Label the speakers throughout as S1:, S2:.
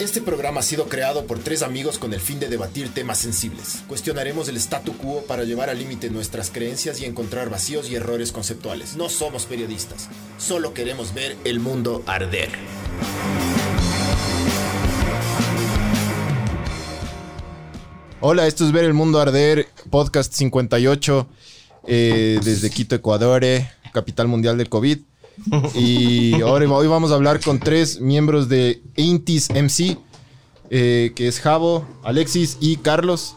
S1: Este programa ha sido creado por tres amigos con el fin de debatir temas sensibles. Cuestionaremos el statu quo para llevar al límite nuestras creencias y encontrar vacíos y errores conceptuales. No somos periodistas, solo queremos ver el mundo arder.
S2: Hola, esto es Ver el Mundo Arder, podcast 58, eh, desde Quito, Ecuador, eh, capital mundial del COVID. Y ahora hoy vamos a hablar con tres miembros de Intis MC, eh, que es Javo, Alexis y Carlos.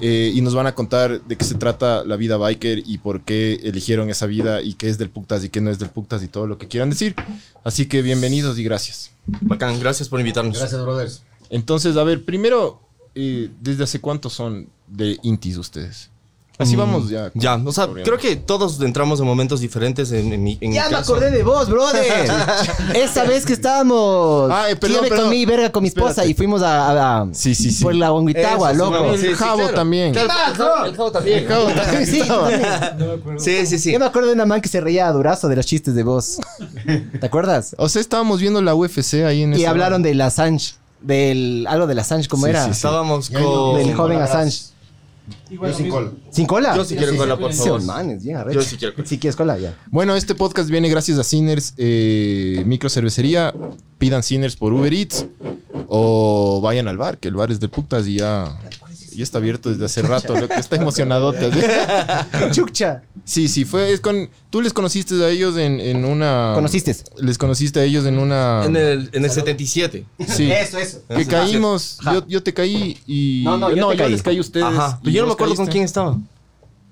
S2: eh, y nos van a contar de qué se trata la vida biker y por qué eligieron esa vida y qué es del putas y qué no es del putas y todo lo que quieran decir. Así que bienvenidos y gracias.
S3: Bacán, gracias por invitarnos.
S4: Gracias, brothers.
S2: Entonces, a ver, primero, eh, ¿desde hace cuánto son de Intis ustedes? Así
S3: Mm,
S2: vamos ya. con-
S3: Ya, o sea,
S2: Oriana.
S3: creo que todos entramos en momentos diferentes en, en mi en mi
S4: Ya me
S3: caso.
S4: acordé de vos, brother. Esa vez que estábamos.
S2: Ah, eh, perdón,
S4: Fiebre
S2: perdón.
S4: con mi verga con mi esposa
S2: Espérate.
S4: y fuimos a. a- a-
S2: Sí, sí, sí.
S4: Por la Bonguitagua,
S3: Eso,
S4: loco.
S2: El
S3: sí, sí,
S2: Javo
S3: claro.
S2: también.
S4: El Javo también.
S2: El Javo también.
S4: Sí,
S2: estaba.
S3: Sí, sí, sí.
S4: Yo me acuerdo de una man que se reía a durazo de los chistes de vos. ¿Te acuerdas?
S2: O sea, estábamos viendo la UFC ahí en
S4: Y
S2: esa-
S4: hablaron de la Assange. Del, algo de la Assange, ¿cómo
S2: Sí,
S4: era?
S2: sí, sí.
S3: Estábamos
S2: Ya,
S3: con
S4: Del joven Assange.
S5: Igual lo mismo.
S4: ¿Sin cola?
S3: Yo sí quiero cola, por favor.
S4: Sí, manes, bien, arrecho.
S3: Yo sí quiero cola.
S4: Si quieres cola, ya.
S2: Bueno, este podcast viene gracias a Sinners eh, Micro Cervecería. Pidan Sinners por Uber Eats o vayan al bar, que el bar es de putas y ya, ya está abierto desde hace rato. Lo que está emocionadote. así.
S4: Chucha.
S2: Sí, sí, fue es con tú les conociste a ellos en, en una
S4: ¿Conociste?
S2: Les conociste a ellos en una
S3: En el, en el 77.
S2: sí.
S4: eso.
S3: En
S2: Que
S3: el
S2: caímos, yo, yo te caí y
S4: No, no, yo te caí.
S2: les caí a ustedes.
S3: 77. Ajá.
S2: y
S3: Pero yo no me
S2: vos
S3: acuerdo con
S2: caíste.
S3: quién estaba.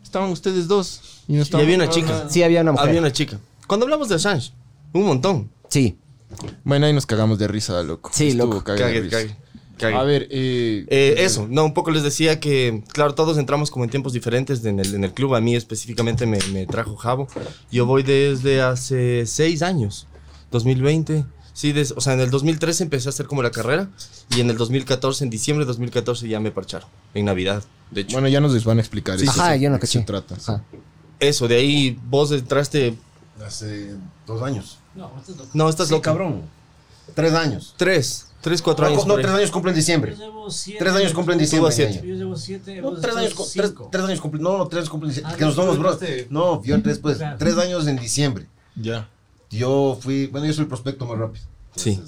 S2: Estaban ustedes dos y no
S3: Y
S2: estaban.
S3: había una chica.
S4: Sí, había una mujer.
S3: Había una chica. Cuando hablamos de Assange, un montón.
S4: Sí.
S2: Bueno, ahí nos cagamos de risa, loco.
S4: Sí,
S2: Estuvo
S4: loco.
S2: cague de
S3: Cague,
S2: risa.
S3: cague, cague.
S2: A ver, eh,
S3: Eh, eso, no, un poco les decía que, claro, todos entramos como en tiempos diferentes en el, en el club. A mí específicamente me, me trajo Jabo. Yo voy desde hace seis años, 2020. Sí, des- o sea, en el 2013 empecé a hacer como la carrera y en el 2014, en diciembre de 2014 ya me parcharon, en Navidad, de hecho.
S2: bueno, ya nos van a explicar
S4: Sí,
S2: eso.
S4: ajá, yo no
S2: de qué
S4: caché.
S2: se trata. sí.
S4: Ajá.
S3: Eso, de ahí vos entraste...
S5: Hace dos años.
S6: No, esto es lo que
S3: No, estás
S5: Sí,
S3: loco.
S5: cabrón. Tres años.
S3: Tres, tres, cuatro
S5: no,
S3: años.
S5: no,
S3: por ahí.
S5: tres años cumple en diciembre.
S6: yo llevo siete.
S5: Tres años cumple en
S3: Tú
S5: diciembre.
S3: vas siete.
S5: ñaño.
S6: Yo llevo siete.
S5: No,
S6: vos
S5: tres
S6: estás
S5: años, cu- tres,
S6: cinco.
S5: tres años cumple. No, no, tres años cumple en diciembre.
S6: Ah,
S5: que nos
S6: tú
S5: somos, bro.
S6: empezaste.
S5: No, este- yo después.
S6: Claro.
S5: Tres años en diciembre.
S2: Ya.
S5: Yo fui. Bueno, yo soy el prospecto más rápido.
S3: Sí.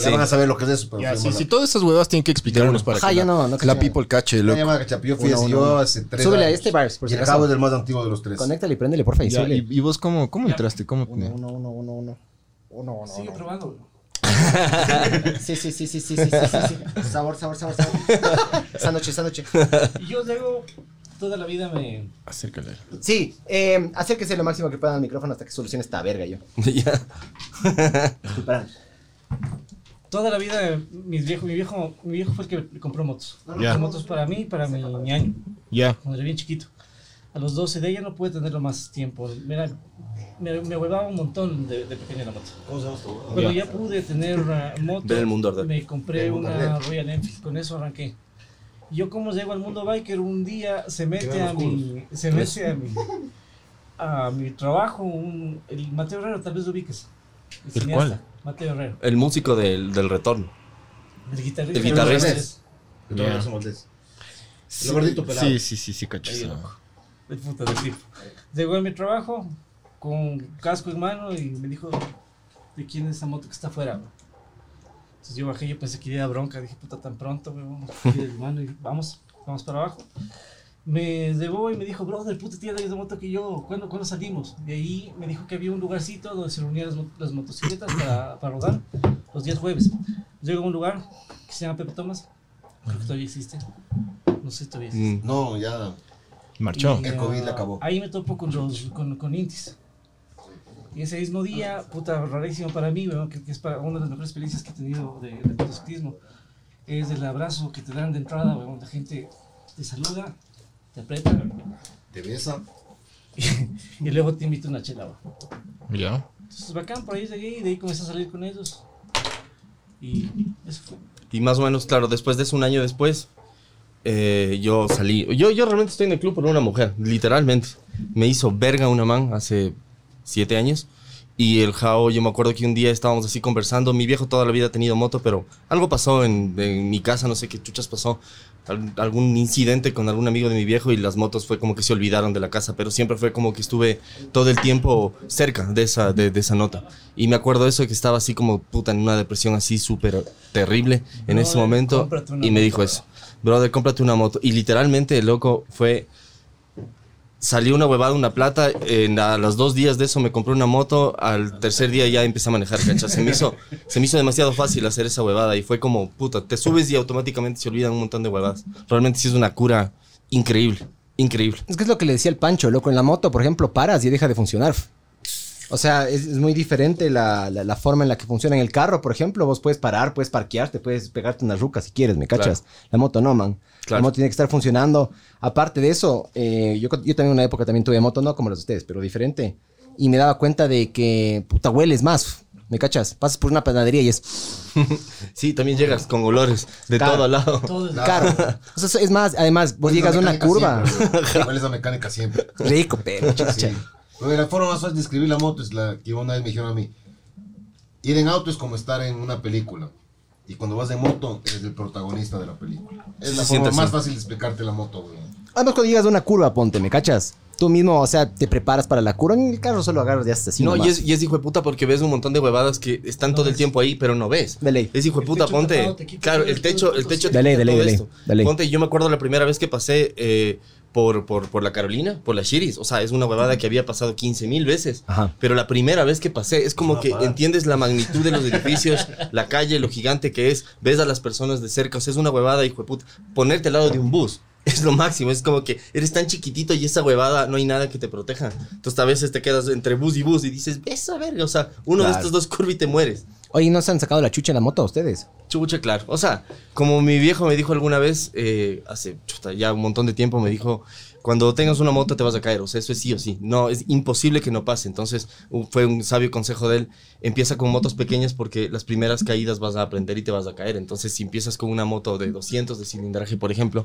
S5: Ya van a saber lo que es eso, pero fui
S2: sí,
S5: más
S2: sí,
S5: rápido.
S2: todas esas huevas tienen que explicarnos para
S4: Ajá,
S2: que
S4: yo
S2: la,
S4: no- no caché
S2: la
S4: nada.
S2: people cache,
S5: Ya, ya
S2: loco.
S5: van a cachar, yo fui
S4: Uno,
S5: así,
S4: uno,
S5: yo
S4: uno.
S5: hace tres
S4: Súbele a
S5: años.
S4: este Bars, por
S5: Y
S4: si
S5: el
S4: acaso.
S5: cabo es el más antiguo de los tres.
S4: Conéctale, préndele, porfa, y
S2: Pues, Ya,
S4: súbele.
S2: y, y vos cómo, cómo entraste? ¿Cómo?
S4: Uno, uno, uno, uno, uno. Uno, uno,
S6: Sigue
S4: uno.
S6: probando. bro.
S4: Sí, sí, sí, sí, sí, sí, sí, sí, sí. Sabor, sabor, sabor, sabor. Esa noche, esa noche.
S6: Y yo luego toda la vida me.
S2: Acércale.
S4: Sí, eh, acérquese lo máximo que pueda al micrófono hasta que solucione esta verga yo.
S3: Ya.
S4: Disculparán.
S6: Toda la vida eh, mis viejo, mi viejo, mi viejo fue el que me compró motos. Me
S2: Ya.
S6: compró motos para mí y para mi, mi año,
S2: Ya.
S6: cuando era bien chiquito. A los 12 de ella no pude tenerlo más tiempo. Mira, me, me huevaba un montón de, de pequeña la moto.
S5: ¿Cómo se llama esto?
S6: Cuando ya pude tener una moto,
S3: Ver el mundo arder.
S6: me compré
S5: El mundo
S6: una
S5: arder.
S6: Royal Enfield, con eso arranqué. Yo como llego al mundo biker, un día se mete a mi, se mete a mi, a mi trabajo, un, el Mateo Herrero, tal vez lo ubiques.
S2: ¿El
S6: cineasta,
S2: cuál?
S6: Mateo Herrero,
S3: El músico del, del retorno.
S6: el guitarrista.
S3: El guitarrista.
S5: Yo
S2: Ya.
S5: no sé cómo es. Lo gordito pelado.
S2: Sí, sí, sí, sí, caché.
S6: Ahí, loco. El puta del tipo. Llegó a mi trabajo con casco en mano y me dijo, ¿de quién es esa moto que está afuera? bro?" Entonces yo bajé, yo pensé que iría a bronca, dije, puta, tan pronto, weón, cogí de mi mano y vamos, vamos para abajo. Me llevó y me dijo, brother, puta, tienes la misma moto que yo, ¿cuándo, cuándo salimos? De ahí me dijo que había un lugarcito donde se reunían las, mo- las motocicletas para, para rodar los días jueves. Llego a un lugar que se llama Pepe Tomás, creo que todavía existe, no sé si todavía existe.
S3: Mm.
S5: No, ya.
S2: Marchó.
S6: Y,
S5: El COVID
S6: ah,
S5: la acabó.
S6: Ahí me topo con, los- con, con Intis. Y ese mismo día, puta, rarísimo para mí, weón, que, que es para una de las mejores experiencias que he tenido de, de motociclismo, es el abrazo que te dan de entrada, weón. La gente te saluda, te aprieta
S5: Te besa.
S6: y luego te invita una chela, weón.
S2: Ya.
S6: Entonces, bacán, por ahí llegué y de ahí comencé a salir con ellos. Y eso fue.
S3: Y más o menos, claro, después de eso, un año después, eh, yo salí. Yo, yo realmente estoy en el club por una mujer, literalmente. Me hizo verga una man hace siete años Y el Jao, yo me acuerdo que un día estábamos así conversando. Mi viejo toda la vida ha tenido moto, pero algo pasó en, en mi casa, no sé qué chuchas pasó. Al- algún incidente con algún amigo de mi viejo y las motos fue como que se olvidaron de la casa, pero siempre fue como que estuve todo el tiempo cerca de esa, de, de esa nota. Y me acuerdo eso que estaba así como puta en una depresión así súper terrible en ese
S6: Brother,
S3: momento.
S6: cómprate una
S3: Y me
S6: moto,
S3: dijo eso, brother, cómprate una moto. Y literalmente el loco fue Salió una huevada, una plata. En, a los dos días de eso me compré una moto. Al tercer día ya empecé a manejar, ¿cachas? Se me hizo, se me hizo demasiado fácil hacer esa huevada. Y fue como, puta, te subes y automáticamente se olvidan un montón de huevadas. Realmente sí es una cura increíble. Increíble.
S4: Es que es lo que le decía el Pancho, loco. En la moto, por ejemplo, paras y deja de funcionar. O sea, es, es muy diferente la, la- la forma en la que funciona en el carro, por ejemplo. Vos puedes parar, puedes parquearte, puedes pegarte una ruca si quieres, ¿me cachas? La moto no, man.
S3: Claro.
S4: La moto tiene que estar funcionando. Aparte de eso, eh, yo, yo también una época también tuve moto, no como las de ustedes, pero diferente. Y me daba cuenta de que, puta, hueles más, ¿me cachas? Pasas por una panadería y es...
S3: Sí, también llegas con olores de
S4: Claro.
S3: todo lado.
S6: Todo es
S4: Claro. O sea, es más, además, vos Pues llegas a una curva.
S5: Hueles a mecánica siempre.
S4: Rico, pero.
S5: Sí. Pero la forma más fácil de escribir la moto es la que una vez me dijeron a mí. Ir en auto es como estar en una película. Y cuando vas de moto, eres el protagonista de la película. Es
S3: Sí,
S5: la
S3: se
S5: forma
S3: siente
S5: más
S3: así.
S5: fácil de explicarte la moto, güey.
S4: Además, cuando llegas a una curva, ponte, ¿me cachas? Tú mismo, o sea, te preparas para la curva. En el carro solo agarras de hasta así.
S3: no,
S4: nomás.
S3: y es, y es hijo de puta porque ves un montón de huevadas que están todo el tiempo ahí, pero no ves.
S4: De ley.
S3: Es hijo de
S6: El
S3: puta,
S6: techo tapado
S3: ponte.
S6: te quita
S3: Claro,
S6: todo
S3: el
S6: el- todo
S3: techo,
S6: el
S3: el techo.
S4: proceso. De ley,
S3: quita
S4: de ley,
S3: todo
S4: de ley,
S3: esto.
S4: de ley.
S3: Ponte, yo me acuerdo la primera vez que pasé eh, por, por, por la Carolina, por la Shiris. O sea, es una huevada que había pasado 15 mil veces.
S4: Ajá.
S3: Pero la primera vez que pasé, es como que entiendes la magnitud de los edificios, la calle, lo gigante que es, ves a las personas de cerca, o sea, es una huevada, hijo de puta. Ponerte al lado de un bus es lo máximo, es como que eres tan chiquitito y esa huevada no hay nada que te proteja. Entonces a veces te quedas entre bus y bus y dices, ves a verga, o sea, uno de
S4: Claro.
S3: estos dos curvas y te mueres.
S4: Oye, ¿no se han sacado la chucha en la moto ustedes?
S3: Chucha, claro. O sea, como mi viejo me dijo alguna vez, eh, hace chuta, ya un montón de tiempo, me dijo, cuando tengas una moto te vas a caer. O sea, eso es sí o sí. No, es imposible que no pase. Entonces, u- fue un sabio consejo de él. Empieza con motos pequeñas porque las primeras caídas vas a aprender y te vas a caer. Entonces, si empiezas con una moto de 200 de cilindraje, por ejemplo,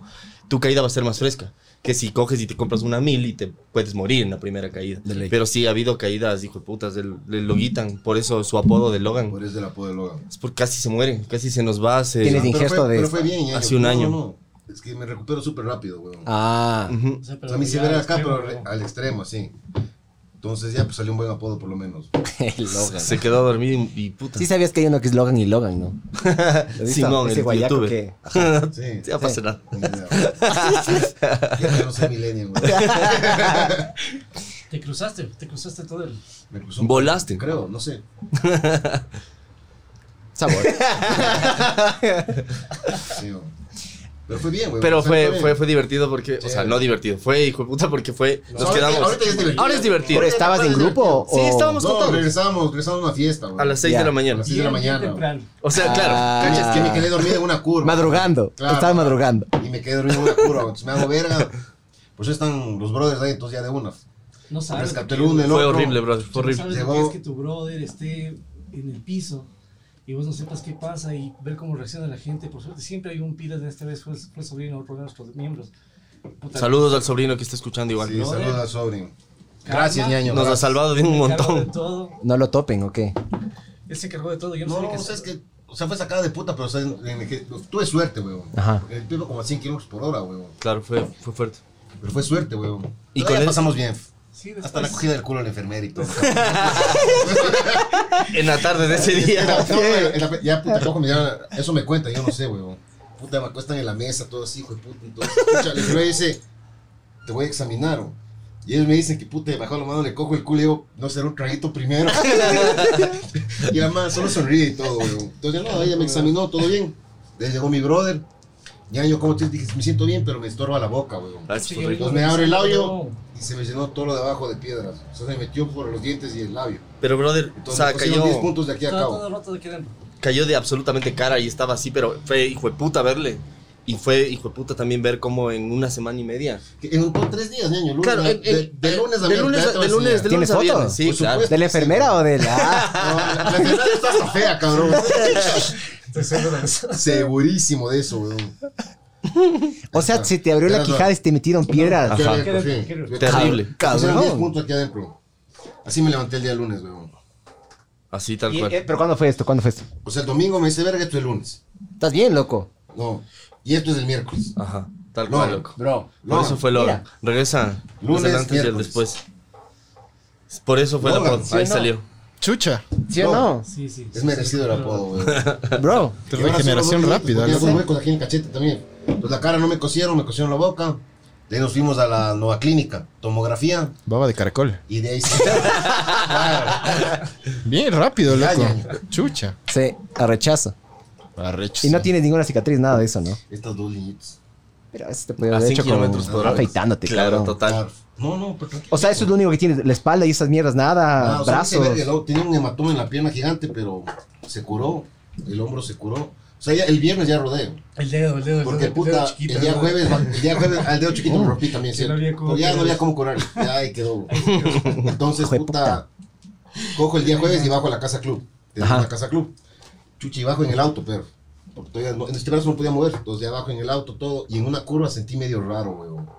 S3: tu caída va a ser más fresca que si coges y te compras una mil y te puedes morir en la primera caída.
S4: De ley.
S3: Pero sí, ha habido caídas, hijo de putas, del, del Logitan. Por eso su apodo de Logan.
S5: Por eso del apodo de Logan.
S3: Es porque casi se muere, casi se nos va. Se...
S4: Tienes
S5: Pero
S4: ingesto
S5: fue,
S4: de-
S5: pero fue bien, ¿eh?
S3: hace un
S5: No,
S3: año.
S5: no, no. Es que me recupero súper rápido, güey.
S4: Ah.
S3: Ujú.
S6: O sea,
S5: o sea, a mí se
S6: ya
S5: ve
S6: al
S5: acá,
S6: extremo,
S5: pero re-
S6: ¿no?
S5: al extremo, sí. Entonces ya pues, salió un buen apodo, por lo menos.
S4: Logan.
S3: Se quedó dormido y, y puta.
S4: Sí sabías que hay uno que es Logan y Logan, ¿no? ¿Lo viste?
S3: Simón,
S4: Ese
S3: el
S4: guayaco
S3: youtuber.
S4: que-
S5: Sí.
S3: Ya pasa nada.
S5: Ya no soy millennial, güey.
S6: Te cruzaste, te cruzaste todo el.
S5: Me cruzó un-
S3: Volaste.
S5: Creo, no sé.
S4: Sabor.
S5: Sí, güey. pero fue bien, güey.
S3: Pero
S5: O sea,
S3: fue,
S5: bien.
S3: fue, fue divertido porque, o
S5: Pues, Sí.
S3: sea, no divertido, fue hijo de puta porque fue, nos
S5: ahorita-
S3: quedamos.
S5: ahorita ya es divertido.
S3: Ahora es divertido.
S4: ¿Pero estabas en grupo?
S3: Sí,
S4: o-
S3: estábamos con
S5: No,
S3: todos.
S5: regresamos, regresamos a una fiesta, güey.
S3: A las 6
S4: Ya.
S3: de la
S5: A
S3: mañana.
S5: las seis de la
S6: Bien, bien
S5: mañana. güey.
S6: temprano.
S3: O sea, claro,
S4: Ah.
S5: Cachas, que me
S4: Ah.
S5: quedé dormido en una curva.
S4: Madrugando.
S5: Claro.
S4: Estaba madrugando.
S5: Y me quedé dormido en una curva, güey. entonces me hago verga. Pues ya están los brothers ahí, entonces ya de una.
S6: No sabes.
S5: Rescaté
S6: lo
S5: el
S6: que es,
S5: uno, el
S3: fue
S5: otro.
S3: horrible, bro,
S6: tú
S3: fue
S6: no
S3: Pues horrible.
S6: sabes
S5: Llegó-
S6: lo que es que tu brother esté en el piso y vos no sepas qué pasa y ver cómo reacciona la gente. Por suerte, siempre hay un pilas de esta vez, fue, fue sobrino, otro de nuestros miembros. Puta,
S3: Saludos al sobrino que está escuchando igual.
S5: Sí,
S6: ¿no?
S5: saludos a Sobrin.
S6: Calma.
S5: Gracias, ñaño.
S3: Nos ha
S5: gracias.
S3: salvado de un
S6: se encargó de
S3: montón.
S6: todo.
S4: No lo topen, ¿o qué?
S6: Él se encargó de todo. Yo no,
S5: No,
S6: sabía qué
S5: o sea,
S6: hacer.
S5: es que, o sea, fue sacada de puta, pero o sea, en- en- que- tuve suerte, weón.
S4: Ajá.
S5: Porque el tiro como a 100 kilómetros por hora, weón.
S3: Claro, fue, fue fuerte.
S5: Pero fue suerte, weón.
S3: Y
S5: Pero
S3: con
S5: ya
S3: él-
S5: pasamos bien.
S6: Sí,
S5: Hasta
S6: después,
S5: la cogida del culo de la enfermera y todo.
S3: En la tarde de ese día.
S5: No, en la- ya, puta, loco, me llaman, eso me cuenta, yo no sé, weón. Puta, me acuestan en la mesa, todo así, hijo de puta. Entonces, escucha, el güey dice, te voy a examinar, weón. Y ellos me dicen que, puta, bajo la mano, le cojo el culo y digo, no será un traguito primero. y la madre solo sonríe y todo, weón. Entonces, no, ella me examinó, todo bien. Desde llegó mi brother. Ya yo, como te dije, me siento bien, pero me estorba la boca, weón.
S3: Ah, sí,
S6: sí, yo
S3: fue horrible.
S5: Entonces Pues me abre el labio
S6: No.
S5: y se me llenó todo lo de abajo de piedras. O sea, se me metió por los dientes y el labio.
S3: Pero, brother, o
S5: Entonces, pues,
S3: sea,
S5: me pusieron
S3: cayó,
S5: 10 puntos de aquí a
S6: Estaba
S5: cabo.
S6: todo roto de que eran-
S3: cayó de absolutamente cara y estaba así, pero fue hijo de puta verle. Y fue hijo de puta también ver cómo en una semana y media
S5: Que En un- con tres días, niño. Lunes,
S3: Claro,
S5: de,
S3: en- en-
S5: de lunes
S3: de lunes a-
S5: a viernes, ya te voy
S3: de
S5: a
S3: lunes, de
S5: enseñar.
S4: ¿Tienes
S3: lunes a
S4: foto?
S3: viernes, sí,
S5: Por
S3: claro.
S5: supuesto.
S4: ¿De la enfermera o de la.? Ah,
S5: No, la- la enfermedad está hasta fea, cabrón.
S6: Estoy seguro de eso.
S5: Segurísimo de eso, weón.
S4: O sea, se te abrió la
S5: Tienes
S4: quijada y
S5: razón.
S4: te metieron piedras.
S5: Qué
S3: Ajá.
S5: rico, sí.
S6: Qué rico.
S5: Me
S3: Terrible.
S5: pusieron
S4: Cabrón.
S5: 10 puntos aquí adentro. Así me levanté el día lunes, weón.
S3: Así tal
S4: Y,
S3: cual.
S4: eh, pero ¿cuándo fue esto? ¿Cuándo fue esto?
S5: O sea, el domingo me dice, verga, esto es el lunes.
S4: ¿Estás bien, loco?
S5: No. Y esto es el miércoles.
S3: Ajá, tal
S5: No,
S3: cual, loco.
S5: bro.
S3: Por eso fue Logan.
S4: mira.
S3: Regresa
S5: Lunes,
S3: desde el antes y el
S5: miércoles.
S3: después. Por eso fue la
S5: Logan,
S3: pod.
S5: ¿sí o
S3: Ahí
S5: no?
S3: salió.
S2: Chucha.
S4: ¿Sí o no?
S5: No.
S6: Sí, sí.
S5: Es merecido el apodo, güey.
S4: Bro.
S2: Te regeneración rápida.
S5: Tengo
S2: loco.
S5: huecos aquí en el cachete también. Pues la cara no me cosieron, me cosieron la boca. De ahí nos fuimos a la nueva clínica, tomografía.
S2: Baba de caracol.
S5: Y de ahí se...
S2: Bien rápido,
S5: Ya,
S2: loco.
S5: ya,
S2: Chucha.
S4: Se rechaza.
S2: Arrecho.
S4: Y no
S2: sí.
S4: tienes ninguna cicatriz, nada de eso, ¿no?
S5: Estas dos líneas.
S4: Pero eso te podía
S3: A
S4: haber
S3: 100
S4: hecho
S3: kilómetros por
S4: como
S3: hora.
S4: afeitándote,
S3: Claro,
S4: claro.
S3: total.
S5: No, no, pero tranquilo.
S4: O sea, eso es lo único que tienes. La espalda y esas mierdas, nada,
S5: Ah, o sea,
S4: brazos.
S5: ese verga, luego tenía un hematoma en la pierna gigante, pero se curó. El hombro se curó. O sea, ya- el viernes ya rodeo.
S6: El dedo, el dedo. el
S5: Porque
S6: dedo, el
S5: puta,
S6: dedo chiquito,
S5: el día
S6: ¿no?
S5: jueves, el día jueves, al dedo chiquito me rompí también,
S6: Ya
S5: ¿cierto?
S6: no había cómo
S5: Pero ya no
S6: curar.
S5: había cómo curar. Ya ahí quedó. Entonces,
S4: Hijo de
S5: puta, cojo el día jueves y bajo a la casa club. Desde
S4: Ajá.
S5: la casa club. Chuchi, y bajo en el auto, pero. Porque todavía no- en este brazo no podía mover. Entonces, ya bajo en el auto todo. Y en una curva sentí medio raro, weón.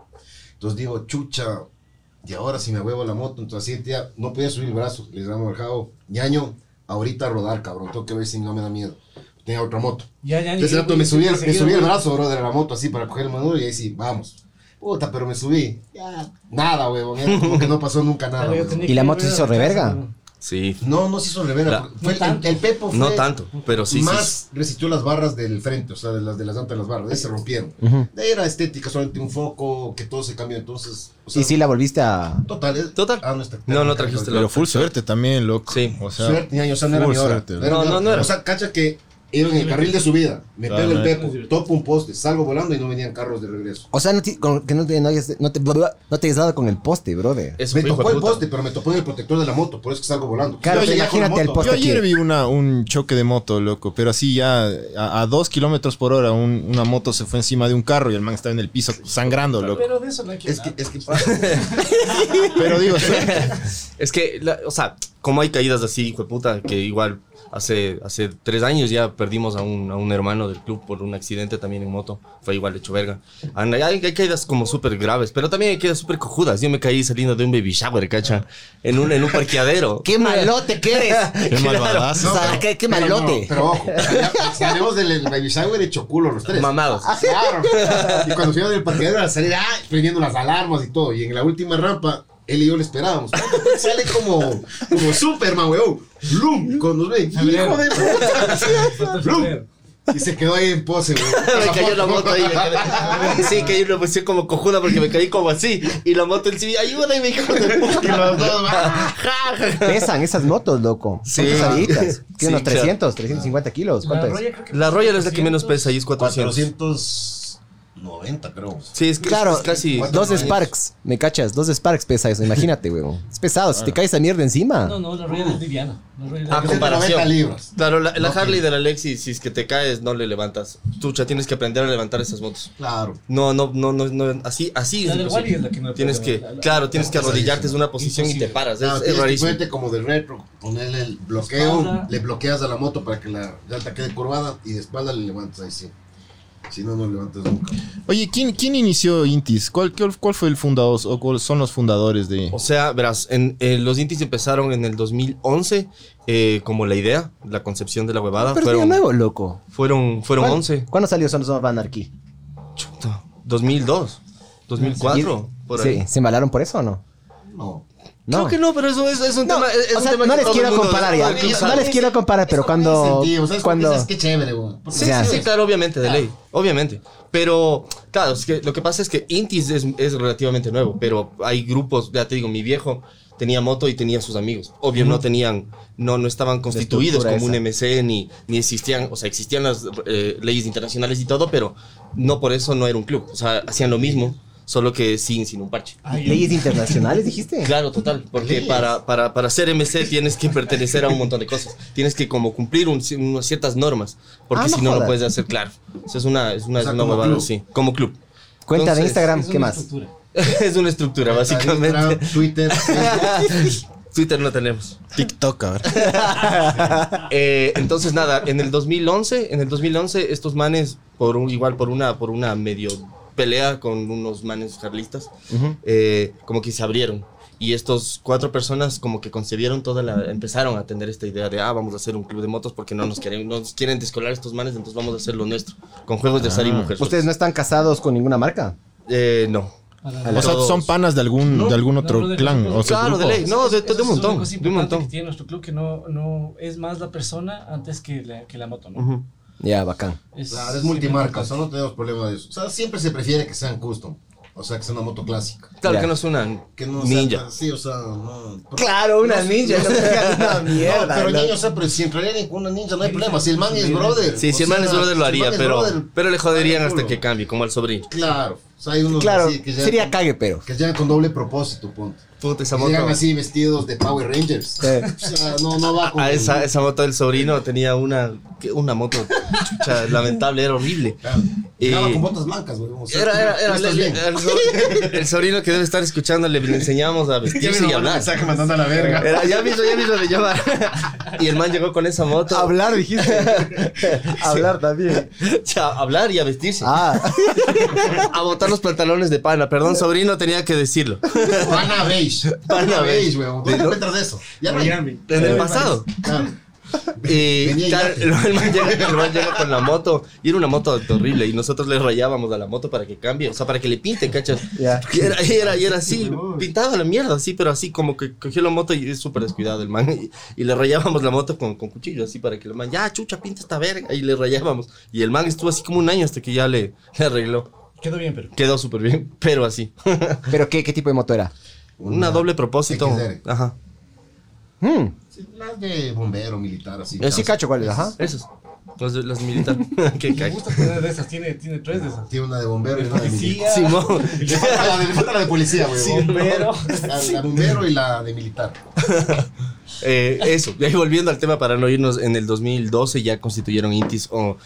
S5: Entonces digo, chucha. Y ahora si me huevo la moto, entonces así, tía, no podía subir el brazo. Les damos al jabo, ñaño, ahorita a rodar, cabrón. Tengo que ver si no me da miedo. Tenía otra moto.
S6: Ya, ya.
S5: Entonces, rato me subí,
S6: subieron
S5: el- me subí el brazo, bro, de la moto así para coger el manubrio y ahí sí, vamos. Puta, pero me subí. Ya, nada, huevón. Era como que no pasó nunca nada. huevón.
S4: ¿Y la moto se hizo reverga?
S3: Sí.
S5: No, no se hizo
S3: La-
S5: revera. porque fue
S6: No tanto.
S5: el, el Pepo fue
S3: No tanto, pero sí. sí,
S5: más
S3: sí.
S5: resistió las barras del frente, o sea, de las de las antas de las barras. De ahí se rompieron. De ahí era estética, solamente un foco, que todo se cambió. Entonces, o sea,
S4: Y sí la volviste a.
S5: total. es-
S3: Total.
S5: Ah, no, está-
S3: No, no trajiste
S2: Pero full suerte también, loco.
S3: Sí.
S2: O sea,
S5: suerte, ñaño, o sea, no era
S2: full
S5: mi hora.
S2: suerte,
S5: No, era
S3: ¿no?
S5: mi
S3: No,
S5: hora.
S3: no era.
S5: O sea, cacha que iba en el carril de subida, me
S2: Claro,
S5: pego el
S2: no
S6: era.
S5: pepo, topo un poste, salgo volando y no venían carros de regreso.
S4: O sea, no ti- con- que no te, no, hayas- no te, no te hayas dado con el poste, brother.
S3: Eso
S5: Me
S3: fue hijo
S5: tocó
S3: de
S5: el
S3: puta.
S5: poste, pero me tocó en el protector de la moto, por eso que salgo volando.
S4: Claro,
S5: Yo
S4: pero
S5: llegué con la
S4: imagínate
S5: moto.
S4: el
S2: Yo
S4: poste.
S2: ayer vi
S4: aquí.
S2: una, un choque de moto, loco, pero así ya a, a dos kilómetros por hora un- una moto se fue encima de un carro y el man estaba en el piso sangrando, loco.
S6: Pero de eso no hay que
S5: Es que,
S6: hablar.
S5: es que pues, pasa.
S2: Pero digo, suerte.
S3: Es que, la- o sea, como hay caídas así, hijo de puta, que igual hace, hace tres años ya perdimos a un, a un hermano del club por un accidente también en moto. Fue igual hecho verga. And- Hay, hay caídas como súper graves, pero también hay caídas súper cojudas. Yo me caí saliendo de un baby shower, cacha, en un, en un parqueadero.
S4: ¡Qué malote que eres!
S2: Qué malvadazo.
S4: O sea, qué, qué
S5: Pero
S4: malote.
S5: no, Pero ojo, ya- si hablemos del el baby shower hecho culo los tres. Ah,
S3: Mamados.
S5: Claro. Y cuando fuimos del parqueadero al salir, ah, prendiendo las alarmas y todo. Y en la última rampa, él y yo le esperábamos. Puta, Sale como, como Superman, weón. ¡Lum! Cuando nos ve, hijo de puta. ¡Lum! Y se quedó ahí en pose, weón.
S3: Me cayó la moto ahí. me quedé- Sí, caí en una posición como cojuda porque me caí como así. Y la moto encima, ayúdame, hijo de puta.
S5: Y los dos, ah.
S3: Ja, ja, ja.
S4: Pesan esas motos, loco. Son
S3: Sí.
S4: pesaditas. Tienen
S3: Sí,
S4: unos
S3: claro.
S4: 300, 350 kilos. ¿Cuánto es?
S3: La Royal es la que menos pesa y es 400.
S5: 490, creo.
S3: Sí, es que es-
S4: Claro,
S3: es casi.
S4: dos
S5: Cuatro
S4: Sparks, me cachas, dos Sparks pesa eso, imagínate, weón. Es pesado, si te cae esa mierda encima.
S6: No, no, la rueda es liviana. La rueda es
S3: Ah,
S6: liviana.
S3: compa- comparación.
S5: 90 libras.
S3: Claro, la, la
S5: No,
S3: Harley de la Lexi, si es que te caes, no le levantas. Tú ya tienes que aprender a levantar esas motos.
S5: Claro.
S3: No, no, no, no, no, así, así.
S6: La
S3: es
S6: del
S3: imposible.
S6: Wally es la que no le
S3: Tienes
S6: puedo
S3: que,
S6: levantar, la-
S3: claro, tienes que arrodillarte en una posición y
S6: Imposible.
S3: te paras. Es,
S5: Claro,
S3: es
S5: tienes que
S3: rarísimo.
S5: ponerte como de retro, ponerle el bloqueo,
S6: Espalda.
S5: le bloqueas a la moto para que la llanta quede curvada y de espalda le levantas ahí sí. Si no, no levantas nunca.
S2: Oye, ¿quién, quién inició Intis? ¿Cuál, cuál, cuál fue el fundador o cuáles son los fundadores de
S3: O sea, verás, en, eh, los Intis empezaron en el 2011 eh, como la idea, la concepción de la huevada.
S4: Pero es
S3: fueron,
S4: día nuevo, loco.
S3: fueron, fueron
S4: ¿Cuál-
S3: 11.
S4: ¿Cuándo salió Sons of Anarchy?
S3: Chuta, 2002, 2004,
S4: ¿Y-
S3: por
S4: sí,
S3: ahí.
S4: ¿Se embalaron por eso o no?
S5: No.
S4: No.
S3: Creo que no, pero eso es, es un
S4: No,
S3: tema. es- es
S4: o
S3: un
S4: sea,
S3: tema
S4: no
S3: que
S4: les
S3: todo el
S4: quiero
S3: mundo-
S4: comparar ya. No les quiero comparar, pero
S5: Eso tiene
S4: cuando.
S5: sentido, ¿sabes? Porque
S4: Cuando.
S5: dices, "Qué chévere, güey. Porque
S3: Pues Sí,
S4: Ya.
S3: sí, claro, obviamente, de ley. Obviamente. Pero, claro, es que lo que pasa es que Intis es, es relativamente nuevo, pero hay grupos, ya te digo, mi viejo tenía moto y tenía sus amigos. Obvio, no tenían, no, no estaban constituidos
S4: estructura
S3: como un
S4: esa.
S3: MC, ni, ni existían, o sea, existían las eh, leyes internacionales y todo, pero no por eso no era un club. O sea, hacían lo mismo, solo que sin, sin un parche.
S6: Ay,
S4: Leyes internacionales, dijiste.
S3: Claro, total, porque para, para, para ser MC tienes que pertenecer a un montón de cosas. Tienes que como cumplir un- unas ciertas normas, porque
S4: Ah, no
S3: si no, no
S4: jodas.
S3: puedes hacer, claro. O sea, es una, es una,
S5: O sea,
S3: es una
S5: como
S3: huevada
S5: club.
S3: así, como club.
S4: Cuenta de
S3: Entonces,
S4: Instagram,
S6: es
S4: ¿qué
S6: una
S4: más?
S6: estructura.
S3: es una estructura,
S5: Instagram,
S3: básicamente.
S5: Twitter, Facebook,
S3: Twitter no tenemos.
S2: TikTok, cabrón?
S3: Eh, entonces, nada, en el 2011, en el 2011, estos manes, por un, igual por una, por una medio pelea con unos manes carlistas, eh, como que se abrieron. Y estos cuatro personas como que concebieron toda la... Empezaron a tener esta idea de, ah, vamos a hacer un club de motos porque no nos quieren, no nos quieren descolar estos manes, entonces vamos a hacer lo nuestro. Con juegos de azar y mujeres.
S4: ¿Ustedes no están casados con ninguna marca?
S3: Eh, no.
S6: A la-
S2: O sea,
S3: Todos.
S2: son panas de algún,
S6: No,
S2: de algún
S6: no,
S2: otro
S6: brother,
S2: clan. O sea,
S3: Claro, de
S2: grupo.
S3: ley. No, de,
S6: Eso
S3: de un montón.
S6: Es
S3: De un
S6: importante que
S3: montón.
S6: tiene nuestro club que no, no es más la persona antes que la, que la moto, ¿no?
S3: Ujú.
S4: Ya, bacán.
S6: es,
S5: Claro, es multimarca, o sea, no tenemos problema de eso. O sea, siempre se prefiere que sean custom. O sea, que sea una moto clásica.
S3: Claro,
S4: Ya.
S3: que no suenan
S5: Que no
S3: ninja.
S5: sea tan- sí, o sea, no.
S4: Claro, una ninja. una
S5: No, pero
S4: loco.
S5: niño, o sea, pero si entrarían en- con una ninja no hay problema. Si el man es brother.
S3: Sí,
S5: o
S3: si el man
S5: sea,
S3: es brother lo
S5: si el
S3: haría,
S5: man es
S3: pero,
S5: brother,
S3: pero le joderían
S5: dale
S3: hasta
S5: culo.
S3: que cambie, como al sobrino.
S5: Claro, o sea, hay unos
S4: Claro,
S5: así que llegan
S4: sería
S5: con-
S4: cague, pero.
S5: Que llegan con doble propósito, punto.
S3: Puta, esa
S5: Que
S3: moto.
S5: llegan así vestidos de Power Rangers. O sea, no, no va con.
S4: pues,
S3: Ah, esa, esa moto del sobrino tenía una, que- una moto chucha, lamentable, era horrible.
S5: Claro. Llegaba
S3: Eh,
S5: con botas blancas, güey. o sea,
S3: Era, era, era-
S5: tú estás
S3: le- eh,
S5: bien.
S3: el, sobrino, el sobrino que debe estar escuchando, le, le enseñamos a vestirse y hablar.
S5: mandando a la verga.
S3: Era, ya mismo, ya mismo me llama. Y el man llegó con esa moto.
S4: Hablar, dijiste. Hablar también.
S3: a hablar y a vestirse.
S4: Ah,
S3: A botar los pantalones de pana. Perdón, sobrino, tenía que decirlo.
S5: Pana beige.
S3: Pana
S5: Pana
S3: beige.
S5: beige, güey. ¿Dónde encuentras eso? Ya no hay.
S6: Miami.
S3: En el pasado.
S5: Claro.
S3: Y
S5: Venía en
S3: claro,
S5: yate.
S3: el, man llega, el man llega con la moto y era una moto horrible y nosotros le rayábamos a la moto para que cambie, o sea, para que le pinte, ¿cachas?
S4: Ya.
S3: Y, era, y era, y era así, pintaba la mierda así, pero así como que cogió la moto y es súper descuidado el man y, y le rayábamos la moto con, con cuchillo así para que el man, ya chucha, pinta esta verga y le rayábamos. Y el man estuvo así como un año hasta que ya le, le arregló.
S6: Quedó bien, pero.
S3: Quedó súper bien, pero así.
S4: pero qué, qué tipo de moto era?
S3: Una, doble propósito.
S5: XR.
S3: Ajá.
S4: Mm,
S5: Sí, Las de bombero, militar, así.
S4: yo sí
S5: Claro.
S4: cacho cuál es, ajá.
S3: Esos. Los, de- los militares. Qué
S6: Me
S3: cacho.
S6: gusta tener de esas, tiene, tiene tres de esas.
S5: Tiene una de bombero y una de militar.
S3: Simón.
S5: Le falta la de, le falta la de policía, güey.
S6: Bombero.
S5: La, la bombero y la de militar.
S3: Eh, eso, y ahí volviendo al tema para no irnos, en el 2012 ya constituyeron Intis o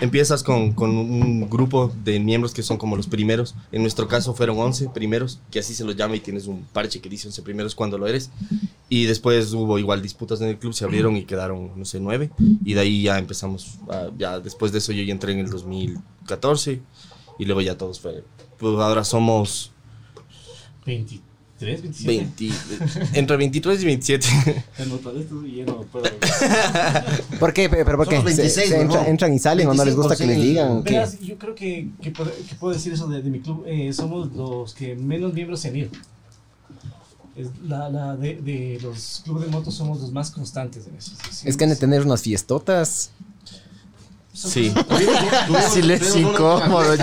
S3: empiezas con, con un grupo de miembros que son como los primeros, en nuestro caso fueron 11 primeros, que así se los llama y tienes un parche que dice 11 primeros cuando lo eres, y después hubo igual disputas en el club, se abrieron y quedaron, no sé, 9, y de ahí ya empezamos, a- ya después de eso yo ya entré en el 2014 y luego ya todos fueron, pues ahora somos
S6: 23, 27.
S3: 20, entre 23 y 27.
S6: En otra de estos y ya no puedo.
S4: ¿Por qué? ¿Pero por
S5: Son
S4: qué?
S5: los 26,
S4: entra-
S5: huevón.
S4: ¿Entran y salen o no les gusta que les
S5: 25%.
S4: digan? ¿Qué?
S6: Verás, yo creo que, que, puedo, que puedo decir eso de, de mi club. eh, somos los que menos miembros se han ido. Es la, la de, de los clubes de motos somos los más constantes en eso.
S4: Es que han de tener unas fiestotas.
S3: Sí.
S5: Silencio incómodo,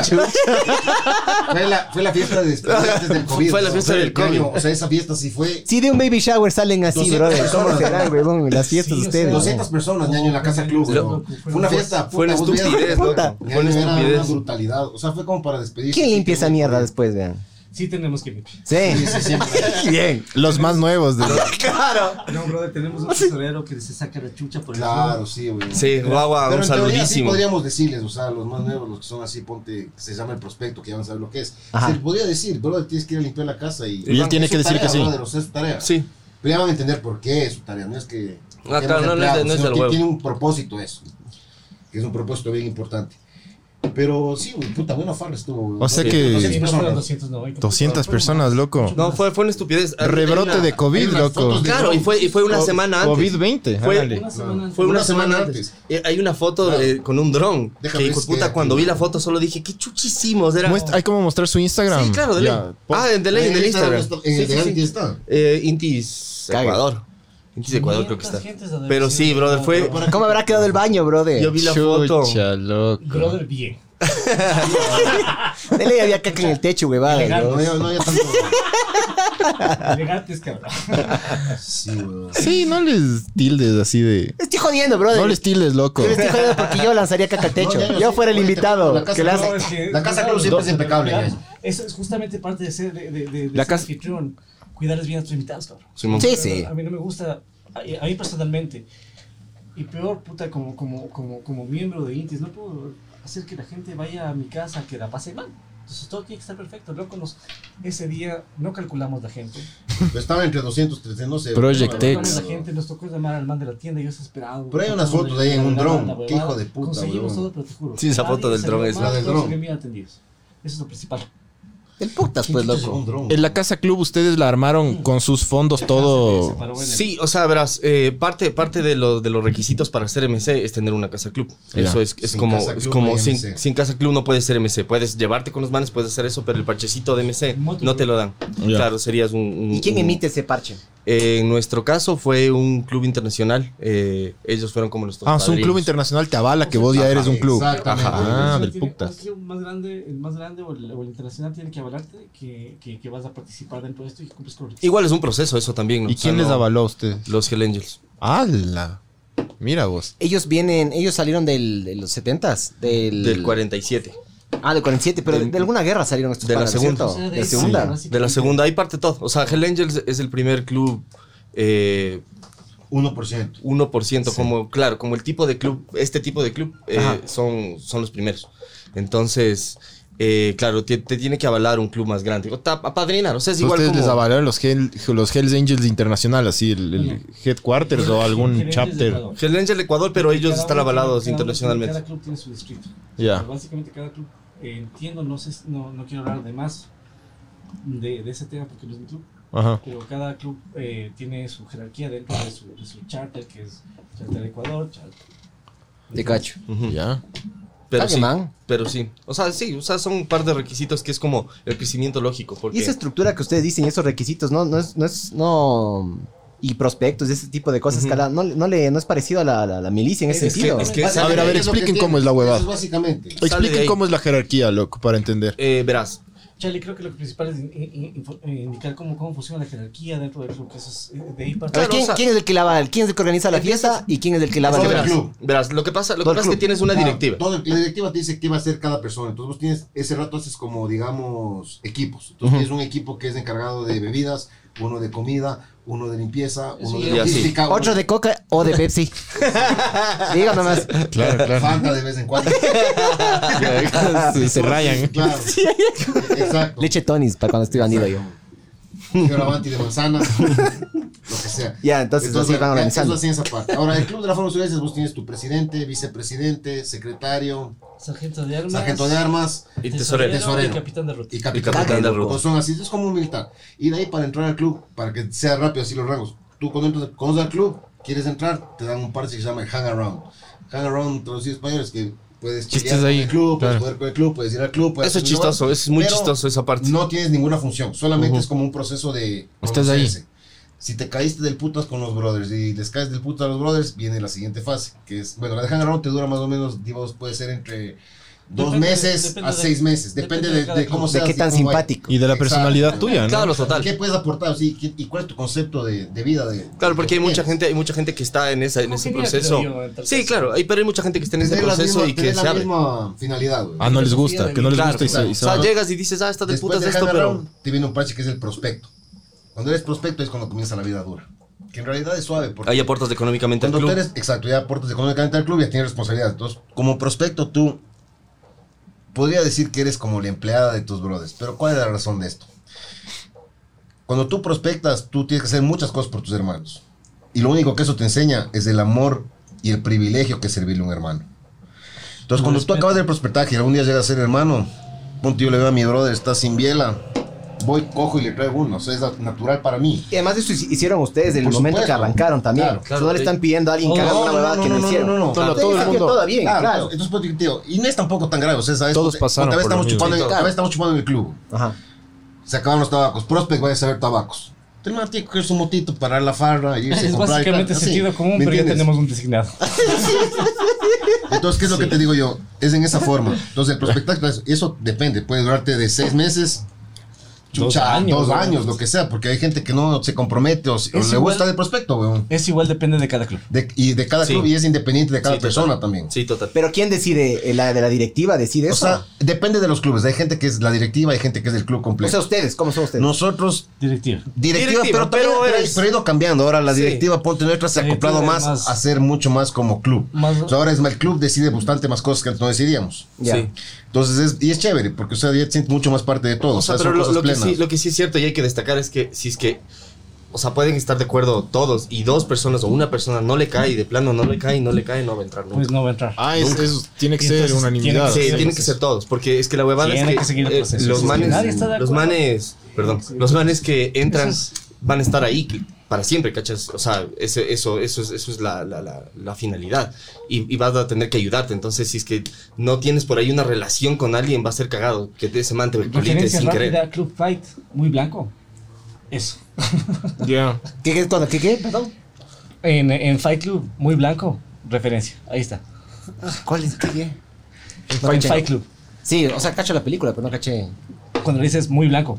S5: Fue la, fue la fiesta de estudiantes del COVID.
S3: Fue la
S5: ¿no?
S3: fiesta
S5: O sea,
S3: del
S5: qué año,
S3: COVID.
S5: O sea, esa fiesta sí fue.
S4: Sí, de un baby shower salen así,
S5: 200
S4: brother. ¿Cómo serán, huevón? Las fiestas
S6: Sí,
S4: de
S6: o
S4: ustedes.
S6: sea,
S5: 200 personas, ñaño, en la casa club.
S6: Lo-
S5: ¿no? Fue una fiesta.
S3: Fue una
S5: puta, vos veías-
S3: estupidez, loco. Fue una
S5: Ñaño, era una
S3: estupidez.
S5: brutalidad. O sea, fue como para despedir.
S4: ¿Quién limpia esa mierda después, vean?
S6: Sí tenemos que limpiar.
S4: Sí.
S5: Sí, sí, siempre.
S2: Bien. Los más nuevos. de-
S6: No, brother, tenemos un tesorero que se saca la chucha por el
S5: Claro, sí, güey.
S3: Sí,
S2: Ah,
S3: guagua,
S5: Pero
S3: un
S5: en teoría sí
S3: saludísimo.
S5: podríamos decirles, o sea, los más nuevos, los que son así, ponte, que se llama el prospecto, que ya van a saber lo que es.
S4: Ajá.
S5: Se les podría decir, brother, tienes que ir a limpiar la casa y...
S2: Y él tiene
S5: Es
S2: que
S5: su
S2: decir que
S5: tarea,
S2: sí.
S5: brother, o sea, es su tarea.
S3: Sí,
S5: Pero ya van a entender por qué es su tarea, no es que...
S3: Ah,
S5: que
S3: claro,
S5: hemos
S3: no, no es de- no es
S5: sino
S3: del
S5: que
S3: huevo.
S5: Tiene un propósito eso, que es un propósito bien importante. Pero sí, güey, puta, buena farra estuvo, güey.
S2: O sea
S5: Sí,
S2: que-
S5: 200
S6: Sí, no fueron
S5: personas.
S6: 290.
S2: 200 personas, loco.
S3: no, fue, fue una estupidez. Hay- hay
S2: Rebrote
S3: una-
S2: de
S5: hay
S2: COVID,
S5: unas
S2: loco.
S5: fotos de-
S3: Claro, y fue, y fue una
S2: Co-
S3: semana antes.
S2: COVID-20.
S3: Fue-
S2: ándale.
S6: Una semana antes.
S3: Fue una,
S5: Una
S3: semana,
S5: semana
S3: antes. Eh, hay una foto
S5: Claro.
S3: eh, con un dron.
S5: Déjame
S3: Que
S5: ver
S3: hijo
S5: si
S3: puta,
S5: queda
S3: cuando
S5: aquí.
S3: vi la foto solo dije, qué chuchísimos. Era...
S2: Muestra- hay como mostrar su Instagram.
S3: Sí, claro, de ley.
S2: Ya, po-
S3: Ah, en de ley, en el Instagram.
S5: En el
S3: Sí, sí,
S5: de
S3: sí.
S5: Andy está.
S3: Eh, Intis
S4: Cague.
S3: Ecuador. Intis Ecuador creo que
S6: 500
S3: está.
S6: gentes de
S3: Pero sí,
S6: adolescentes,
S3: brother,
S6: no,
S3: fue...
S6: pero-
S4: ¿Cómo habrá quedado el baño, brother?
S3: Yo vi la foto.
S2: Chucha, loco.
S6: Brother, bien.
S4: Dele, había caca en el techo, huevada.
S6: Legal.
S4: ¿no?
S5: No, había- no había tanto...
S6: Elegantes, cabrón.
S5: Sí, güey.
S2: Sí, no les tildes así de.
S4: Estoy jodiendo, brother.
S2: No les tildes, loco.
S4: Yo les estoy jodiendo porque yo lanzaría caca al techo.
S5: No, ya, ya,
S4: yo
S5: sí,
S4: fuera el
S5: oye, te-
S4: invitado.
S5: la casa
S4: que la hace-
S5: no, es- La casa club siempre es impecable, ¿eh? ya.
S6: Eso es justamente parte de ser, de, de, de- de
S2: La
S6: ser
S2: casa-
S6: anfitrión. Cuidarles bien a tus invitados, cabrón.
S3: Simón.
S4: Sí, sí.
S6: A mí no me gusta, a, a mí personalmente. Y peor, puta, como, como, como, como miembro de Intis, no puedo hacer que la gente vaya a mi casa, que la pase mal. Entonces todo tiene que estar perfecto. Loco, nos, ese día no calculamos la gente.
S5: Pero Estaba entre 200, 300, no sé.
S2: Project
S5: Pero-
S2: Tex.
S6: Calculamos la gente, nos tocó llamar al man de la tienda, yo desesperado.
S5: Pero hay unas
S6: Tocamos
S5: fotos
S6: la-
S5: ahí en un
S6: la-
S5: dron,
S6: la huevada.
S5: qué hijo de puta,
S6: Conseguimos
S5: huevón.
S6: todo, pero te juro.
S3: Sí, esa
S6: nadie
S3: foto del
S6: salió
S3: dron es
S6: mal,
S5: la del
S6: todos
S5: dron.
S6: salieron bien atendidos. Eso es lo principal.
S4: El putas, pues,
S5: Chucha, llegó un
S4: loco.
S5: dron.
S2: En la casa club ustedes la armaron con sus fondos
S6: Se
S2: todo.
S6: paró en el-
S3: Sí, o sea, verás, eh, parte, parte de, lo- de los requisitos para ser MC es tener una casa club.
S2: Ya.
S3: Eso es, es
S5: Sin
S3: como,
S5: casa
S3: es
S5: club
S3: como
S5: no hay
S3: sin,
S5: MC.
S3: sin casa club no puedes ser MC. Puedes llevarte con los manes, puedes hacer eso, pero el parchecito de MC
S6: Moto,
S3: no
S6: bro.
S3: te lo dan.
S2: Ya.
S3: Claro, serías un... un-
S4: ¿Y quién
S3: un-
S4: emite ese parche?
S3: Eh, en nuestro caso fue un club internacional. eh, ellos fueron como nuestros
S2: Ah, es un
S3: padrinos.
S2: club internacional te avala que vos ya eres un club.
S5: Exactamente.
S2: Ajá,
S6: El
S2: del
S6: tiene-
S2: putas.
S6: el club más grande, el más grande o el, o el internacional tiene que avalarte que, que, que vas a participar dentro de esto y cumples con los requisitos.
S3: Igual es un proceso eso también. ¿no?
S2: ¿Y
S3: O sea,
S2: quién les
S3: no-
S2: avaló a ustedes?
S3: Los Hell Angels.
S2: ¡Hala! Mira vos.
S4: Ellos vienen, ellos salieron del, de los 70s, del,
S3: Del 47.
S4: Ah, del 47, pero de, de alguna guerra salieron estos
S3: de la
S4: panas, ¿no es
S3: segunda.
S4: cierto?
S6: O sea,
S4: De la
S6: ahí-
S4: segunda.
S6: ahora sí
S3: De la
S6: que-
S3: segunda, ahí parte todo. O sea, Hell Angels es el primer club eh,
S5: 1%.
S3: 1%, como, claro, como el tipo de club, este tipo de club eh,
S4: Ajá.
S3: son, son los primeros. Entonces, eh, claro, te, te tiene que avalar un club más grande. O te ap- apadrinar, o sea, es igual
S2: ¿Ustedes
S3: como...
S2: les avalaron los, Hell- los Hells Angels Internacional, así, el, el
S6: Oye.
S2: headquarters o algún
S6: Gerentes de
S2: chapter?
S6: Ecuador.
S3: Hell Angel Ecuador, pero
S6: Porque
S3: ellos
S6: cada
S3: están
S6: uno tiene-
S3: avalados
S6: cada uno tiene-
S3: internacionalmente.
S6: Cada club tiene su distrito.
S2: Ya.
S6: Pero Básicamente cada club, eh, entiendo, no, sé, si- no, no quiero hablar de más de, de ese tema porque no es mi club,
S2: Ajá.
S6: pero cada club eh, tiene su jerarquía dentro de su, de su charter, que es Charter Ecuador, Charter...
S4: De cacho.
S3: Ujú.
S2: Ya.
S3: Pero
S4: Está
S3: sí,
S4: bien, man.
S3: pero sí. O sea, sí, o sea, son un par de requisitos que es como el crecimiento lógico. Porque
S4: Y esa estructura que ustedes dicen, esos requisitos, no, no es, no es, no. Y prospectos, ese tipo de cosas,
S3: Ujú.
S4: cala- no, no le, no es parecido a la, la- la milicia en ese
S6: Es que-
S4: sentido.
S3: es que-
S2: A ver, a ver,
S5: Es lo que
S2: expliquen
S5: tiene.
S2: cómo es la huevada.
S5: Eso es básicamente.
S3: Sale de
S2: Expliquen
S3: ahí.
S2: cómo es la jerarquía, loco, para entender.
S3: eh, verás,
S6: Charlie, creo que lo principal es in- in- info- eh, indicar cómo, cómo funciona la jerarquía dentro del club, que eso es eh, de ahí
S4: A ver,
S6: parte.
S3: Claro,
S4: ¿quién,
S3: o sea-
S4: quién es el que lava, quién es el que organiza la fiesta y quién es el que lava
S5: Todo
S4: el
S5: el
S4: brazo?
S5: club.
S3: verás, lo que pasa, lo que
S4: Todo el
S3: pasa es que
S4: club.
S3: tienes una
S5: Claro,
S3: directiva.
S5: Ah. todo- la directiva te dice qué va a hacer cada persona. Entonces vos tienes, ese rato haces como, digamos, equipos. Entonces tienes un equipo que es encargado de bebidas, uno de comida, uno de limpieza, uno de
S3: ya.
S5: logística,
S4: Otro
S5: uno
S4: de coca o de Pepsi. Dígame más.
S2: Claro,
S5: Fanta de vez en cuando.
S2: se, se rayan.
S5: Claro. Exacto.
S4: Leche Tonis para cuando estoy bandido yo.
S5: Fioravanti de manzana. lo que sea.
S4: Ya, entonces, así van
S5: ya,
S4: organizando.
S5: eso así en esa parte. Ahora, el Club de la Forma Ciudades, vos tienes tu presidente, vicepresidente, secretario,
S6: Sargento de armas.
S5: sargento de armas
S3: Y tesorero.
S5: Tesorero.
S6: Y capitán de rutina.
S5: y capitán,
S3: Y capitán
S5: de
S3: de
S5: grupo.
S3: grupo.
S5: Son así, es como un militar. Y de ahí para entrar al club, para que sea rápido así los rangos. Tú cuando entras, conoces al club, quieres entrar, te dan un parche que se llama el hang around. Hang around traducido en español es que puedes
S2: Chistes
S5: chillar con
S2: ahí,
S5: el club,
S2: claro.
S5: puedes poder con el club, puedes ir al club. puedes
S3: Eso es
S5: hacer un lugar,
S3: chistoso, es muy
S5: pero
S3: chistoso esa parte.
S5: No tienes ninguna función, solamente
S3: Ujú.
S5: es como un proceso de.
S2: Estás ahí.
S5: conocerse. Si te caíste del putas con los brothers y les caes del putas a los brothers, viene la siguiente fase, que es, bueno, la de hang around te dura más o menos, digo, puede ser entre dos
S6: Depende-
S5: meses
S6: depende
S5: a
S6: de-
S5: seis meses,
S6: depende
S5: depende
S6: de
S5: de,
S6: cada
S5: de cómo
S6: club.
S5: seas
S4: De qué
S5: y
S4: tan
S5: cómo vayas.
S4: simpático.
S2: Y de la
S5: Exacto.
S2: personalidad tuya, ¿no?
S3: Claro, total.
S5: ¿Qué puedes aportar? Sí, ¿qué- ¿Y cuál es tu concepto de, de vida? De,
S3: Claro, porque hay mucha
S5: tienes?
S3: gente, hay mucha gente que está en esa, en ese
S6: Ingeniería,
S3: proceso.
S6: creo yo, en tal
S3: Sí,
S6: caso.
S3: claro, hay, pero hay mucha gente que está en ese
S5: Tener la
S3: proceso
S5: misma-
S3: y que
S5: tener
S3: se
S5: la
S3: abre.
S5: misma finalidad, güey.
S2: Ah, no les gusta, que no les
S3: Claro,
S2: gusta y se, y
S3: O
S2: se
S3: sea,
S2: van.
S3: llegas y dices, ah, está de
S5: Después
S3: putas
S5: de
S3: esto, pero.
S5: Hangaround, te viene un parche que es el prospecto. Cuando eres prospecto es cuando comienza la vida dura. Que en realidad es suave. Porque
S3: Ahí aportas económicamente al
S5: cuando
S3: club.
S5: tú eres, exacto, ya aportas económicamente al club, ya tienes responsabilidad. Entonces, como prospecto, tú podría decir que eres como la empleada de tus brothers. Pero ¿cuál es la razón de esto? Cuando tú prospectas, tú tienes que hacer muchas cosas por tus hermanos. Y lo único que eso te enseña es el amor y el privilegio que es servirle a un hermano. Entonces, cuando tú acabas del prospectaje y algún día llegas a ser hermano, punto, yo le veo a mi brother, está sin biela, voy, cojo y le traigo uno. O sea, es natural para mí.
S4: Y además de eso hicieron ustedes en el
S5: Por
S4: momento que
S5: supuesto.
S4: arrancaron también.
S5: Claro,
S3: claro.
S4: no le están pidiendo a alguien que
S5: No,
S4: haga una
S5: no,
S4: huevada
S5: no,
S4: que no,
S5: no, no,
S4: hicieron.
S5: no, no.
S2: Todo- todo el
S4: Entonces,
S2: mundo-
S4: Todo bien,
S5: Claro,
S4: claro.
S5: Entonces, pues, digo, tío, y no es tampoco tan grave, o sea, ¿sabes?
S2: Todos
S5: Ponte-
S2: pasaron
S5: ponte a ver,
S2: por lo
S5: estamos
S2: mismo.
S5: chupando, en-
S4: Sí,
S5: a
S4: claro.
S5: ver, estamos chupando en el club.
S4: Ajá.
S5: Se acaban los tabacos. Prospect, vaya a saber tabacos. El man tiene que coger su motito, parar la farra y irse a
S6: Es
S5: comprar y
S6: básicamente
S5: tal, así,
S6: sentido común,
S5: ¿me
S6: pero ya
S5: entiendes?
S6: tenemos un designado.
S5: Entonces, ¿qué es lo que te digo yo? Es en esa forma. Entonces, el prospectáculo, eso depende. Puede durarte de seis meses, chucha, dos años,
S6: años, weón.
S5: lo que sea, porque hay gente que no se compromete o, se- o
S6: Es
S5: le
S6: igual-
S5: gusta de prospecto, weón.
S6: Es igual, depende de cada club.
S5: De- y de cada
S3: Sí.
S5: club y es independiente de cada
S3: Sí, total.
S5: persona también.
S3: Sí, total.
S4: Pero ¿quién decide? Eh, ¿La de la directiva decide
S5: O
S4: eso?
S5: sea, depende de los clubes. Hay gente que es la directiva, hay gente que es del club
S4: O sea,
S5: completo.
S4: ustedes, ¿cómo son ustedes?
S5: Nosotros
S6: Directiva.
S5: Directiva,
S3: Directiva,
S5: pero,
S3: pero
S5: también- pero,
S3: eres-
S5: pero ha ido cambiando. Ahora la
S3: Sí.
S5: directiva, ponte nuestra, se ha
S6: Directiva
S5: acoplado
S6: es
S5: más,
S6: más-
S5: a ser mucho más como club.
S6: Más-
S5: O sea, ahora es el club decide bastante más cosas que antes no decidíamos.
S4: Ya.
S3: Sí.
S5: Entonces, es, y es chévere, porque o sea, ya te sientes mucho más parte de todo.
S3: O sea,
S5: son
S3: pero lo,
S5: cosas
S3: lo que
S5: plenas.
S3: sí, lo que sí es cierto y hay que destacar es que si es que o sea, pueden estar de acuerdo todos y dos personas o una persona no le cae y de plano no le cae, no le cae, no va a entrar nunca.
S6: Pues no va a entrar.
S2: Ah, es- eso tiene que ser
S6: Entonces,
S2: unanimidad.
S3: Sí,
S6: tiene
S3: tiene que ser todos, porque es que la huevada
S6: Tiene
S3: es que,
S6: que seguir el
S3: eh,
S6: proceso.
S3: los
S6: Sí,
S3: manes,
S6: nadie está de
S3: los
S6: acuerdo.
S3: manes, perdón, los manes que entran
S6: Eso
S3: van a estar ahí que- para siempre, ¿cachas? O sea, ese- eso, eso es, eso es la, la- la- la finalidad y, y vas a tener que ayudarte. Entonces, si es que no tienes por ahí una relación con alguien, va a ser cagado que ese man te violente
S6: Referencia
S3: sin
S6: rápida,
S3: querer.
S6: a Club Fight, muy blanco. Eso.
S2: Ya.
S4: ¿Qué, qué, cuando, qué, qué? Perdón.
S6: En, en Fight Club, muy blanco, referencia. Ahí está.
S4: ¿Cuál es? ¿Qué, qué?
S6: en Fight Club.
S4: Sí, o sea, cacho la película, pero no caché.
S6: Cuando le dices muy blanco.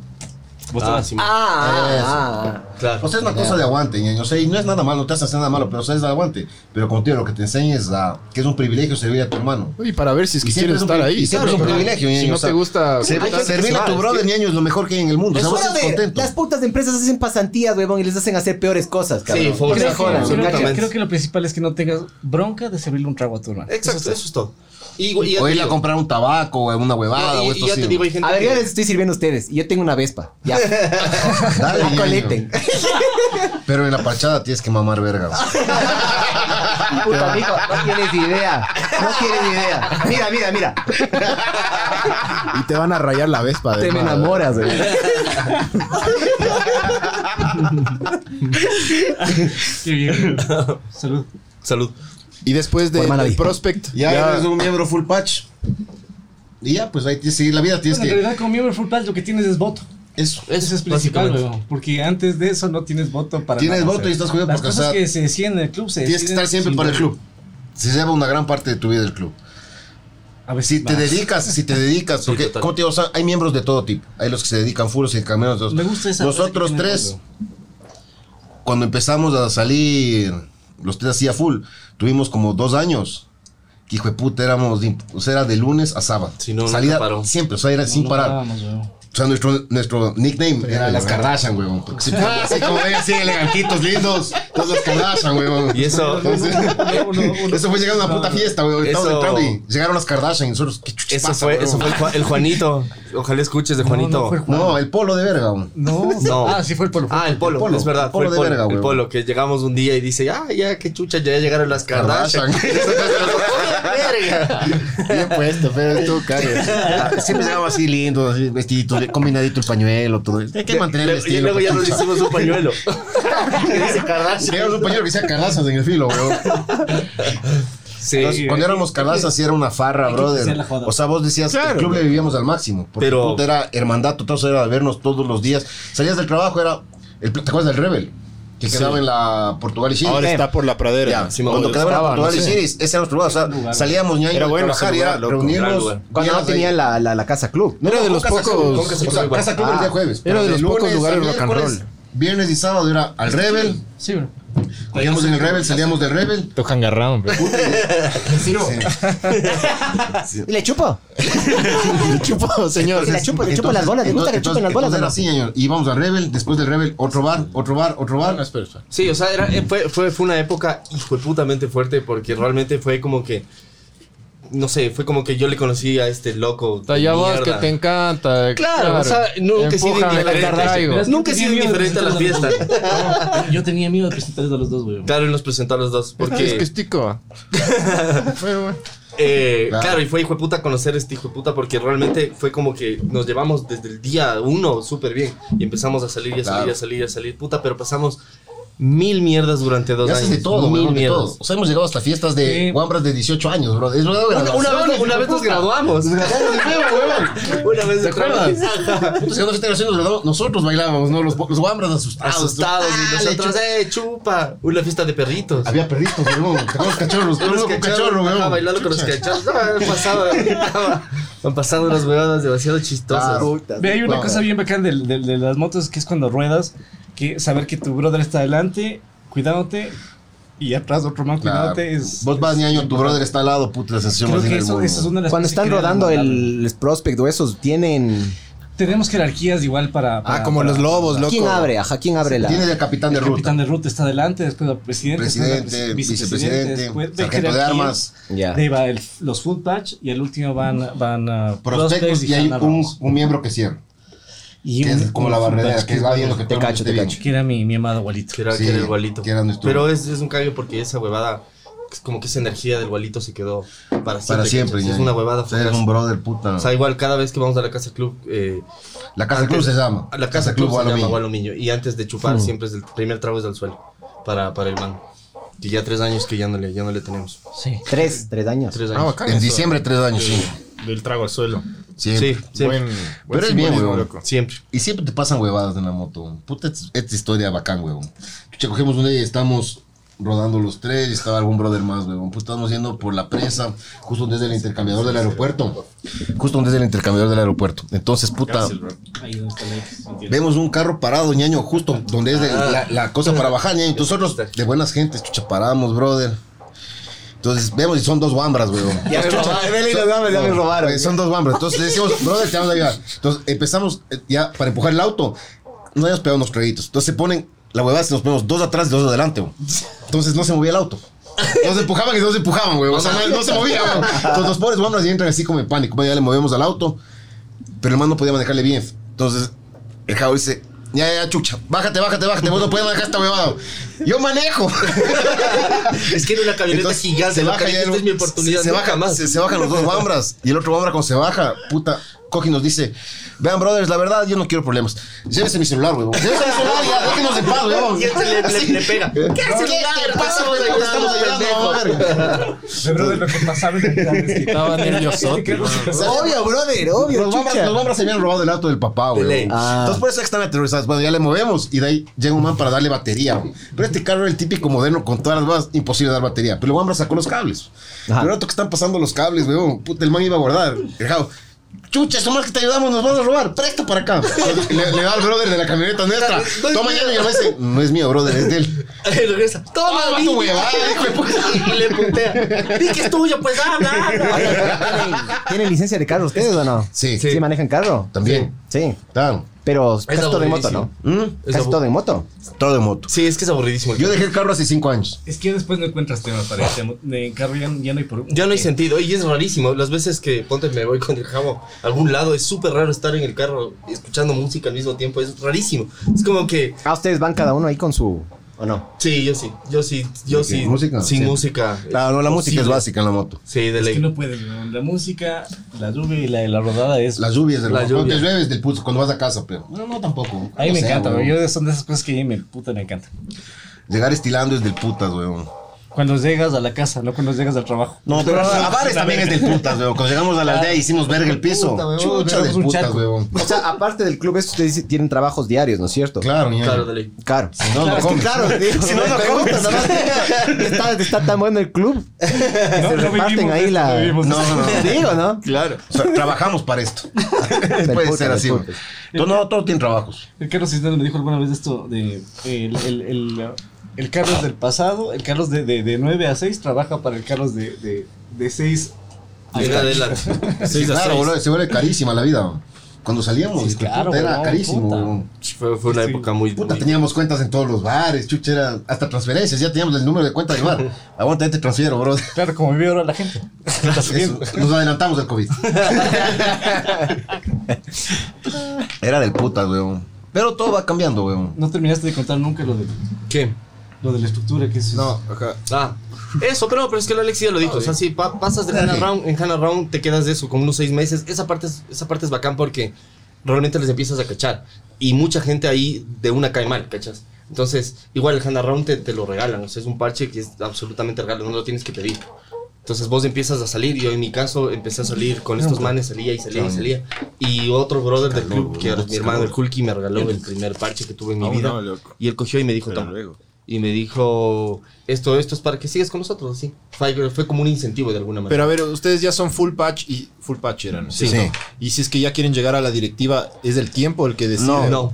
S6: Vos
S3: Ah,
S6: tomas.
S3: sí,
S4: Ah, ah,
S3: claro.
S5: O sea, es una cosa de aguante, ñaño. O sea, y no es nada malo, no te hace hacer nada malo, pero o sea, es de aguante. Pero contigo lo que te enseña es a, que es un privilegio servir a tu hermano.
S2: Y para ver si es que
S5: Y siempre
S2: quieres
S5: es un
S2: estar
S5: pri-
S2: ahí.
S5: y siempre
S2: claro.
S5: es un privilegio,
S2: Si
S5: ñaño,
S2: no
S5: o sea,
S2: te gusta.
S5: Se-
S3: hay gente que se
S5: Servirle a
S3: va,
S5: tu
S3: es
S5: brother,
S3: que-
S5: ñaño, es lo mejor que hay en el mundo.
S4: Pues Es
S5: o sea,
S3: Pues
S5: vos
S4: hora
S5: estás
S4: de-
S5: contento.
S4: Las putas de empresas hacen pasantías, huevón, y les hacen hacer peores cosas, cabrón.
S3: full,
S4: Que se
S6: Creo que,
S4: jodan,
S6: creo que-
S4: cacho.
S3: Exactamente.
S6: creo que lo principal es que no tengas bronca de servirle un trago a tu hermano.
S3: Exacto, eso es todo. Y, y ya
S5: O
S3: te
S5: ir a
S3: digo-
S5: comprar un tabaco, o una huevada,
S3: y-
S5: o
S3: y
S5: esto
S3: ya
S5: sí,
S3: te digo, hay gente
S4: A ver, yo
S3: que-
S4: les estoy sirviendo a ustedes. Y yo tengo una Vespa. Ya.
S5: Dale,
S4: La
S5: ñaño.
S4: coleten.
S5: Pero en la parchada tienes que mamar verga. güey.
S4: Puta, amigo, no tienes idea. No tienes idea. Mira, mira, mira.
S2: Y te van a rayar la vespa.
S4: Te me
S2: además.
S4: enamoras, güey.
S6: Qué bien. Salud.
S3: Salud.
S2: Y después de,
S4: Por mala
S2: del
S4: vida.
S2: prospect.
S5: Ya,
S2: ya-
S5: eres un miembro full patch. Y ya, pues ahí tienes que seguir la vida, tienes
S6: Bueno, en
S5: que.
S6: realidad, como miembro full pass, lo que tienes es voto.
S5: Eso.
S6: Eso es principal, weón, porque antes de eso no tienes voto para
S5: Tienes
S6: nada,
S5: voto y estás jodido
S6: Las
S5: porque, o
S6: cosas
S5: sea,
S6: que se deciden en el club se
S5: Tienes que
S6: deciden
S5: estar siempre
S6: sin
S5: para el
S6: voto.
S5: club. Se lleva una gran parte de tu vida el club.
S6: A
S3: Pues
S6: veces
S5: Si te
S6: más.
S5: dedicas, si te dedicas, porque
S3: total.
S5: como te digo, o sea, hay miembros de todo tipo. Hay los que se dedican full, los que caminan, los-
S6: Me gusta esa
S5: Los
S6: frase
S5: otros
S6: que tiene
S5: tres,
S6: Pablo.
S5: cuando empezamos a salir, los tres hacía full, tuvimos como dos años. Que hijo de puta, éramos, de imp- o sea, era de lunes a sábado.
S3: Sí, no, nunca
S5: Salida
S3: paró.
S5: siempre, o sea, era sin
S6: No
S5: parar.
S6: parábamos, weón.
S5: O sea, nuestro, nuestro nickname era las Kardashian, huevón. Porque siempre, así como ven, así elegantitos, lindos, todas las Kardashian, huevón.
S3: Y eso,
S5: Entonces,
S6: Uno- uno-
S5: eso fue llegar a una puta fiesta, huevón. Estamos
S3: Eso-
S5: entrando y llegaron las Kardashian. Y nosotros, ¿qué chuches
S3: eso
S5: Pues pasa,
S3: fue,
S5: huevón?
S3: eso fue el, Ju- el Juanito. Ojalá escuches de Juanito.
S6: no fue el
S5: No, el polo de verga, huevón.
S6: No.
S3: No.
S6: Ah, sí fue el polo.
S3: Ah, el polo,
S5: El polo,
S3: es verdad.
S5: el polo
S3: fue
S5: de verga,
S3: el
S5: güey.
S3: polo, que llegamos un día y dice, ah, ya, qué chucha, ya llegaron las Kardashian. verga.
S5: Bien puesto, pero tú, cagas. Siempre llegaba así lindo, así vestidito, bien combinadito el pañuelo, todo. Hay que mantener el
S3: Y,
S5: estilo.
S3: luego ya nos
S5: pachucha.
S3: hicimos un pañuelo. que dice Kardashian.
S5: Teníamos un pañuelo que decía Cardazas en el filo, weón.
S3: Sí,
S5: Cuando éramos Cardazas sí era una farra,
S6: hay que hacer la
S5: brother.
S6: joda.
S5: O sea, vos decías, que el
S2: Claro.
S5: club le vivíamos al máximo. Porque
S3: Pero-
S5: puta, era hermandad, total, era de vernos todos los días. Salías del trabajo, era... El, ¿Te acuerdas del Rebel? Que quedaba en la Portugal y Chile.
S2: Ahora está por la pradera.
S5: Ya,
S3: sí me
S5: cuando
S3: acuerdo.
S5: quedaba en
S2: Estaba,
S5: la Portugal
S2: no
S5: y
S2: sé.
S5: Chile, ese era nuestro lugar. O sea, salíamos ñaño
S2: Era
S5: a
S2: bueno ese
S5: trabajar y era
S2: lugar, loco.
S3: Gran
S5: reunirnos.
S3: lugar.
S4: Cuando no
S5: viernes ahí.
S4: tenía la, la, la casa club.
S5: No,
S2: Era
S5: no,
S2: de
S5: con
S2: los
S5: Casa
S2: pocos-
S5: Club, con Casa
S3: con
S5: Club, o sea,
S3: igual.
S5: Casa Club el día
S4: Ah,
S5: jueves.
S2: era de los
S5: lunes
S2: pocos lugares
S5: a
S2: rock and
S5: miércoles,
S2: roll.
S5: Viernes y sábado era al Rebel,
S6: Sí, bro.
S5: comíamos en el Rebel, salíamos del Rebel.
S2: Tocan garrón,
S4: Y le chupo.
S2: Chupo, señor.
S4: Y la chupo, le chupo las bolas. Le gusta que le chupen las bolas.
S5: Entonces
S4: hermano.
S5: era así, señor. Íbamos al Rebel, después del Rebel, otro bar, otro bar, otro bar.
S3: Sí, o sea, era- eh, fue, fue, fue una época hijo de putamente fuerte porque realmente fue como que. No sé, fue como que yo le conocí a este loco. de
S7: Ya vos que
S3: mierda.
S7: te encanta.
S3: Claro, o sea, nunca he sido
S7: Empújame, te
S3: indiferente.
S7: traigo.
S3: Verás, Nunca he
S6: Tenía
S3: sido
S6: miedo de
S3: indiferente a las
S6: presentarles
S3: fiestas.
S6: los dos. Yo tenía miedo de presentarles a los dos, weón.
S3: Claro, él nos presentó a los dos. Porque,
S7: Es que es tico. Bueno, bueno.
S3: eh,
S5: Claro.
S3: claro. y fue hijo de puta conocer a este hijo de puta porque realmente fue como que nos llevamos desde el día uno súper bien y empezamos a salir y a salir y a
S5: Claro.
S3: salir y a salir, puta, pero pasamos mil mierdas durante dos
S5: Y haces
S3: años.
S5: de todo,
S3: mil
S5: weón, de
S3: mierdas.
S5: todo. O sea, hemos llegado hasta fiestas de
S6: Sí.
S5: guambras de 18 años, bro. Es verdad,
S3: Una, una vez, una vez nos graduamos. una vez
S5: ¿Te
S3: nos
S5: acuerdas?
S3: graduamos.
S5: Puta, si no fiesta de graduación nos graduamos, Nosotros bailábamos, ¿no? Los, los guambras asustados.
S3: Asustados
S5: Ah,
S3: y
S5: le
S3: nosotros, eh, chupa. Una fiesta de perritos.
S5: Había perritos, weón. ¿Te acuerdas cachorros?
S3: Con los
S5: Uno con cachorro,
S3: cachorros, ajá,
S5: weón.
S3: bailando con los cachorros. No, han pasado, han pasado unas huevadas demasiado chistosas.
S5: Claro.
S6: Ve, hay una
S5: No.
S6: cosa bien bacán del- del- de, las motos que es cuando ruedas, que saber que tu brother está adelante, cuidándote, y atrás otro man
S5: Claro.
S6: cuidándote es...
S5: Vos vas,
S6: es-
S5: ñaño, tu brother está al lado, puta, la sensación
S6: Creo
S5: más
S6: que
S5: linda del
S6: eso,
S5: mundo.
S6: eso es una de las
S4: Cuando
S6: cosas que
S4: están
S6: crean
S4: rodando
S6: la maldad.
S4: el prospect o esos, tienen.
S6: Tenemos jerarquías igual para...
S2: Ah,
S6: para-
S2: como
S6: para-
S2: los lobos, loco.
S4: ¿Quién abre? Ajá, ¿quién abre la.?
S5: Tiene el capitán de
S6: El
S5: ruta.
S6: capitán de ruta está adelante, después el presidente,
S5: Presidente, vicepresidente,
S6: después de
S5: sargento de
S6: jerarquía,
S5: armas,
S4: Ya.
S6: De ahí va el- los full patch y al último van, van ah,
S5: prospectos y hay
S6: Hannah
S5: un,
S6: Ramos.
S5: un miembro que cierra.
S6: Y
S5: Que es como la barredera, que es va bien lo que
S4: Te
S5: todo el mundo
S4: cacho,
S5: esté
S4: te
S5: bien.
S4: cacho.
S6: Que era mi, mi amado abuelito.
S3: Que era,
S5: Sí,
S3: que era el gualito.
S5: que era nuestro-
S3: Pero es, es un cambio porque esa huevada, es como que esa energía del gualito se quedó para siempre.
S5: Para siempre,
S3: ¿cachas?
S5: ya.
S3: Es una huevada.
S5: O sea, Era un
S3: fugaz.
S5: brother, puta.
S3: O sea, igual cada vez que vamos a la casa club, eh,
S5: La Casa
S3: antes-
S5: Club se llama.
S3: la casa club, se
S5: Gualomillo.
S3: llama Gualomiño. Y antes de
S2: Mm.
S3: chupar siempre es el primer trago es del suelo para, para el man. Que ya tres años que ya no le, ya no le tenemos.
S6: Sí.
S4: Tres, tres años.
S3: Tres
S2: Ah,
S3: años.
S2: bacán.
S5: En diciembre, tres años, sí.
S7: Del trago al suelo.
S5: Siempre.
S3: sí, siempre.
S7: Buen, buen
S5: Pero es bien,
S7: simbolismo,
S5: weón.
S7: loco.
S3: Siempre.
S5: Y siempre te pasan huevadas en la moto. weón. Puta, es- esta historia bacán, weón. Chucha, cogemos una y estamos rodando los tres y estaba algún brother más, weón. Puta, estamos yendo por la presa, justo desde el intercambiador del aeropuerto. Justo desde el intercambiador del aeropuerto. Entonces, puta,
S6: Ahí donde está la X.
S5: vemos un carro parado, ñaño, justo donde es de- la, la cosa para bajar, ñaño. Entonces, Nosotros, de buenas gentes, chucha, paramos, brother. Entonces, vemos y son dos guambras, weón.
S4: Ya me robaron. Vele y los nombres, ya me robaron.
S5: Eh, Son dos bambas. Entonces decimos, brother, te vamos a ayudar. Entonces empezamos eh, ya para empujar el auto. No habíamos pegado unos créditos. Entonces se ponen la huevada, si nos ponemos dos atrás y dos adelante. güey. Entonces no se movía el auto. Nos empujaban y nos empujaban, güey. O sea, no, no se movía, güey. Entonces los pobres bambas ya entran así como en pánico. Bueno, ya le movemos al auto, pero el man no podía manejarle bien. Entonces el jabo dice. Ya, ya, chucha, bájate, bájate, bájate, vos no puedes manejar esta huevada. Yo manejo.
S3: Es que era una camioneta
S5: Entonces,
S3: gigante. loca,
S5: ya
S3: Esta
S5: el-
S3: es mi oportunidad.
S5: Se, se
S3: nunca
S5: baja,
S3: más.
S5: Se, se bajan los dos Bambras. Y el otro Bambra, cuando se baja, puta, coge y nos dice: Vean, brothers, la verdad, yo no quiero problemas. Llévese mi celular, huevón. Llévese mi celular, ya, déjenos en paz, huevón.
S3: Y este le, le, le pega. ¿Qué
S5: ¿Qué pasa, huevón? Estamos ayudando, a ver.
S6: De verdad, lo que pasaba en el Estaba nervioso.
S4: Obvio, brother, obvio,
S5: Los Bambras,
S4: chucha.
S5: los Bambras se habían robado el auto del papá,
S3: De
S5: güey.
S3: ley.
S4: Ah.
S5: Entonces por eso es que están aterrorizados. Bueno, ya le movemos y de ahí llega un man para darle batería. güey. Pero este carro era el típico moderno con todas las cosas, imposible dar batería. Pero el Wambra sacó los cables.
S4: Ajá.
S5: Pero ahora que están pasando los cables, weón. Puta, el man iba a guardar. El jao, Chucha, eso más que te ayudamos, nos van a robar. Presta para acá. Entonces, Le, le da al brother de la camioneta nuestra.
S3: No es
S5: Toma
S3: mío.
S5: ya y el man dice, no es mío, brother, es de él.
S3: Y regresa. Toma,
S5: Toma
S3: niña.
S5: tu huevada, hijo de puta.
S3: Y le puntea. Di que es tuyo, pues habla, habla.
S4: ¿Tienen, tienen licencia de carro ustedes o no?
S5: Sí.
S4: ¿Sí manejan carro?
S5: También.
S4: Sí.
S5: Claro.
S4: Pero casi todo en moto, ¿no? ¿Mm?
S3: aburridísimo. Es
S4: Casi
S3: abu-
S4: todo en moto.
S5: Todo de moto.
S3: Sí, es que es aburridísimo.
S5: Yo dejé el carro hace cinco años.
S6: Es que después no encuentras temas para este mo- de carro. Ya, ya no hay por
S3: Ya no hay sentido, y es rarísimo. Las veces que ponte me voy con el jabo a algún lado, es súper raro estar en el carro escuchando música al mismo tiempo, es rarísimo. Es como que,
S4: Ah, ustedes van cada uno ahí con su. ¿O no?
S3: sí, yo sí, yo sí, yo
S5: ¿De qué?
S3: sí.
S5: ¿Música?
S3: Sin
S5: Sí.
S3: música.
S5: Claro, no, la música es
S3: Posible.
S5: básica en la moto.
S3: Sí, de
S6: Es
S3: ley.
S6: que no pueden. ¿no? La música, la lluvia y la, la rodada es.
S5: Las lluvias,
S3: La
S5: hermano.
S3: lluvia.
S5: Cuando te llueves del pulso, cuando vas a casa, pero. No, no, tampoco.
S6: A mí
S5: No
S6: me
S5: sé,
S6: encanta,
S5: weón.
S6: güey. Yo son de esas cosas que a mí me puta me encanta.
S5: Llegar estilando es del putas, weón.
S6: Cuando llegas a la casa, no cuando llegas al trabajo.
S5: No, pero a bares también es del putas, weón. Cuando llegamos a la aldea hicimos verga el piso.
S3: Puta, weón,
S5: Chucha del
S6: un
S5: putas,
S6: charco.
S5: weón.
S4: O sea, aparte del club, es que ustedes tienen trabajos diarios, ¿no es cierto?
S5: Claro, ñaño.
S3: Claro, de ley.
S4: Claro.
S5: No, no
S4: Claro, es que claro, digo,
S5: comes. Si no, no
S4: me
S5: comes.
S4: preguntas, ¿no? Está, está tan bueno el club. que
S6: No,
S4: se
S6: no
S4: reparten
S6: vivimos
S4: ahí
S6: esto,
S4: la.
S6: no vivimos
S5: No, no, no.
S4: Digo, ¿no?
S3: Claro.
S5: O sea, trabajamos para esto. Puede
S4: putas,
S5: ser
S4: del
S5: así, weón.
S4: putas.
S5: No, no, todo tiene trabajos.
S6: El Carlos Cisneros me dijo alguna vez esto de el, el, el, el Carlos del pasado, el Carlos de, de, de 9 a 6 trabaja para el Carlos de, de, de 6
S3: En adelante.
S5: Sí, claro, boludo, se vuelve carísima la vida. weón. Cuando salíamos,
S6: Sí,
S5: hijo de
S6: claro,
S5: puta, era
S6: weón,
S5: carísimo,
S6: puta.
S5: weón.
S3: Fue, fue una
S6: Sí.
S3: época muy.
S5: Puta,
S3: muy-
S5: teníamos cuentas en todos los bares, chucha, era hasta transferencias, ya teníamos el número de cuenta de bar. Aguanta, ya te transfiero, bro.
S6: Claro, como vive ahora la gente. Está subiendo.
S5: Eso, nos adelantamos del COVID. Era del putas, weón. Pero todo va cambiando, weón.
S6: No terminaste de contar nunca lo de,
S3: ¿Qué?
S6: lo de la estructura que es.
S5: No,
S3: Ah, eso, pero, no, pero es que el Alex ya lo dijo.
S7: Ah,
S3: o sea, si pa- pasas de Hannah Round en Hannah Round, te quedas de eso como unos seis meses. Esa parte es, esa parte es bacán porque realmente les empiezas a cachar. Y mucha gente ahí de una cae mal, ¿cachas? Entonces, igual el Hannah Round te, te lo regalan. O sea, es un parche que es absolutamente regalo, no lo tienes que pedir. Entonces vos empiezas a salir, yo en mi caso empecé a salir con estos manes, salía y salía y salía. Y otro brother del club, que era mi hermano el Hulky, me regaló el primer parche que tuve en mi
S7: Aún
S3: vida.
S7: no, loco.
S3: Y él cogió y me dijo,
S7: Ah, Pero
S3: toma.
S7: luego.
S3: Y me dijo, esto, esto es para que sigas con nosotros, así. Fue, fue como un incentivo de alguna manera.
S2: Pero a ver, ustedes ya son full patch y full patch eran.
S3: Sí.
S2: ¿no? Y si es que ya quieren llegar a la directiva, ¿es el tiempo el que decide?
S5: No.
S3: no,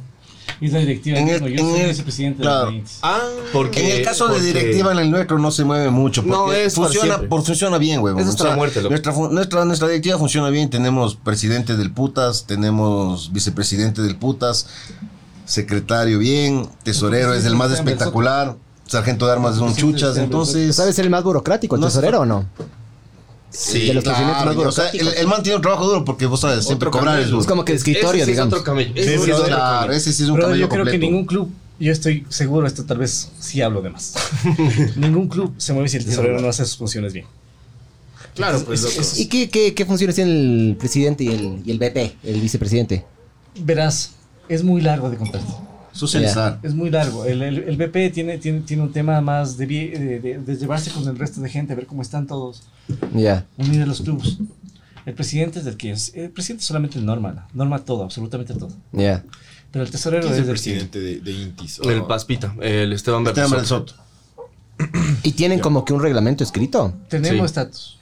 S6: Y Es la directiva.
S5: En el-
S6: mismo,
S5: en
S6: yo soy
S5: el-
S6: vicepresidente
S5: claro.
S6: de la
S2: Ah,
S3: porque...
S5: en el caso de
S3: porque-
S5: directiva en el nuestro no se mueve mucho. Porque
S3: No, es para
S5: funciona,
S3: siempre.
S5: por, funciona bien, weón.
S3: Es hasta la muerte, loco.
S5: nuestra, fu- nuestra, nuestra directiva funciona bien. Tenemos presidente del putas, tenemos vicepresidente del putas, secretario bien, tesorero es el más espectacular, sargento de armas es un chuchas. Entonces,
S4: ¿Sabes ser el más burocrático, el
S5: No,
S4: tesorero o no?
S5: Sí,
S4: de los procedimientos más
S5: claro, o sea,
S4: burocráticos.
S5: el, el man tiene un trabajo duro porque vos sabes, siempre cobrar es duro.
S4: es como que de escritorio,
S3: Ese sí es
S4: digamos.
S3: otro camello. Ese
S5: Sí,
S3: sí es otro
S5: claro,
S3: camello.
S5: ese sí es un
S6: Brother,
S5: camello
S6: yo creo
S5: completo.
S6: que ningún club, yo estoy seguro, esto tal vez sí hablo de más. ningún club se mueve si el tesorero no hace sus funciones bien.
S3: Claro, pues loco.
S4: ¿Y qué, qué, qué funciones tiene el presidente y el, y el BP, el vicepresidente?
S6: Verás, es muy largo de contarte.
S5: Socializar.
S6: Es muy largo. El, el, el BP tiene, tiene, tiene un tema más de, vi- de- de- de llevarse con el resto de gente, ver cómo están todos,
S4: Ya.
S6: unir a los clubes. El presidente es del que es. El presidente solamente norma, norma todo, absolutamente todo.
S4: Ya.
S6: Pero el tesorero
S1: ¿Quién
S6: es
S1: es el
S6: del que-
S1: presidente de, de Intis? ¿O
S3: El Paspita, el Esteban
S5: Esteban
S3: Berzotti.
S5: Berzotti.
S4: ¿Y tienen como que un reglamento escrito?
S6: Tenemos
S3: Sí.
S6: estatus.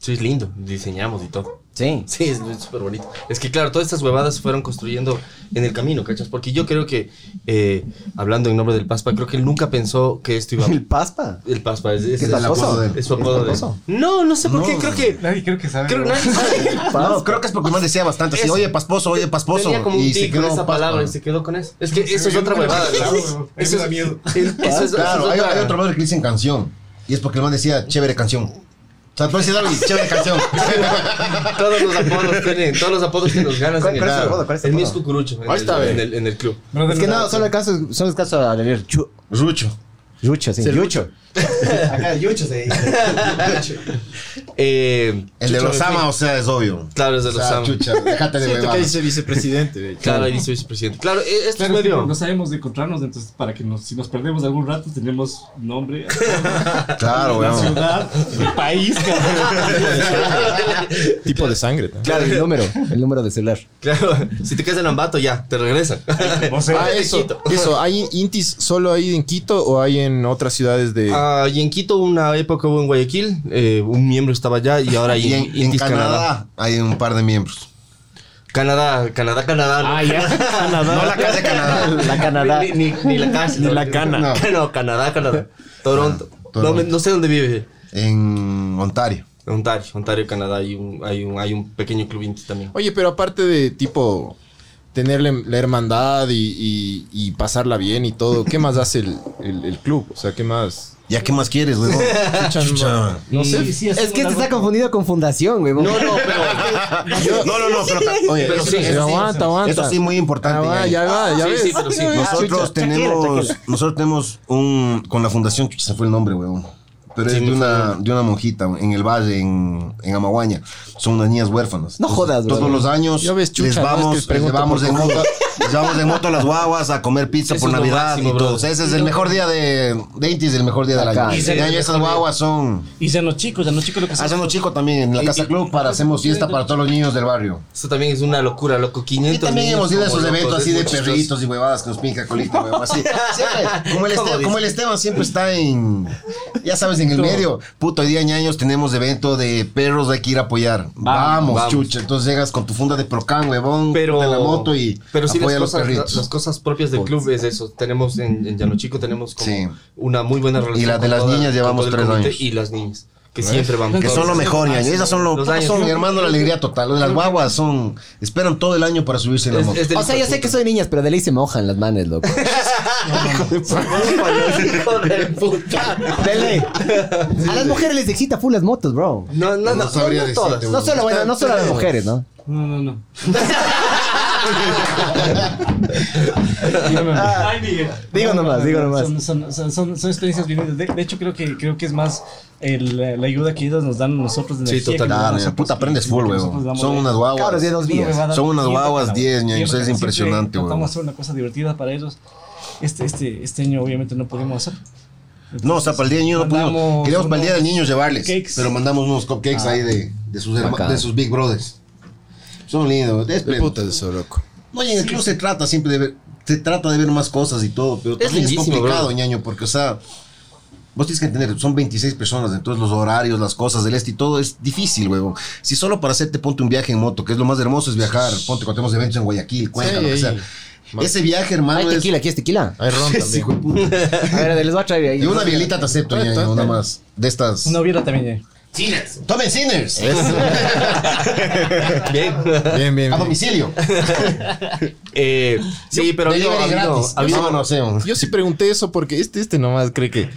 S3: Sí, es lindo. Diseñamos y todo.
S4: Sí.
S3: Sí, es es súper bonito. Es que, claro, todas estas huevadas se fueron construyendo en el camino, ¿cachas? Porque yo creo que, eh, hablando en nombre del Paspa, creo que él nunca pensó que esto iba a...
S4: El PASPA.
S3: El Paspa es, es,
S4: ¿Qué
S3: es
S4: tal
S3: su
S4: cosa?
S3: apodo de- es su apodo de...
S4: ¿Espantoso?
S3: No, no sé por qué,
S5: No.
S3: creo que...
S6: Nadie creo que sabe.
S3: Creo que
S6: ¿no?
S3: nadie sabe.
S5: No, creo que es porque el man decía bastante así,
S3: Eso.
S5: oye, pasposo, oye, pasposo.
S3: Tenía como un
S5: y se
S3: tic con
S5: quedó
S3: esa
S5: paspa.
S3: palabra y se quedó con eso. Es que eso es
S6: yo
S3: otra
S6: nunca lo
S3: huevada.
S6: he escuchado,
S3: ¿no?
S6: huevón.
S3: Eso
S6: Me da
S3: es-
S6: miedo.
S3: el- eso es- eso es
S5: Claro, hay,
S3: otra-
S5: hay otro brother que le dicen canción. Y es porque el man decía, chévere canción. O sea, tú decías algo y chévere canción.
S3: Todos los apodos tienen, todos los apodos que nos ganan.
S4: ¿Cuál-
S3: en
S4: cuál
S5: es el
S4: apodo? ¿Cuál es el
S3: el mío es
S4: apodo?
S3: cucurucho. en
S2: Ahí
S3: el-
S2: está, ve.
S3: en el- en el club.
S6: Brother,
S4: Es que no, solo el caso, solo el caso a leer Chu-
S5: Rucho.
S4: Yucho, sí. Yucho.
S6: Acá, Yucho se dice.
S3: Eh,
S5: El de los ama, o sea, es obvio.
S3: claro, es de
S5: O
S3: los
S5: sea,
S3: Sam.
S5: chucha, déjate de
S7: Siento que
S5: huevadas.
S7: dice vicepresidente. güey.
S3: Claro, ahí dice vicepresidente. Claro, eh, esto
S6: Claro,
S3: es medio.
S6: no sabemos de encontrarnos, entonces para que nos, si nos perdemos algún rato tenemos nombre,
S5: Claro, weón.
S6: ciudad, país,
S2: Tipo de sangre. ¿no?
S4: Claro, el número, el número de celular.
S3: Claro, si te quedas en Ambato, ya, te regresan.
S6: no sé.
S2: Ah, eso, eso, ¿hay Intis solo ahí en Quito o hay en otras ciudades de...?
S3: Ah, y en Quito, una época hubo en Guayaquil, eh, un miembro estaba allá y ahora
S5: Y
S3: hay
S5: en, en Canadá hay un par de miembros.
S3: Canadá, Canadá, Canadá.
S6: Ah,
S3: ¿no?
S5: No la casa de Canadá.
S4: Ah, La Canadá.
S3: Ni, ni- ni la casa. Ni la
S5: cana.
S3: No, Canadá, Canadá. Toronto.
S5: Ah,
S3: No, me- no sé dónde vive.
S5: En Ontario.
S3: Ontario, Ontario, Canadá. Hay un, hay un, hay un pequeño club indie también.
S2: Oye, pero aparte de tipo tener la, la hermandad y, y- y pasarla bien y todo, ¿qué más hace el, el- el club? O sea, ¿qué más?
S5: ¿Ya qué más quieres, weón?
S2: Chucha, no-
S5: Chucha.
S2: no sé.
S4: Es que te está confundido con fundación, güey.
S3: No, no, pero.
S5: No, no, no, pero, oye,
S3: Pero
S5: eso
S3: sí,
S5: sí,
S2: Pero aguanta, aguanta.
S5: eso sí muy importante.
S2: Ah, va,
S5: ya. Ah,
S2: ya va, ya
S3: Sí,
S2: ves.
S3: sí, pero sí.
S2: Ya ves,
S5: Nosotros
S2: chucha.
S5: tenemos, nosotros tenemos un con la fundación, chucha, se fue el nombre, weón. Pero es de una, de una monjita weón, en el valle, en, en Amaguaña. Son unas niñas huérfanas.
S4: No jodas,
S5: Todos
S4: weón.
S5: los años
S2: Ya ves, chucha,
S5: les
S2: no es que
S5: vamos, les
S2: pregunto
S5: llevamos
S2: por
S5: en moto, les llevamos en moto a las guaguas a comer pizza
S3: Eso
S5: por
S3: es lo
S5: Navidad
S3: máximo,
S5: y todo.
S3: brother.
S5: O sea, ese es el mejor día de, de Inti, es el mejor día del
S4: Acá.
S5: año.
S6: Y
S5: Este
S6: se-
S5: año esas guaguas son.
S6: Y sean los chicos, sean los chicos
S4: Ah,
S6: lo que
S5: Hacemos chico también en la Casa Club para hacemos fiesta para todos los niños del barrio.
S3: Eso también es una locura, loco.
S5: Y
S3: 500
S5: también
S3: niños
S5: hemos ido a
S3: como
S5: esos
S3: locos,
S5: eventos
S3: es
S5: así
S3: muy
S5: de
S3: chistoso.
S5: perritos y huevadas que nos pinca colita, huevón. Así. Siempre, como, el
S3: ¿Cómo
S5: Esteban,
S3: dice?
S5: como el Esteban siempre está en. Ya sabes, en el medio. Puto, hoy día años tenemos evento de perros, hay que ir a apoyar. Vamos,
S3: vamos.
S5: chucha. Entonces llegas con tu funda de Procan, huevón,
S3: Pero,
S5: de la moto y
S3: pero sí
S5: apoya
S3: las
S5: a
S3: cosas,
S5: los perritos. Pues,
S3: las cosas propias del club es eso. Tenemos en, en Llano Chico tenemos como
S5: Sí.
S3: una muy buena relación.
S5: Y la de
S3: con
S5: las
S3: toda-
S5: niñas
S3: con
S5: llevamos
S3: todo el
S5: tres
S3: comité
S5: años. Pues,
S3: Y las niñas, que siempre van.
S5: que
S3: todas.
S5: son lo mejor, ñaño. Esas son lo.
S3: Los
S5: puta,
S3: años.
S5: son, hermano, la alegría total. Las guaguas son. Esperan todo el año para subirse en la
S3: Es-
S5: moto.
S3: es del
S4: O sea, yo
S3: hijo de
S4: sé que soy niñas, pero de ley se mojan las manes, loco.
S3: Hijo de puta.
S4: De ley. A las mujeres les excita full las motos, bro.
S3: No, no, no,
S5: No sabría
S3: no todas.
S5: decirte,
S4: No solo, bueno, no solo a las mujeres, ¿no?
S6: No, no, no. No, no, no.
S4: Ah, Digo
S6: No, no,
S4: nomás,
S6: no,
S4: digo
S6: no,
S4: nomás.
S6: Son, son- son- son- son experiencias bien. De, de hecho, creo que, creo que es más el- la la ayuda que ellos nos dan a nosotros. De
S3: Sí,
S6: energía que
S3: total.
S6: nos dan a
S5: Claro, ñaño.
S6: nosotros,
S5: Ah, puta, aprendes
S6: que
S5: full,
S6: nosotros
S5: huevón.
S6: damos
S5: Son
S6: de-
S5: unas guaguas.
S4: Cabros, ya dos
S6: Siempre
S4: vías.
S6: me va a dar-
S5: Son unas
S6: siempre
S5: guaguas
S6: me va a dar.
S5: 10, ñaño,
S6: Siempre,
S5: eso es
S6: siempre
S5: impresionante,
S6: tratamos
S5: huevón.
S6: de hacer una cosa divertida para ellos. Este, este, este año obviamente no pudimos hacer.
S5: No, o sea, para el día del niño no
S6: Mandamos
S5: pudimos. Queríamos para el día del
S6: unos
S5: niño llevarles.
S6: cupcakes.
S5: Pero mandamos unos cupcakes ahí de, de, sus, herma-
S4: Bacán.
S5: de sus Big Brothers. Son lindos. es
S2: Qué
S5: pleno.
S2: puta es eso, loco.
S5: No, y en el club se trata siempre de ver. Se trata de ver más cosas y todo. Pero
S3: Es
S5: también es
S3: lindísimo,
S5: complicado,
S3: bro.
S5: ñaño, porque, o sea. Vos tienes que entender, son 26 personas, entonces los horarios, las cosas, el este y todo es difícil, huevón. Si solo para hacerte ponte un viaje en moto, que es lo más hermoso, es viajar, ponte cuando tenemos eventos en Guayaquil, Cuenca, lo que
S2: Sí,
S5: sea.
S2: ahí.
S5: Ese viaje, hermano,
S4: Hay
S5: Ah, es...
S4: tequila, aquí es tequila.
S2: Hay ron también.
S4: A ver, les voy a traer ahí.
S5: Y una bielita te acepto, ñaño, nada más. De estas...
S6: Una biela también, eh.
S5: Sinners. Tomen Sinners.
S3: Bien.
S2: Bien, bien,
S5: A
S2: bien.
S5: domicilio.
S3: Eh, sí, pero ha habido- ha
S5: Delivery
S3: habido-
S5: gratis.
S3: ha habido-
S5: No conocemos.
S2: Yo sí pregunté eso porque este, este nomás cree que.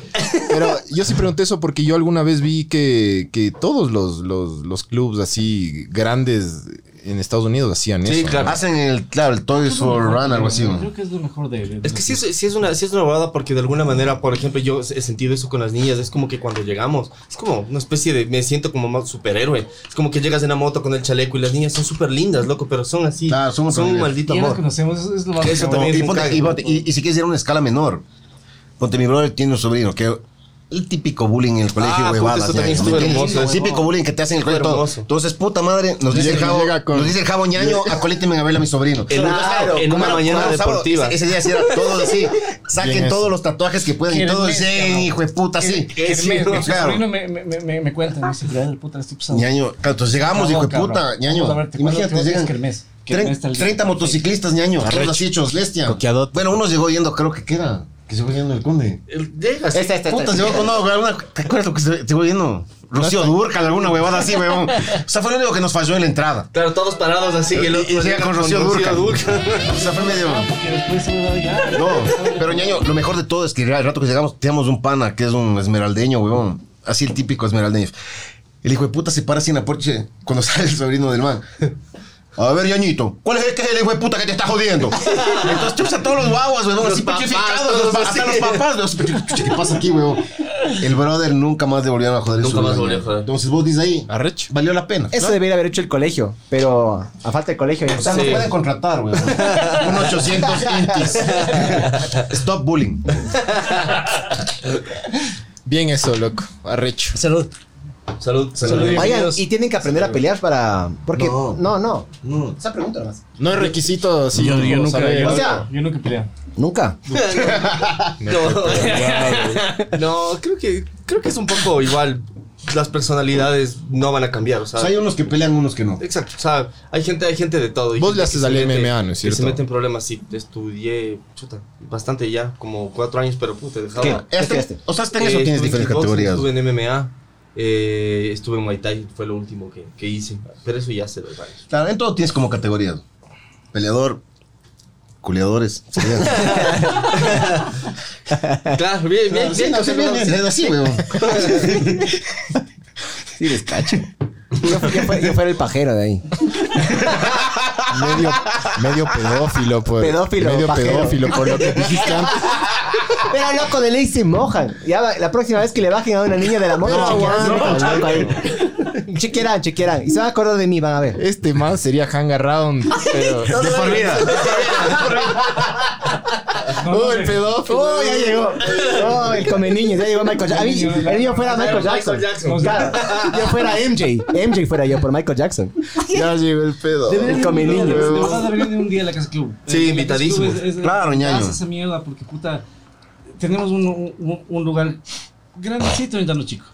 S2: Pero yo sí pregunté eso porque yo alguna vez vi que, que todos los, los, los clubs así grandes en Estados Unidos hacían
S3: Sí,
S2: eso.
S3: claro.
S5: Hacen el, claro, el Toys for Run, algo así.
S6: Creo
S5: güey.
S6: que es lo mejor de él.
S3: Es que sí es, sí es una, sí es una bobada porque de alguna manera, por ejemplo, yo he sentido eso con las niñas. Es como que cuando llegamos, es como una especie de. Me siento como más superhéroe. Es como que llegas en la moto con el chaleco y las niñas son súper lindas, loco, pero son así.
S5: Claro, son
S3: son
S5: otro
S3: un
S5: nivel.
S3: maldito
S6: Y ya nos
S3: amor.
S6: conocemos, eso es lo más
S3: Eso
S6: que-
S3: también.
S5: Y,
S3: es un
S5: ponte-
S3: cague,
S5: y
S3: ¿no?
S5: ponte- y- y si quieres ir a una escala menor, ponte mi brother tiene un sobrino que el típico bullying en el colegio,
S3: Ah,
S5: huevadas,
S3: justo eso
S5: ya,
S3: también
S5: ¿me
S3: estuvo
S5: entiendes?
S3: hermoso,
S5: El típico
S3: huevón.
S5: bullying que te hacen en el colegio.
S3: Estuvo
S5: todo.
S3: hermoso.
S5: Entonces, puta madre, nos dice el
S2: que
S5: jabo,
S2: llega con-
S5: nos dice el jabo ñaño, acolítenme a verle a mi sobrino.
S3: En una- en una
S5: como
S3: mañana
S5: como sábado,
S3: deportiva.
S5: Ese, ese día sí era todos así, saquen
S2: Bien
S5: todos
S2: eso.
S5: los tatuajes que puedan y
S6: Quieren
S5: todos
S6: mezcla,
S5: dicen,
S6: ¿no?
S5: hijo de puta, sí.
S6: Que
S3: Sí,
S6: me, mi
S5: claro.
S6: sobrino me, me, me, me cuenta, me dice, "Brother, puta, estoy pisado".
S5: Ñaño, claro, entonces llegamos, hijo de
S6: Cabrón,
S5: puta,
S6: cabrón.
S5: ñaño.
S6: Vamos a ver, ¿te acuerdas
S5: Imagínate,
S6: que
S5: llegan
S6: es Kermés? Kermés está el
S5: 30,
S6: día.
S5: 30 motociclistas, ñaño, todos así hechos, bestia.
S4: Coqueadote.
S5: Bueno, uno llegó yendo, creo que queda, que se fue yendo el conde.
S3: El- Llegas.
S5: Puta, se con no, güey, alguna- ¿Te acuerdas lo que se- te voy viendo? Rocío Durcal, alguna huevada así, weón. O sea, fue lo único que nos falló en la entrada.
S3: Claro, todos parados así. Y el otro
S5: Y llega con Rocío Durcal. O sea, fue medio.
S6: Que después se me da ya.
S5: No, pero ñaño, lo mejor de todo es que al rato que llegamos, teníamos un pana que es un esmeraldeño, weón. Así el típico esmeraldeño. El hijo de puta se para así en la porche cuando sale el sobrino del man. A ver, ñañito, ¿cuál es el que es el hijo de puta que te está jodiendo? Entonces, chucha, todos los guaguas, weón,
S3: Los
S5: así
S3: papás,
S5: petrificados,
S3: todos
S5: los- hasta los
S3: así.
S5: papás. weón, así, Chucha, ¿qué pasa aquí, weón? El brother nunca más le volvieron a joder. el
S3: Nunca más
S5: sobrino,
S3: volvió a
S5: ñaño.
S3: joder.
S5: Entonces, vos dices ahí,
S2: Arrecho.
S5: valió la pena.
S4: Eso debería haber hecho el colegio, pero a falta de colegio ya
S5: O sea, no
S3: Sí.
S5: pueden contratar, weón. Un 800 intis. Stop bullying.
S2: Bien eso, loco. Arrecho.
S4: Salud.
S3: Salud.
S6: Salud.
S4: Vayan
S6: Bienvenidos.
S4: y tienen que aprender a pelear para. Porque.
S5: No.
S4: No, no.
S5: No.
S4: Esa pregunta nomás.
S2: No es requisito si
S7: Yo- yo nunca- yo-
S4: O sea,
S6: Yo nunca peleo.
S4: nunca.
S3: No, no creo, que, creo que es un poco igual. Las personalidades no van a cambiar. O
S5: O
S3: sea,
S5: sea, hay unos que pelean, unos que no.
S3: Exacto, o sea, hay gente, hay gente de todo. Hay
S2: Vos
S3: gente
S2: le haces
S3: que se
S2: al
S3: mete-
S2: MMA, ¿no es
S3: Que se
S2: cierto?
S3: mete en problemas, sí. Estudié, chuta, bastante ya, como cuatro años, pero puta, dejaba.
S4: ¿Qué?
S5: Este-
S4: estudiaste?
S5: o sea, hasta en
S3: Eh,
S5: eso tienes
S3: estuve en
S5: diferentes
S3: kickboxing,
S5: categorías.
S3: Estuve en MMA, eh, estuve en Muay Thai, fue lo último que, que hice. Pero eso ya hace dos años.
S5: Claro, en todo tienes como categorías. Peleador, culeadores.
S3: Claro, bien, bien,
S5: Sí,
S3: bien.
S5: no, sí, bien, eh. bien, es así, weón.
S4: Sí, descacho. Yo, fu- yo fue- yo fuera el pajero de ahí.
S2: Medio, medio pedófilo, por,
S4: Pedófilo,
S2: Medio
S4: pajero.
S2: pedófilo, por lo que dijiste antes.
S4: Pero loco, de ley se mojan. Ya va- la próxima vez que le bajen a una niña de la moto,
S2: No,
S4: chequearán, ahí. chequearán, chequearán. Y se van a acordar de mí, van a ver.
S2: Este más sería hang around. Pero...
S5: De por vida.
S6: No,
S2: ¡Oh,
S6: no
S2: el
S6: sé.
S2: pedófilo!
S4: ¡Oh, ya llegó! ¡Oh, el come niños! Ya llegó Michael Jackson. A mí, el mío fuera Michael Jackson. Claro, yo fuera MJ. MJ fuera yo por Michael Jackson.
S2: Ya llegó el pedo.
S6: Deberían
S4: El
S6: de-
S4: come
S6: de- de-
S4: niños.
S6: De verdad deberían de un día a la Casa Club.
S3: Sí,
S6: Eh, la
S3: invitadísimos.
S6: Casa Club es- es-
S5: Claro,
S6: es-
S5: ñaño.
S6: haz esa mierda porque puta tenemos un, un, un lugar grandecito en Dano Chico.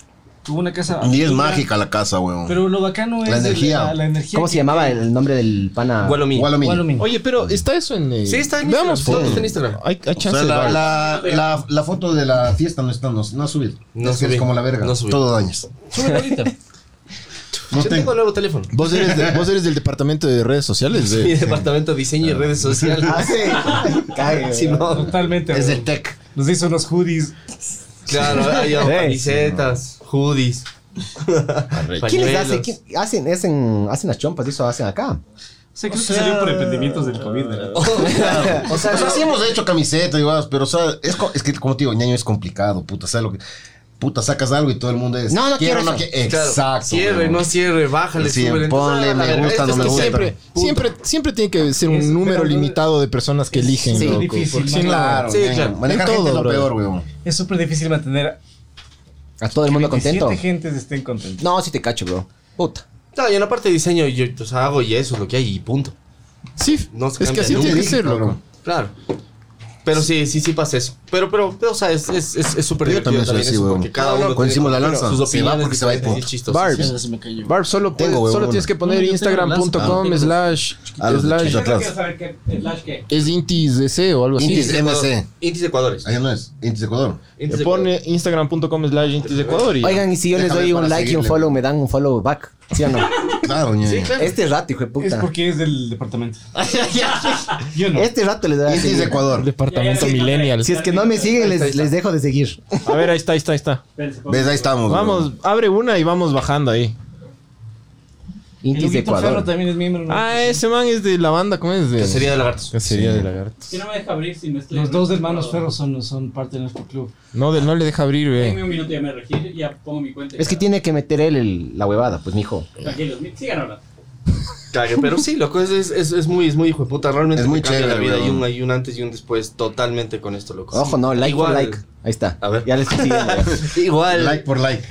S6: Tuvo una casa
S5: Y es
S6: abierta,
S5: mágica la casa, weón.
S6: Pero lo bacano es
S5: La energía.
S6: La, la energía.
S4: ¿Cómo se
S6: que-
S4: llamaba el nombre del pana?
S3: Gualomí.
S5: Gualomín.
S6: Gualomín.
S2: Oye, pero está eso en. eh,
S3: Sí, está en
S2: Veamos
S3: Instagram. todo
S2: fotos.
S3: está en Instagram.
S2: Hay, hay
S5: O
S2: chance
S5: sea,
S2: de
S5: la,
S2: varios.
S5: la, la, la foto de la fiesta no está, no, no ha subido.
S3: No
S5: es que
S3: subí.
S5: es como la verga.
S3: No subí.
S5: Todo dañas.
S6: Súbelo ahorita.
S5: No
S3: Yo tengo
S5: tengo.
S3: el nuevo teléfono.
S2: ¿Vos, eres de- vos eres del departamento de redes sociales. de-
S3: Mi departamento de diseño y redes sociales.
S4: Ah, sí. Cague,
S3: Sí,
S4: ¿verdad?
S3: no,
S6: Totalmente.
S5: Es
S6: güey.
S5: del tech.
S6: Nos hizo unos hoodies.
S3: Claro, hay camisetas, hoodies.
S4: ¿Quién les hace?
S3: pañuelos.
S4: ¿Quién- hacen, hacen, hacen las chompas, eso hacen acá.
S6: Se creo que salió por emprendimientos del COVID. ¿verdad?
S5: O sea, sí hemos hecho camiseta y vas, pero o sea, es, co- es que como te digo, ñaño es complicado, puta, ¿sabes lo que? Puta, sacas algo y todo el mundo es.
S4: No, no quiero
S5: no
S4: eso.
S5: qui-
S3: Claro,
S5: Exacto.
S3: Cierre,
S5: weón.
S3: no cierre, bájale,
S5: Sí,
S3: súbele.
S5: ponle,
S3: Entonces,
S5: me
S3: ah, la verdad,
S5: gusta, no
S3: esto
S5: me
S3: es que
S5: gusta.
S2: Siempre, siempre, siempre tiene que ser un
S6: Es-
S2: número
S6: pero-
S2: limitado de personas que eligen,
S6: sí,
S2: loco,
S6: difícil,
S2: porque si no-
S5: Claro,
S3: Sí,
S5: ñaño.
S3: claro.
S5: Manejar
S2: En
S5: gente es
S2: todo,
S5: lo
S2: bro.
S5: peor, weón.
S6: Es súper difícil mantener
S4: A todo el mundo
S6: que
S4: contento.
S6: siete gentes estén contentos.
S4: No, sí te cacho, bro. Puta.
S3: No, y en la parte de diseño yo o sea, hago y eso es lo que hay y punto.
S2: Sí,
S3: No se
S2: es que
S3: cambia
S2: así
S3: nunca.
S2: tiene que ser, loco.
S3: Claro. Pero sí, sí, sí pasa eso. Pero, pero, o sea, es es- es- es súper
S5: Yo
S3: divertido
S5: también soy
S3: también
S5: así,
S3: eso,
S5: weón.
S3: porque cada
S5: No, no,
S3: uno
S5: cuando hicimos la lanza,
S3: sus
S5: se va
S3: opiniones
S5: porque se va el
S3: diferentes y
S5: punto.
S3: chistosas.
S2: Barbs.
S3: Sí,
S8: se me cayó.
S7: Barb, solo, puedes-
S5: Tengo,
S7: solo
S5: huevón.
S7: tienes que poner
S8: No, yo tengo lanza, no
S7: instagram.com
S8: tengo.
S7: slash,
S5: A los
S7: slash-
S5: muchachos.
S6: Yo quiero saber qué, el Lash qué.
S7: es Intis DC o
S2: Pues
S7: algo así.
S5: Intis
S3: Ecuador.
S5: MC.
S3: Intis Ecuadores.
S5: Allá no es. Intis Ecuador.
S3: Intis
S7: Le pone instagram.com slash Intis Ecuador y
S4: Oigan, y si yo les
S5: Déjame
S4: doy un
S5: para
S4: like y un
S5: seguirle.
S4: follow, me dan un follow back. ¿Sí o no?
S5: Claro, ñe.
S4: Este rato, hijo de
S6: Es
S4: puta.
S6: porque es del departamento. Yo no.
S4: Este rato les doy a
S5: Intis
S4: seguir.
S5: Ecuador.
S7: departamento
S6: Ya, ya, ya,
S7: millennial.
S4: Si es que no me siguen, les, les dejo de seguir.
S7: A ver, ahí está, ahí está, ahí está.
S6: Espérense, pongo-
S5: ¿Ves? Ahí estamos.
S7: Vamos, abre una y vamos bajando ahí.
S6: El
S4: Intis de
S6: Huguito Ferro
S4: Ecuador.
S6: también es miembro. ¿no?
S7: Ah, ese man es de la banda, ¿cómo es? De...
S3: Sería de lagartos.
S7: Cacería de lagartos.
S8: Si no me deja abrir si no estoy.
S6: Los dos hermanos Ferro son, son parte de nuestro club.
S7: No, de- no le deja abrir,
S8: Dame
S7: ve.
S8: un minuto y ya me registro. Ya pongo mi cuenta. y
S4: Es que
S8: ya.
S4: tiene que meter él el- la huevada, pues, mijo.
S8: Tranquilos, mi- sigan hablando.
S3: Cague, pero sí, loco, es, es, es, es muy, es muy hijo de puta. Realmente
S5: Es muy
S3: te cambia
S5: chévere,
S3: la vida. Hay
S5: weón.
S3: un, hay un antes y un después totalmente con esto, loco.
S4: Ojo,
S3: Sí.
S4: no, like
S3: Igual-
S4: for like. Ahí está.
S3: A ver.
S4: Ya les estoy siguiendo, ya.
S3: Igual,
S5: Like por like.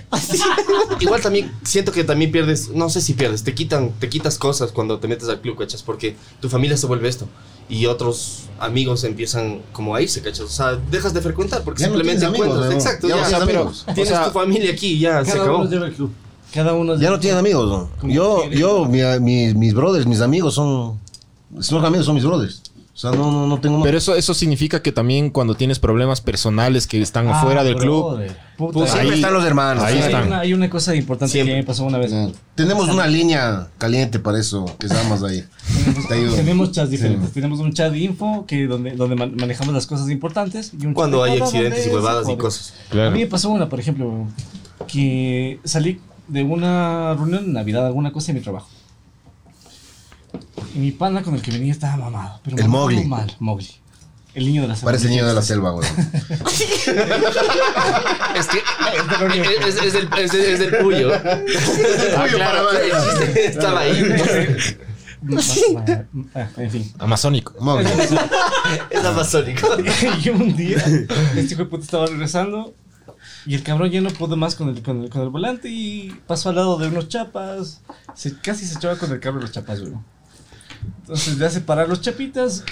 S3: igual también siento que también pierdes, no sé si pierdes, te quitan, te quitas cosas cuando te metes al club, cachas, porque tu familia se vuelve esto y otros amigos empiezan como a irse, cachas. O sea, dejas de frecuentar porque
S5: Ya no
S3: simplemente
S5: tienes amigos,
S3: encuentras.
S5: weón.
S3: Exacto,
S5: Ya
S3: ya,
S5: no tienes
S3: pero
S5: amigos.
S3: tienes tu familia aquí, ya Ah, se
S6: Cada
S3: acabó.
S6: uno lleva el club. Cada uno es
S5: Ya
S6: del-
S5: no tienes amigos, ¿no?
S6: Como
S5: Yo,
S6: quieres.
S5: yo, mi- mi- mis brothers, mis amigos son. Son amigos, son mis brothers. O sea, no, no, no tengo más.
S2: Pero eso, eso significa que también cuando tienes problemas personales que están
S6: Ah,
S2: fuera del club,
S6: brother. Puta,
S5: Pues siempre
S2: ahí-
S5: están los hermanos.
S2: ahí
S5: ¿no?
S6: hay,
S2: están.
S6: una, hay una cosa importante que
S3: Siempre.
S6: me pasó una vez.
S5: Ya. Tenemos una línea caliente para eso que estamos ahí. Te ayudo.
S6: Tenemos chats diferentes. Tenemos un chat de info que donde, donde man- manejamos las cosas importantes. y un chat
S3: Cuando
S6: de
S3: hay
S6: joda
S3: accidentes y
S6: donde se
S3: huevadas y
S6: jode.
S3: cosas.
S6: A mí me pasó una, por ejemplo, que salí de una reunión de Navidad, alguna cosa en mi trabajo. Y mi pana con el que venía estaba mamado. Pero
S5: El
S6: mamado
S5: Mowgli.
S6: Mal, Mowgli. El niño de la selva.
S5: Parece el niño de la selva, güey.
S3: Es que es, es, es el, es, el- es el puyo. Ah,
S5: claro,
S3: El chiste estaba ahí.
S6: Ma- ma- ah, En fin.
S2: amazónico.
S5: Mowgli.
S3: Es amazónico.
S6: y un día, este hijo de puta estaba regresando y el cabrón ya no pudo más con el, con el, con el volante y pasó al lado de unos chapas. Se, casi se echaba con el carro los chapas, güey. Entonces, ya separar los chapitas,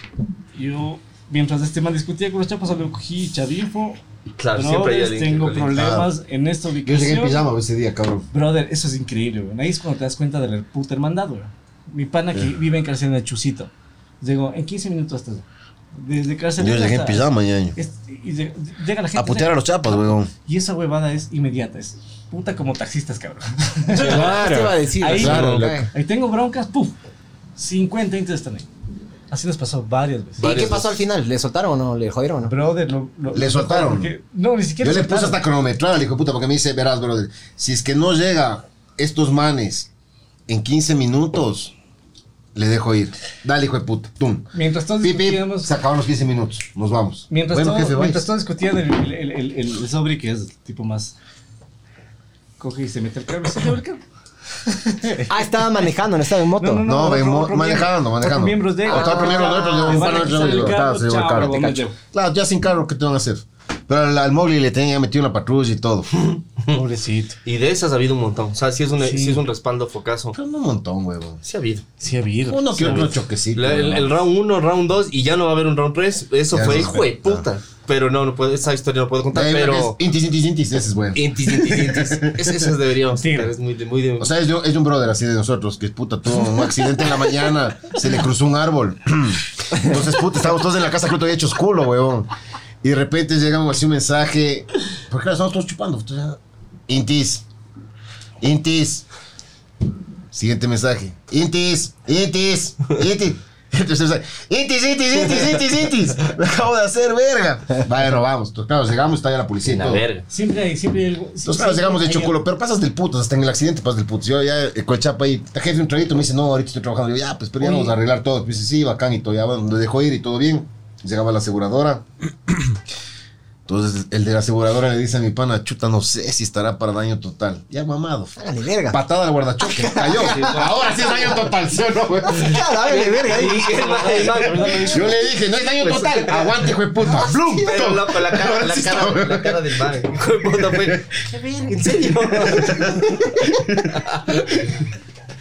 S6: yo, mientras este man discutía con los chapas, solo cogí chavinfo.
S3: Claro, Ah, siempre hay
S6: brothers,
S3: alguien que
S6: pues, tengo
S3: conecta.
S6: problemas en esta
S5: Yo llegué en
S6: ubicación.
S5: pijama ese día, cabrón.
S6: Brother, eso es increíble, güey. Ahí es cuando te das cuenta de la puta hermandad, güey. Mi pana que vive en cárcel de Chusito. Llegó en 15 minutos hasta. Desde cárcel
S5: Yo llegué en
S6: hasta-
S5: pijama, ñaño.
S6: es- y lleg- llega la gente.
S5: A putear a los chapas, güey.
S6: Y esa huevada es inmediata. Es puta como taxistas, cabrón.
S4: ¿Qué te iba a decir?
S6: Ahí-
S2: Claro, loco.
S6: Ahí tengo broncas, puf. 50 entes están ahí. Así nos pasó varias veces.
S4: ¿Y qué
S3: Varios
S4: pasó al final? ¿Le soltaron o no? ¿Le jodieron o no?
S6: Brother, lo, lo-
S5: Le
S6: lo-
S5: soltaron.
S6: porque- no, ni siquiera
S5: Yo le puse
S6: soltaron.
S5: hasta cronometrar al hijo de puta porque me dice, verás, brother, si es que no llega estos manes en 15 minutos, le dejo ir. Dale, hijo de puta. Tum.
S6: Mientras todos
S5: Pip, pip.
S6: discutíamos.
S5: Se acabaron los 15 minutos. Nos vamos.
S6: Mientras,
S5: bueno,
S6: todos,
S5: jefe, bye.
S6: mientras todos discutían el, el, el, el- el sobre, que es el tipo más. Coge y se mete el carro. y Se lleva el carro.
S4: Ah, estaba manejando, no estaba en moto.
S5: no.
S6: otro-
S5: ven, mo-
S6: otro
S5: manejando,
S6: miembro-
S5: manejando.
S6: otro miembro llega,
S5: Ah, otro miembro llega, pero yo,
S6: le van
S5: bueno,
S6: a
S5: yo
S6: quitar el
S5: digo, estaba, se llevó el
S6: chao,
S5: carro,
S6: huevón,
S5: te
S6: me llevo.
S5: Claro, ya sin carro, ¿qué te van a hacer? Pero al, al Mowgli le tenían metido en la patrulla y todo.
S6: Pobrecito.
S3: Y de esas ha habido un montón. O sea, sí es, una-
S6: Sí.
S3: sí es un respaldo focazo.
S5: Pero no un montón, huevo.
S3: Sí ha habido.
S6: Sí, ha habido.
S5: Uno que otro choquecito.
S3: La- el,
S5: huevón.
S3: el round 1, round 2 y ya no va a haber un round 3. Eso
S5: Ya
S3: fue
S5: no.
S3: hijo de puta. Pero no, no puedo, esa historia no puedo
S5: De
S3: contar.
S5: ahí veo que
S3: Pero.
S5: es Intis, intis, intis, ese es bueno.
S3: Intis, intis, intis. Es- esas deberíamos
S6: Sí.
S3: contar, Es muy de. Muy de
S5: O sea, es, de- es de un brother así de nosotros, que puta, tuvo un accidente en la mañana, se le cruzó un árbol. Entonces, puta, estábamos todos en la casa, creo que había hecho culo, weón. Y de repente llegamos así un mensaje, porque claro, estamos todos chupando. entonces, Intis, Intis. Siguiente mensaje. Intis, Intis, Intis. Tercer mensaje, Intis, intis, intis, intis, intis. Me acabo de hacer verga. Bueno, vamos. Entonces, claro, llegamos, está ya la policía. y
S3: una
S5: todo.
S3: verga.
S6: Siempre hay, siempre hay algo.
S5: Entonces, claro, llegamos de hecho culo, pero pasas del puto, hasta en el accidente pasas del puto. Yo ya eh, con el chapa ahí, "Ta, jefe, un traguito, me dice, no, ahorita estoy trabajando. Yo, ya, pues, pero ya vamos a arreglar todo. Me dice, sí, bacán y todo, ya, bueno, lo dejó ir y todo bien. Llegaba la aseguradora. Entonces, el de la aseguradora le dice a mi pana, chuta, no sé si estará para daño total. Ya, mamado.
S4: Hágale verga.
S5: Patada al guardachoque, cayó. Ahora sí es daño total, ¿sí o no, güey?
S4: Claro, hágale verga. ahí.
S3: Y el man- el man-
S5: Yo le dije, no es daño total, aguante, hijo de puta. ¡Blum!
S3: Pero la, la cara,
S5: Ahora
S3: la
S5: sí
S3: cara,
S5: estaba-
S3: la cara del man. hijo de puta, fue, "Qué verga, ¿En serio?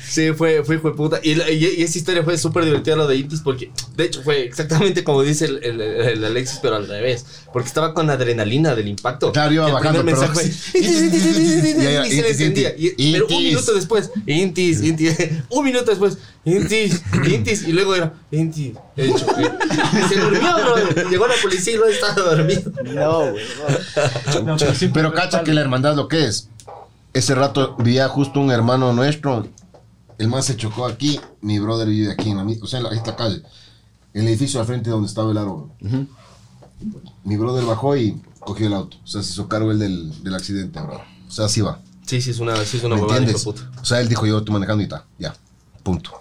S3: Sí, fue, fue hijo de puta. Y, la- y- y esa historia fue súper divertida, lo de Itis, porque de hecho fue exactamente como dice el, el- el Alexis, pero al revés. Porque estaba con adrenalina del impacto.
S5: Claro, iba
S3: Y el
S5: bajando,
S3: primer
S5: pero-
S3: mensaje fue, "Itis, itis, itis, itis, itis",
S5: Y ahí era,
S3: y se le
S5: "Itis,
S3: encendía.
S5: itis,
S3: Y- Pero un
S5: itis".
S3: minuto después, Intis, Intis. Un minuto después, Intis, Intis. Y luego era, Intis. De hecho, eh, se durmió, bro. Llegó la policía y no estaba dormido.
S4: No, güey.
S6: No, pero sí fue
S5: Pero cacha
S6: brutal.
S5: que la hermandad lo que es. Ese rato vi a justo un hermano nuestro. El man se chocó aquí. Mi brother vive aquí en la mi- o sea, en la- esta calle. El edificio al frente donde estaba el árbol. Mi brother bajó y cogió el auto. O sea, se hizo cargo el del, del accidente, bro. O sea, así va.
S3: Sí, sí, es una, sí es una
S5: ¿Me
S3: huevada, hijo de
S5: entiendes?
S3: puta.
S5: O sea, él dijo, yo estoy manejando y tal. Ya. Punto.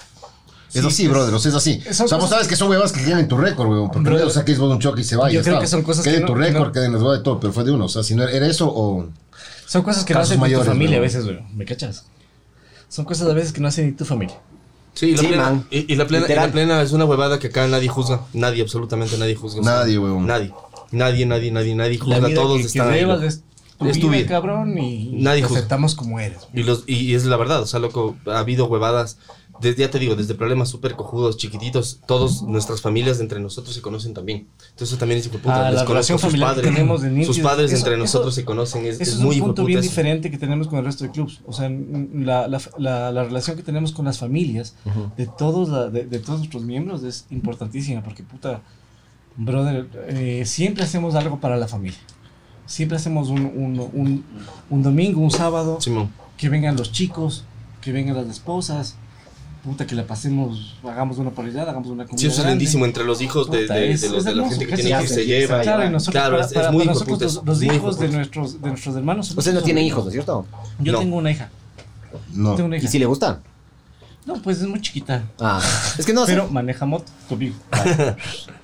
S5: Es
S6: Sí,
S5: así,
S6: es-
S5: brother, o sea, es así. O
S6: son
S5: sea, vos
S6: cosas-
S5: sabes que son huevas que quedan en tu récord, weón. Porque
S6: Brother,
S5: no saques vos un choque y se va. y
S6: yo
S5: ya
S6: creo
S5: está.
S6: que son cosas
S5: Queda
S6: que
S5: en tu
S6: no- que
S5: récord,
S6: no-
S5: queda en las huevas de todo, pero fue de uno. O sea, si no era eso o.
S6: Son cosas que no
S5: Casos
S6: hace ni tu
S5: mayores,
S6: familia a
S5: güey.
S6: veces, güey. ¿Me cachas? Son cosas a veces que no hace ni tu familia.
S3: Sí, y la,
S4: Sí,
S3: plena,
S4: man.
S3: Y, y la plena, y
S4: Literal.
S3: la plena es una huevada que acá nadie juzga. Nadie, absolutamente nadie juzga.
S5: Nadie, huevón.
S3: Nadie. Nadie, nadie, nadie, nadie
S6: La
S3: juzga.
S6: vida
S3: Todos
S6: que, que
S3: están ahí,
S6: llevas
S3: loco.
S6: es tu
S3: Es tu
S6: vida,
S3: vida.
S6: cabrón, y
S3: Nadie
S6: te
S3: juzga.
S6: aceptamos como eres.
S3: Y, los, y, y es la verdad, o sea, loco, ha habido huevadas, desde, ya te digo, desde problemas súper cojudos, chiquititos, todos nuestras familias entre nosotros se conocen también. Entonces eso también es hijo de puta,
S6: Ah,
S3: les
S6: la
S3: conozco
S6: relación
S3: a sus
S6: familiar que
S3: padres,
S6: tenemos de niños,
S3: Sus padres
S6: eso-
S3: entre
S6: eso-
S3: nosotros se conocen, es,
S6: Eso
S3: es
S6: es,
S3: muy
S6: un
S3: hijo de
S6: punto
S3: puta
S6: bien
S3: eso.
S6: diferente que tenemos con el resto de clubs. O sea, n- la, la- la- la relación que tenemos con las familias de, todos la- de, de todos nuestros miembros es importantísima porque, puta, brother, eh, siempre hacemos algo para la familia. Siempre hacemos un, un- un- un domingo, un sábado,
S3: Simón.
S6: que vengan los chicos, que vengan las esposas. Puta, que la pasemos, hagamos una parrillada, hagamos una comida.
S3: Sí, eso es
S6: grande.
S3: lindísimo entre los hijos de,
S6: Puta,
S3: de- de
S6: es-
S3: los-
S6: es
S3: de la
S6: hermoso,
S3: gente que
S6: casi
S3: tiene
S6: ya
S3: que
S6: se-
S3: se
S6: se
S3: lleva.
S6: Claro, y nosotros,
S3: Claro,
S6: para,
S3: es- es
S6: para-
S3: muy hijo
S6: para
S3: de
S6: nosotros
S3: puta
S6: los,
S3: eso,
S6: los
S3: muy hijo de
S6: hijos de
S3: puta.
S6: nuestros, de nuestros hermanos. son
S4: Ustedes no
S6: nuestros
S4: tienen
S6: amigos.
S4: hijos, ¿no es cierto?
S6: Yo
S3: No.
S6: tengo una hija.
S5: No.
S6: Tengo una
S4: ¿Y
S6: hija.
S4: si le gusta?
S6: No, pues es muy chiquita.
S4: Ah, es que no,
S6: Pero maneja moto conmigo.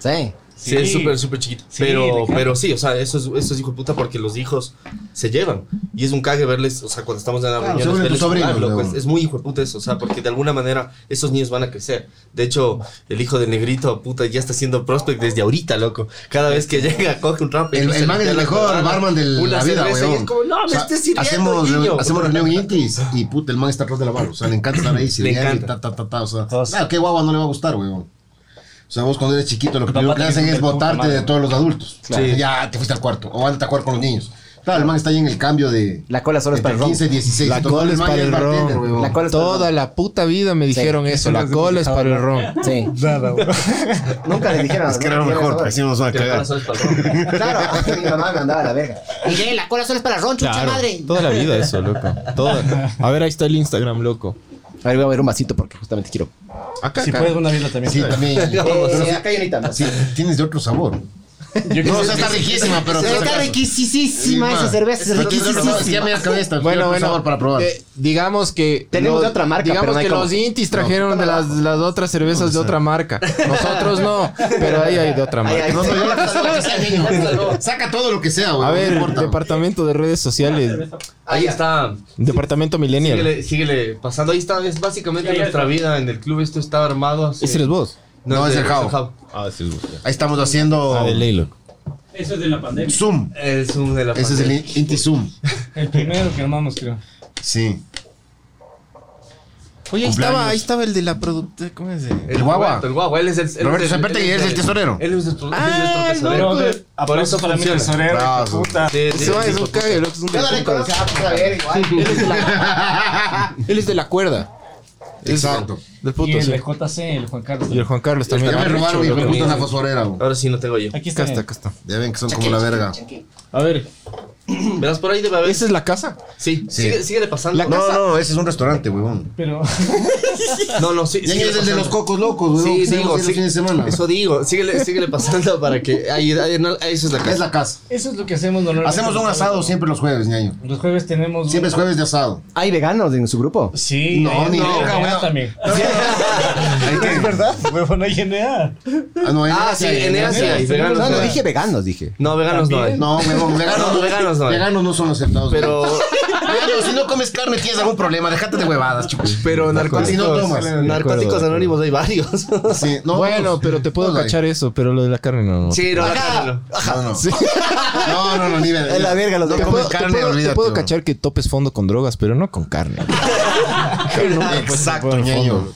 S4: sí.
S3: Sí, es súper, súper chiquito.
S6: Sí,
S3: pero,
S6: de-
S3: pero sí, o sea, eso es, eso es hijo de puta porque los hijos se llevan. Y es un cague verles, o sea, cuando estamos en la
S5: Claro, se
S3: reunión,
S5: vuelven
S3: verles
S5: tus sobrinos,
S3: jugar, loco,
S5: weón.
S3: es, es muy hijo de puta eso, o sea, porque de alguna manera esos niños van a crecer. De hecho, el hijo del negrito, puta, ya está siendo prospect desde ahorita, loco. Cada vez que llega, coge un rap. y
S5: El,
S3: se
S5: el man
S3: le
S5: es el
S3: da la
S5: mejor
S3: huevada,
S5: barman de
S3: una
S5: la vida,
S3: cerveza,
S5: weón.
S3: Y es como, no, me
S5: O sea,
S3: estés sirviendo,
S5: hacemos,
S3: niño.
S5: reun- hacemos reunión intis y puta, el man está atrás de la barra. O sea, le encanta estar ahí sirviendo y
S3: encanta.
S5: ta, ta, ta, ta. O sea,
S6: Todos.
S5: claro, qué guagua no le va a gustar, weón. O sea, vos cuando eres chiquito lo que
S6: Papá
S5: primero que
S6: tiene
S5: hacen
S6: que
S5: es
S6: ser puta
S5: botarte
S6: madre.
S5: de todos los adultos.
S3: Claro.
S5: O sea, Ya te fuiste al cuarto. O andate a jugar con los niños. Claro, el man está ahí en el cambio de
S4: La cola solo es para
S5: entre
S4: el ron.
S5: 15 y 16.
S2: La
S5: Entonces,
S2: cola es
S5: man
S2: para el
S5: bartender,
S2: ron.
S5: weón.
S4: La cola es para el
S7: Toda
S4: ron.
S7: la puta vida me dijeron eso. La cola es para el ron.
S4: Sí. Nunca les dijeron.
S5: Es que era lo mejor, porque así nos van a
S3: Que ahora
S5: cagar.
S3: sabes para el ron.
S4: Claro, mi mamá me andaba a la verga. Miguel, la cola solo es para ron, chucha madre.
S7: Toda la vida eso, loco. Toda. A ver, ahí está el Instagram, loco.
S4: A ver, voy a ver un vasito porque justamente quiero.
S2: Acá,
S6: Si
S2: acá.
S6: puedes, una vida también.
S5: Sí, también. Pero sí,
S4: acá hay una
S5: sí, tienes de otro sabor.
S6: Yo
S5: No,
S6: quisiera-
S5: o sea, está riquísima, pero.
S4: Está riquísima esa cerveza, es
S5: Ya
S4: riquísima.
S5: me acabé esta.
S7: Bueno, bueno.
S5: sabor para probar.
S7: eh, digamos que.
S4: Tenemos de otra marca,
S7: Digamos
S4: pero no hay
S7: que
S4: como.
S7: los intis trajeron de las, las otras cervezas de otra marca. Nosotros no, pero ahí hay de otra marca.
S5: No, no, yo la paso lo que sea, niño. Saca todo lo que sea, güey.
S7: A
S5: no
S7: ver,
S5: importa.
S7: departamento de redes sociales.
S8: Cerveza.
S3: Ahí está.
S7: Departamento Millennial.
S3: Síguele, síguele pasando. Ahí está, es básicamente
S8: Ya, ya
S3: nuestra
S8: está.
S3: vida en el club. Esto estaba armado. hace-
S7: Ese eres vos. Oh.
S5: No, es el
S3: de-
S5: Jao.
S3: Jao.
S7: Ah,
S5: Ahí estamos haciendo
S8: Eso es de la pandemia.
S5: Zoom.
S3: El Zoom de la
S5: Ese es el
S3: pandemia.
S5: in- Inti Zoom.
S6: El primero que armamos, creo.
S5: Sí.
S7: Oye, ahí
S5: Cumpleaños.
S7: estaba, ahí estaba el de la productora. ¿Cómo es? ese?
S5: el guagua.
S3: Roberto, El guagua, él es el. él
S5: Roberto
S3: es
S5: Zapete y
S3: él
S5: es el tesorero.
S3: Él es nuestro él es nuestro
S7: Ah,
S3: tesorero.
S7: loco.
S3: pues, Por eso
S6: para mi
S3: funciona. Ah,
S6: tesorero,
S5: Bravo.
S6: puta.
S3: Sí, sí,
S7: Ese man
S3: sí,
S7: es un
S3: hijo de
S7: cague, loco, es un
S4: Yo no
S7: hijo
S4: le
S7: de
S4: conozco,
S7: puta.
S4: pues, a ver, igual.
S7: Él es de la cuerda.
S5: Exacto.
S7: Del
S6: Y
S7: puto,
S6: el
S7: sí.
S6: de JC, el Juan Carlos.
S7: Y el Juan Carlos también. Ah,
S5: Ya me robaron y me
S3: loco.
S5: puta una fosforera, güey.
S3: Ahora sí no tengo yo.
S6: Aquí
S7: Acá
S6: está.
S7: está, acá está.
S5: Ya ven que son como la verga.
S7: A ver,
S3: Verás, por ahí debe haber.
S7: ¿esa es la casa?
S3: Sí, sigue, síguele pasando.
S7: La
S5: No, no, ese es un restaurante, weón.
S6: Pero
S3: No, no, sí.
S5: Y ahí
S3: síguele
S5: es el de
S3: pasando.
S5: los cocos locos, weón.
S3: Sí,
S5: que se
S3: digo,
S5: hace los
S3: sí.
S5: fines de semana.
S3: Eso digo. Síguele, síguele pasando para que. Ahí, ahí, no, eso es la
S5: Es
S3: casa.
S5: la casa.
S6: eso es lo que hacemos normalmente.
S5: Hacemos un asado siempre los jueves, ñaño.
S6: Los jueves tenemos.
S5: Siempre es jueves de asado.
S4: ¿Hay veganos en su grupo?
S6: Sí,
S5: No,
S6: hay
S5: ni
S6: NNA
S5: verga, weón.
S6: también.
S5: Ahí
S6: Es
S5: que-
S6: verdad, huevón, no hay NA.
S5: Ah, no, en
S3: Ah, sí,
S5: Asia,
S3: en Asia. y
S4: No,
S3: Veganos.
S4: no
S3: no.
S4: dije veganos, dije.
S3: No, veganos no. hay.
S5: No, weón, veganos
S3: No,
S5: no.
S3: veganos no.
S5: Veganos no son aceptados.
S3: Pero.
S5: Veganos, si no comes carne tienes algún problema. Déjate de huevadas, chicos.
S3: Pero narcóticos.
S5: Si no tomas.
S3: Narcóticos anónimos hay varios.
S5: Sí, no,
S7: Bueno,
S5: todos-
S7: pero te puedo
S5: todos ahí.
S7: cachar eso, pero lo de la carne no. no.
S3: Sí, no, la carne no.
S5: No, no. no, no, no, ni ver.
S4: Es la verga, los
S5: no
S4: de-
S7: Te
S5: comes
S7: puedo, te
S5: carne,
S7: puedo- te
S5: olvídate,
S7: puedo
S5: bro.
S7: cachar que topes fondo con drogas, pero no pues, con carne.
S5: Exacto, ñaño.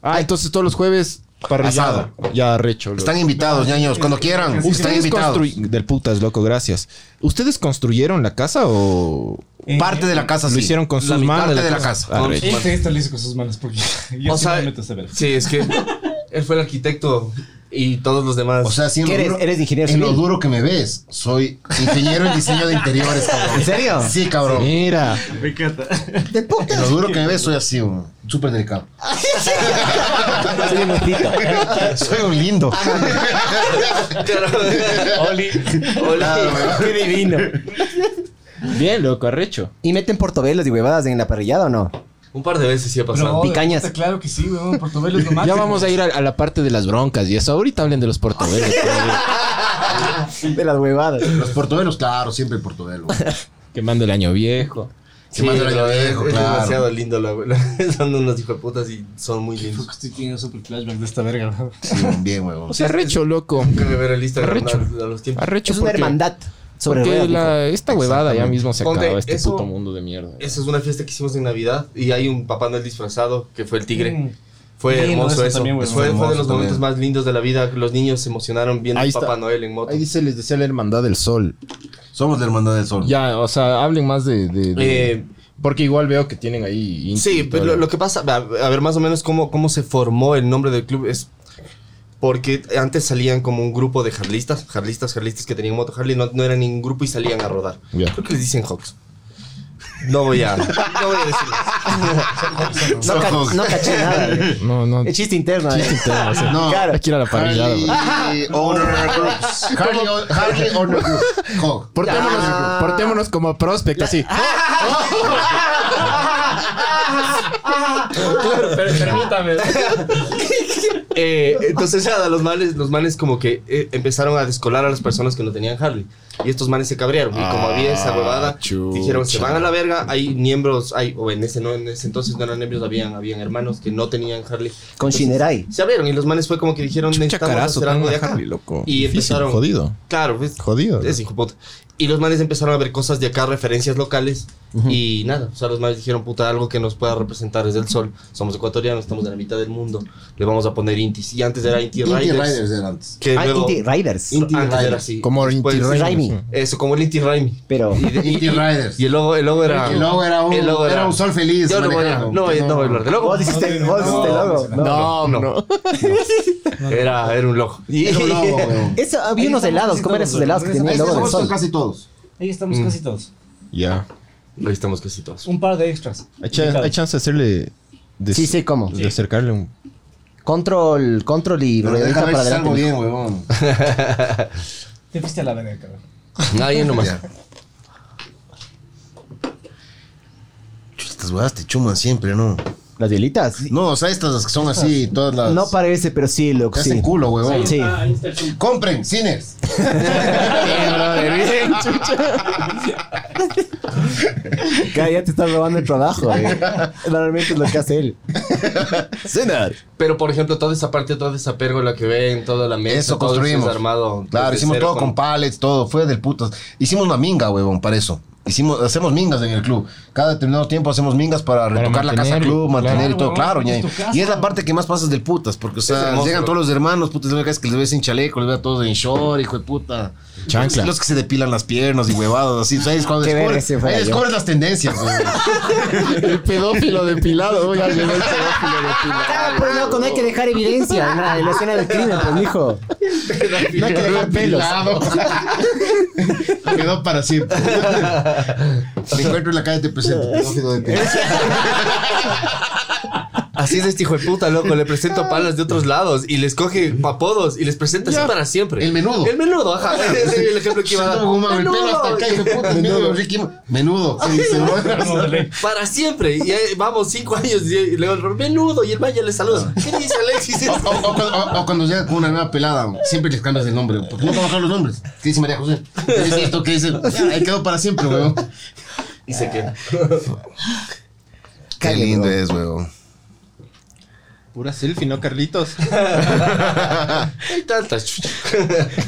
S2: Ah, entonces todos los jueves parrillada. Ya recho. loco.
S5: Están invitados, ñaños, cuando quieran. Están
S2: Ustedes
S5: invitados.
S2: construyeron... Del putas, loco, gracias. ¿Ustedes construyeron la casa o
S5: Parte de la casa,
S2: lo
S5: sí.
S2: hicieron con sus
S5: mitad
S2: manos?
S5: de la casa.
S2: Ah, recho.
S6: Este está listo con sus manos porque yo
S3: O
S6: sí me
S3: sea,
S6: meto a saber.
S3: sí, es que él fue el arquitecto y todos los demás.
S5: O sea, si en
S4: ¿Qué
S5: lo
S4: eres?
S5: duro-
S4: ¿Eres ingeniero
S5: En lo
S4: civil?
S5: duro que me ves, soy ingeniero en diseño de interiores, cabrón.
S4: ¿En serio?
S5: Sí, cabrón.
S2: Mira.
S6: Me encanta.
S4: De puta.
S5: En lo duro que me ves, soy así, güey. Súper delicado.
S4: Soy un mutito.
S5: Soy un lindo.
S3: Oli, Oli.
S4: Qué divino.
S2: Bien, loco, arrecho.
S4: ¿Y meten portobelos y huevadas en la parrillada o no?
S3: Un par de veces sí ha pasado.
S6: Pero,
S4: picañas.
S6: puta, Claro que sí, weón. Portobelo es lo máximo.
S7: Ya vamos a ir a, a la parte de las broncas y eso. Ahorita hablen de los portobelos.
S4: De las huevadas.
S5: Los portobelos, claro, siempre el portobelo.
S2: Quemando el año viejo.
S5: Se manda la
S3: pero
S5: llave,
S3: es,
S5: hijo,
S3: es
S5: claro.
S3: demasiado lindo la abuela. Son unos hijueputas y son muy lindos.
S6: Estoy teniendo super flashback de esta verga, weón.
S5: Sí, güey, bien, güey.
S2: O sea, arrecho, loco.
S3: Tengo que ver el Instagram
S2: Arrecho.
S3: a, a los tiempos.
S2: Arrecho
S4: Es una
S2: porque-
S4: hermandad sobre
S2: porque
S4: ruedas. mijo.
S2: la- esta huevada ya mismo se
S3: Ponte,
S2: acaba, este
S3: eso-
S2: puto mundo de mierda.
S3: Esa es una fiesta que hicimos en Navidad y hay un papá Noel disfrazado que fue el tigre.
S6: Mm.
S3: Fue
S6: Lindo
S3: hermoso
S6: eso
S3: eso.
S6: también, güey.
S3: fue, fue de los
S5: Hermoso
S3: momentos
S5: también.
S3: más lindos de la vida. Los niños se emocionaron viendo
S2: Ahí
S3: a
S2: está.
S3: Papá Noel en moto.
S2: Ahí dice, les decía la hermandad del sol.
S5: Somos la hermandad del sol.
S2: Ya, o sea, hablen más de... de- de-
S3: Eh,
S2: porque igual veo que tienen ahí... Inti y
S3: Sí,
S2: todo
S3: pero lo, lo que pasa, a, a ver más o menos cómo, cómo se formó el nombre del club es porque antes salían como un grupo de jarlistas, jarlistas, jarlistas que tenían moto Harley, no, no eran ningún grupo y salían a rodar.
S2: Ya.
S3: Creo que les dicen Hawks. No voy a, no voy a decirles.
S4: No, ca- no caché nada. güey.
S2: No, no.
S4: Es chiste interno. eh.
S5: No,
S4: Claro.
S2: Hay que ir a la parrillada.
S5: Harley
S2: bro.
S5: Owner Groups. Harley, Harley Owner Groups. Hog.
S2: Portémonos,
S4: Ya.
S2: portémonos como prospect, así.
S3: Ah,
S8: Pero permítame.
S3: Eh, entonces nada, los manes, los manes como que eh, empezaron a descolar a las personas que no tenían Harley. Y estos manes se cabrearon. Y como había esa huevada,
S2: Ah, chucha.
S3: dijeron, se van a la verga. Hay miembros, hay, o en ese, no, en ese entonces no eran miembros, habían, habían hermanos que no tenían Harley.
S4: Con
S3: Entonces,
S4: Shinerai.
S3: Se abrieron y los manes fue como que dijeron, necesitamos
S2: Chacarazo,
S3: hacer algo de acá.
S2: Harley, loco.
S3: Y empezaron-
S2: Jodido.
S3: Claro, pues,
S2: Jodido.
S3: es hijo puta. Y los manes empezaron a ver cosas de acá, referencias locales. Y nada, o sea, los manes dijeron, puta, algo que nos pueda representar es el sol. Somos ecuatorianos, estamos en la mitad del mundo. Le vamos a poner Intis. Y antes era Inti
S5: Inti
S3: Riders.
S5: Riders era antes.
S3: Que
S4: Ah,
S3: eh, luego-
S4: Inti Riders.
S3: Inti
S5: Antes
S3: Riders.
S5: era
S3: así.
S2: Como Inti
S3: Después-
S2: Raimi.
S4: Raimi.
S3: Eso, como el Inti Raimi.
S4: Pero
S3: Y, de-
S5: Inti
S3: y-
S5: Riders.
S3: y el logo, el logo era...
S5: El logo era un-
S3: el logo
S5: era un sol feliz
S3: Yo no voy, a,
S5: manejando.
S3: no, voy- no voy a hablar de logo.
S4: vos dijiste,
S6: no,
S4: vos
S6: no,
S4: dijiste
S6: no,
S4: logo. No.
S3: No, no. Era, era un logo. Y-
S5: Era un logo, güey.
S4: Eso, había
S6: Ahí
S4: unos
S6: estamos
S4: helados.
S6: casi
S4: ¿Cómo eran
S6: todos,
S4: esos helados que
S6: ¿no?
S4: tenían
S5: Ahí
S4: el logo del sol?
S5: estamos casi todos.
S6: Ahí estamos casi todos.
S2: Ya.
S3: Ahí estamos casi todos.
S6: Un par de extras.
S2: Hay chan- hay chance de hacerle... de-
S4: Sí, sí, ¿cómo?
S2: De acercarle un...
S4: Control, control y
S5: Pero
S4: ruedita
S5: déjame
S4: para
S5: ver si salgo
S4: adelante.
S5: bien, huevón.
S6: Te fuiste a la verga, cabrón.
S3: Nadie nomás.
S5: Estas huevas te chuman siempre, ¿no?
S4: Las hielitas.
S5: No, o sea, estas las que son así, todas las...
S4: No parece, pero sí, loco.
S5: Te hacen
S4: Sí.
S5: culo, huevón.
S4: Sí.
S8: Ah, ahí está el zoom.
S5: Compren, cines.
S4: Cada ya te estás robando el trabajo. güey. Normalmente es lo que hace él. Cenar.
S3: Pero, por ejemplo, toda esa parte, toda esa pérgola que ven, toda la mesa,
S5: Eso
S3: todo
S5: construimos.
S3: es armado.
S5: Claro, hicimos todo con pallets, todo. Fue del putas. Hicimos una minga, huevón, para eso. Hicimos, hacemos mingas en el club. Cada determinado tiempo hacemos mingas para, retocar la casa
S2: mantener,
S5: club, mantener y todo. Claro,
S6: Claro, huevón,
S5: ñaño.
S6: es tu casa.
S5: Y es la parte que más pasas del putas, porque, o sea,
S3: hermoso,
S5: llegan
S3: ¿no?
S5: todos los hermanos, putas, es que les ves en chaleco, les veo a todos en short, hijo de puta.
S2: Chancla.
S5: Los que se depilan las piernas y huevados, así. ¿Sabes cuando
S4: Qué verga ese
S5: descubres,
S4: fuera
S5: ahí
S4: yo.
S5: descubres las tendencias, huevón.
S2: El pedófilo depilado. Oiga, llegó el pedófilo depilado.
S4: Ah, pero loco, no hay que dejar evidencia. En la, en la escena del crimen, pues, mijo. No hay que dejar pelos.
S5: Quedó para siempre. Me encuentro en la calle, te presento. pedófilo de pedófilo.
S3: Así es este hijo de puta, loco. Le presento palas de otros lados y les coge apodos y les presenta así para siempre.
S5: El menudo.
S3: El menudo, ajá. Ese es el ejemplo que iba a dar.
S5: Siento como el pelo hasta acá, hijo de puta, Menudo. Ricky, Menudo. sí, dice,
S6: No,
S5: ¿no?
S6: dale.
S3: Para siempre. Y ahí vamos cinco años y, y luego el menudo y el Maya le saluda. ¿Qué dice Alexis?
S5: O, o- o- o- o cuando llegan con una nueva pelada, siempre les cambias el nombre. Porque no conocen los nombres. ¿Qué dice María José? ¿Qué dice esto? ¿Qué dice? Ya, ahí quedó para siempre, weón.
S3: Y se queda.
S5: Qué lindo es, weón.
S9: Pura selfie, ¿no, Carlitos?
S3: Hay tantas, chucha.